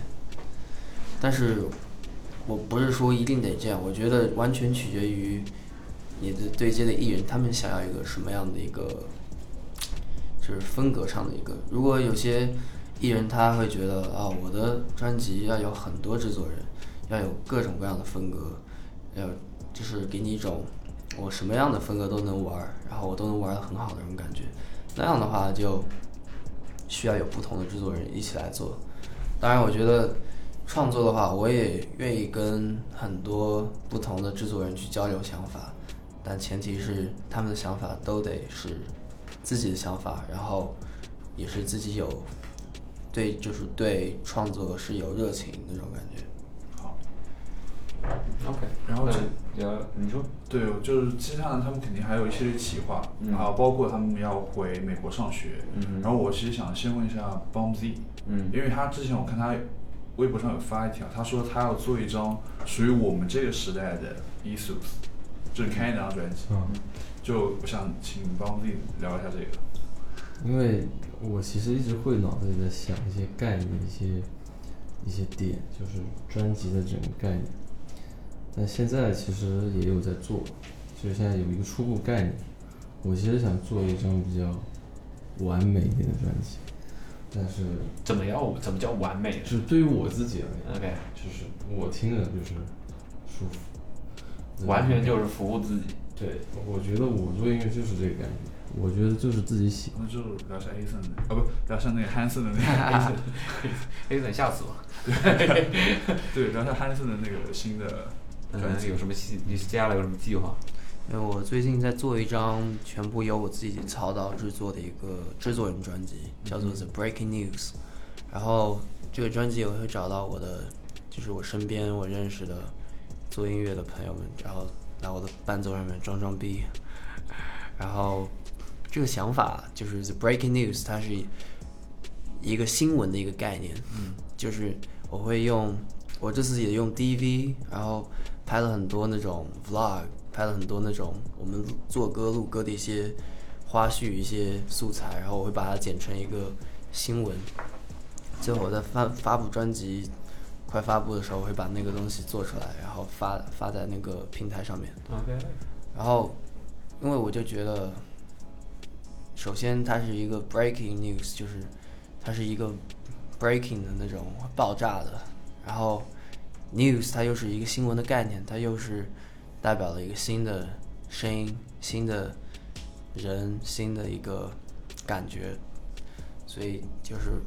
但是我不是说一定得这样，我觉得完全取决于你的对接的艺人，他们想要一个什么样的一个就是风格上的一个。如果有些艺人他会觉得啊，我的专辑要有很多制作人，要有各种各样的风格，要有就是给你一种我什么样的风格都能玩儿，然后我都能玩的很好的那种感觉。那样的话就需要有不同的制作人一起来做。当然，我觉得创作的话，我也愿意跟很多不同的制作人去交流想法，但前提是他们的想法都得是自己的想法，然后也是自己有对，就是对创作是有热情那种感觉。 OK，然后这那呃，你说对，就是接下来他们肯定还有一系列企划，嗯然后包括他们要回美国上学。嗯然后我其实想先问一下 Bomzy，嗯因为他之前我看他微博上有发一条，他说他要做一张属于我们这个时代的 issues，就是开一张专辑。嗯，就我想请 Bomzy 聊一下这个。因为我其实一直会脑子里在想一些概念，一些一些点，就是专辑的整个概念。但现在其实也有在做，就是现在有一个初步概念。我其实想做一张比较完美一点的专辑，但是怎么要怎么叫完美就是对于我自己而言， ？OK，就是我听着就是舒服，完全就是服务自己。对。我觉得我做音乐就是这个感觉，我觉得就是自己喜欢。那就聊一下 Eason 的，啊不，聊一下那个 Hanson 的那个，哎，等吓死我！对，聊一下 Hanson 的那个新的专嗯，辑。有什么计？你接下来有什么计划？因为我最近在做一张全部由我自己操刀制作的一个制作人专辑，叫做《The Breaking News》，然后这个专辑我会找到我的，就是我身边我认识的做音乐的朋友们，然后来我的伴奏上面装装逼，然后这个想法就是《The Breaking News》，它是一个新闻的一个概念，嗯，就是我会用我这次也用 DV，然后拍了很多那种 vlog，拍了很多那种我们做歌录歌的一些花絮、一些素材，然后我会把它剪成一个新闻。最后我在发发布专辑快发布的时候，我会把那个东西做出来，然后发发在那个平台上面。 OK，然后，因为我就觉得，首先它是一个 breaking news，就是它是一个 breaking 的那种爆炸的，然后 news 它又是一个新闻的概念，它又是代表了一个新的声音、新的人、新的一个感觉，所以就是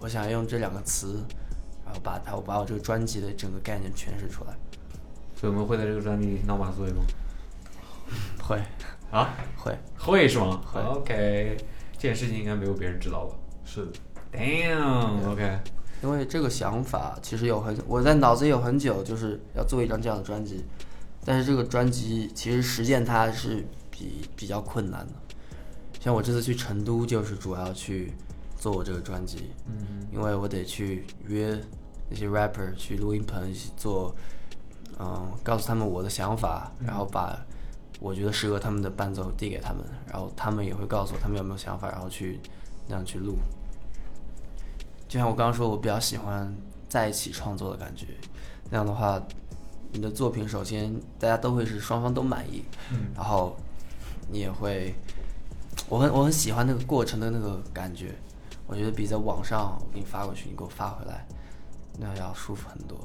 我想用这两个词，然后把它我把我这个专辑的整个概念诠释出来。所以我们会在这个专辑里听到马思唯吗？会啊，会，会是吗会？OK，这件事情应该没有别人知道吧是的， ？Damn，OK，因为这个想法其实有很，我在脑子里有很久，就是要做一张这样的专辑，但是这个专辑其实实践它是比比较困难的。像我这次去成都，就是主要去做我这个专辑，嗯，因为我得去约那些 rapper 去录音棚一起做，嗯，告诉他们我的想法，然后把我觉得适合他们的伴奏递给他们，然后他们也会告诉我他们有没有想法，然后去那样去录。就像我刚刚说，我比较喜欢在一起创作的感觉，那样的话，你的作品首先大家都会是双方都满意，然后你也会，我很我很喜欢那个过程的那个感觉，我觉得比在网上我给你发过去，你给我发回来，那要舒服很多。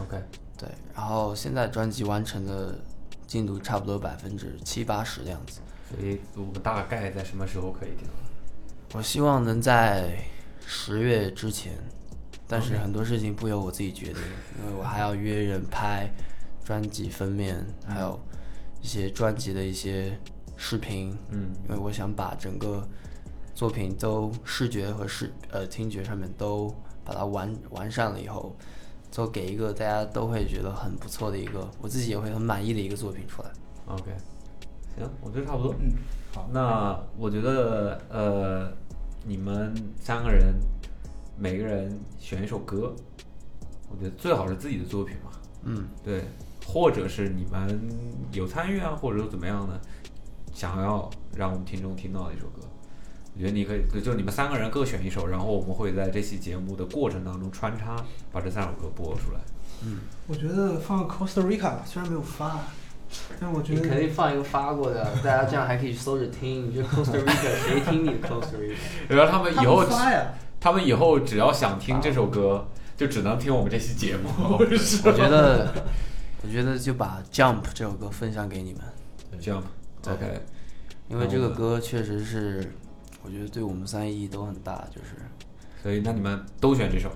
OK，对，然后现在专辑完成的进度差不多百分之七八十的样子。所以我们大概在什么时候可以听到？我希望能在十月之前，但是很多事情不由我自己决定，因为我还要约人拍专辑封面，还有一些专辑的一些视频，嗯，因为我想把整个作品都视觉和视呃听觉上面都把它完完善了以后，就给一个大家都会觉得很不错的一个，我自己也会很满意的一个作品出来。 OK，行，我觉得差不多。嗯，好， 那我觉得呃，你们三个人每个人选一首歌，我觉得最好是自己的作品嘛。嗯，对，或者是你们有参与啊，或者说怎么样呢？想要让我们听众听到的一首歌，我觉得你可以，就就你们三个人各选一首，然后我们会在这期节目的过程当中穿插把这三首歌播出来。我觉得放 Costa Rica 吧虽然没有发，但是我觉你肯得定放一个发过的，大家这样还可以搜着听。你觉得 Costa Rica 谁听你的 Costa Rica？然后他们他以后不发呀，他们以后只要想听这首歌，就只能听我们这期节目。 我觉得，我觉得就把《Jump》这首歌分享给你们，这样吧对，OK，因为这个歌确实是，我觉得对我们三意义都很大。就是，所以那你们都选这首，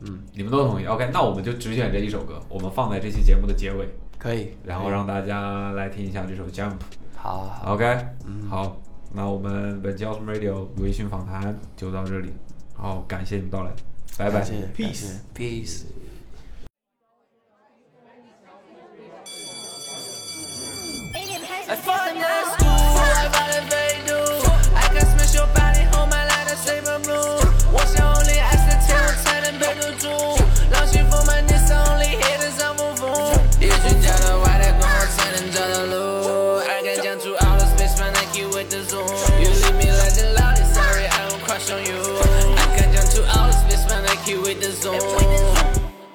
嗯，你们都同意，OK，那我们就只选这一首歌，我们放在这期节目的结尾，可以，然后让大家来听一下这首 Jump。好好好，嗯 OK，好，那我们本期 Awesome Radio 微醺访谈就到这里，好，感谢你们到来，拜拜感。谢，peace peace。 I fought in that school, I bought a do. I can smash your body, hold my lightsaber blue. What's your only accidental turn and big no jewel? Launching for my nist, only hitters on move on. Did you tell her why they gon' turn and tell her low? I can jump through outer space, man, like you with the zoom. You leave me like the loudest, sorry, I don't crush on you. I can jump through outer space, man, like you with the zoom.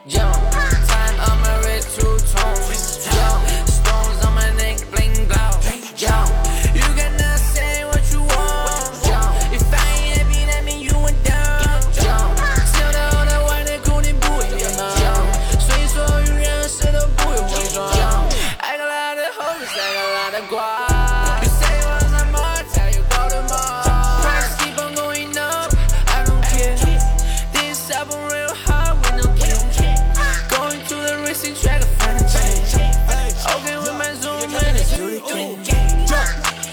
Jump, time on my wrist, two tones. Jump, stones on my neck, bling blow. Jump, you cannot say what you want. Jump, if I ain't happy, that mean you went down. Jump, 想到那外的空间不一样。Jump，所以所有人事都不用伪装。I got a lot of hopes, I got a lot of guap. You say you want some more, tell you go to more. Prices keep on going up, I don't care. This album real hard with no kill. Going to the wrist and try to find a change. Okay, with my zoom and it's really clean.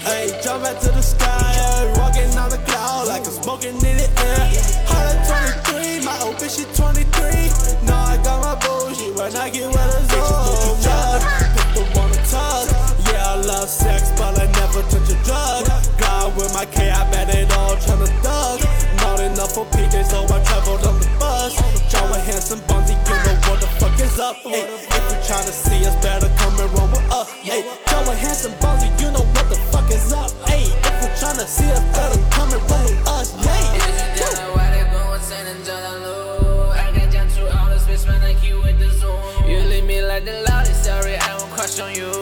Hey, jump back to the sky, ayy. walking on the cloud like I'm smoking in the air. Hard at 23, my old bitch she 23. Now I got my bullshit when I get with a zone. Yeah, put the one to tuck. Yeah, I love sex, but I never touch a drug. God with my K, I bet it all tryna thug. Not enough for PJ, so I traveled on the bus. John with handsome bonzi, you know what the fuck is up. Ay, if you tryna see us, better come and roll with us. Ay, John with handsome bonzi, you know what the fuck is up. Ay, if you tryna see us, better come and roll with us. Yay. You leave me like the loudest, sorry, I won't crush on you.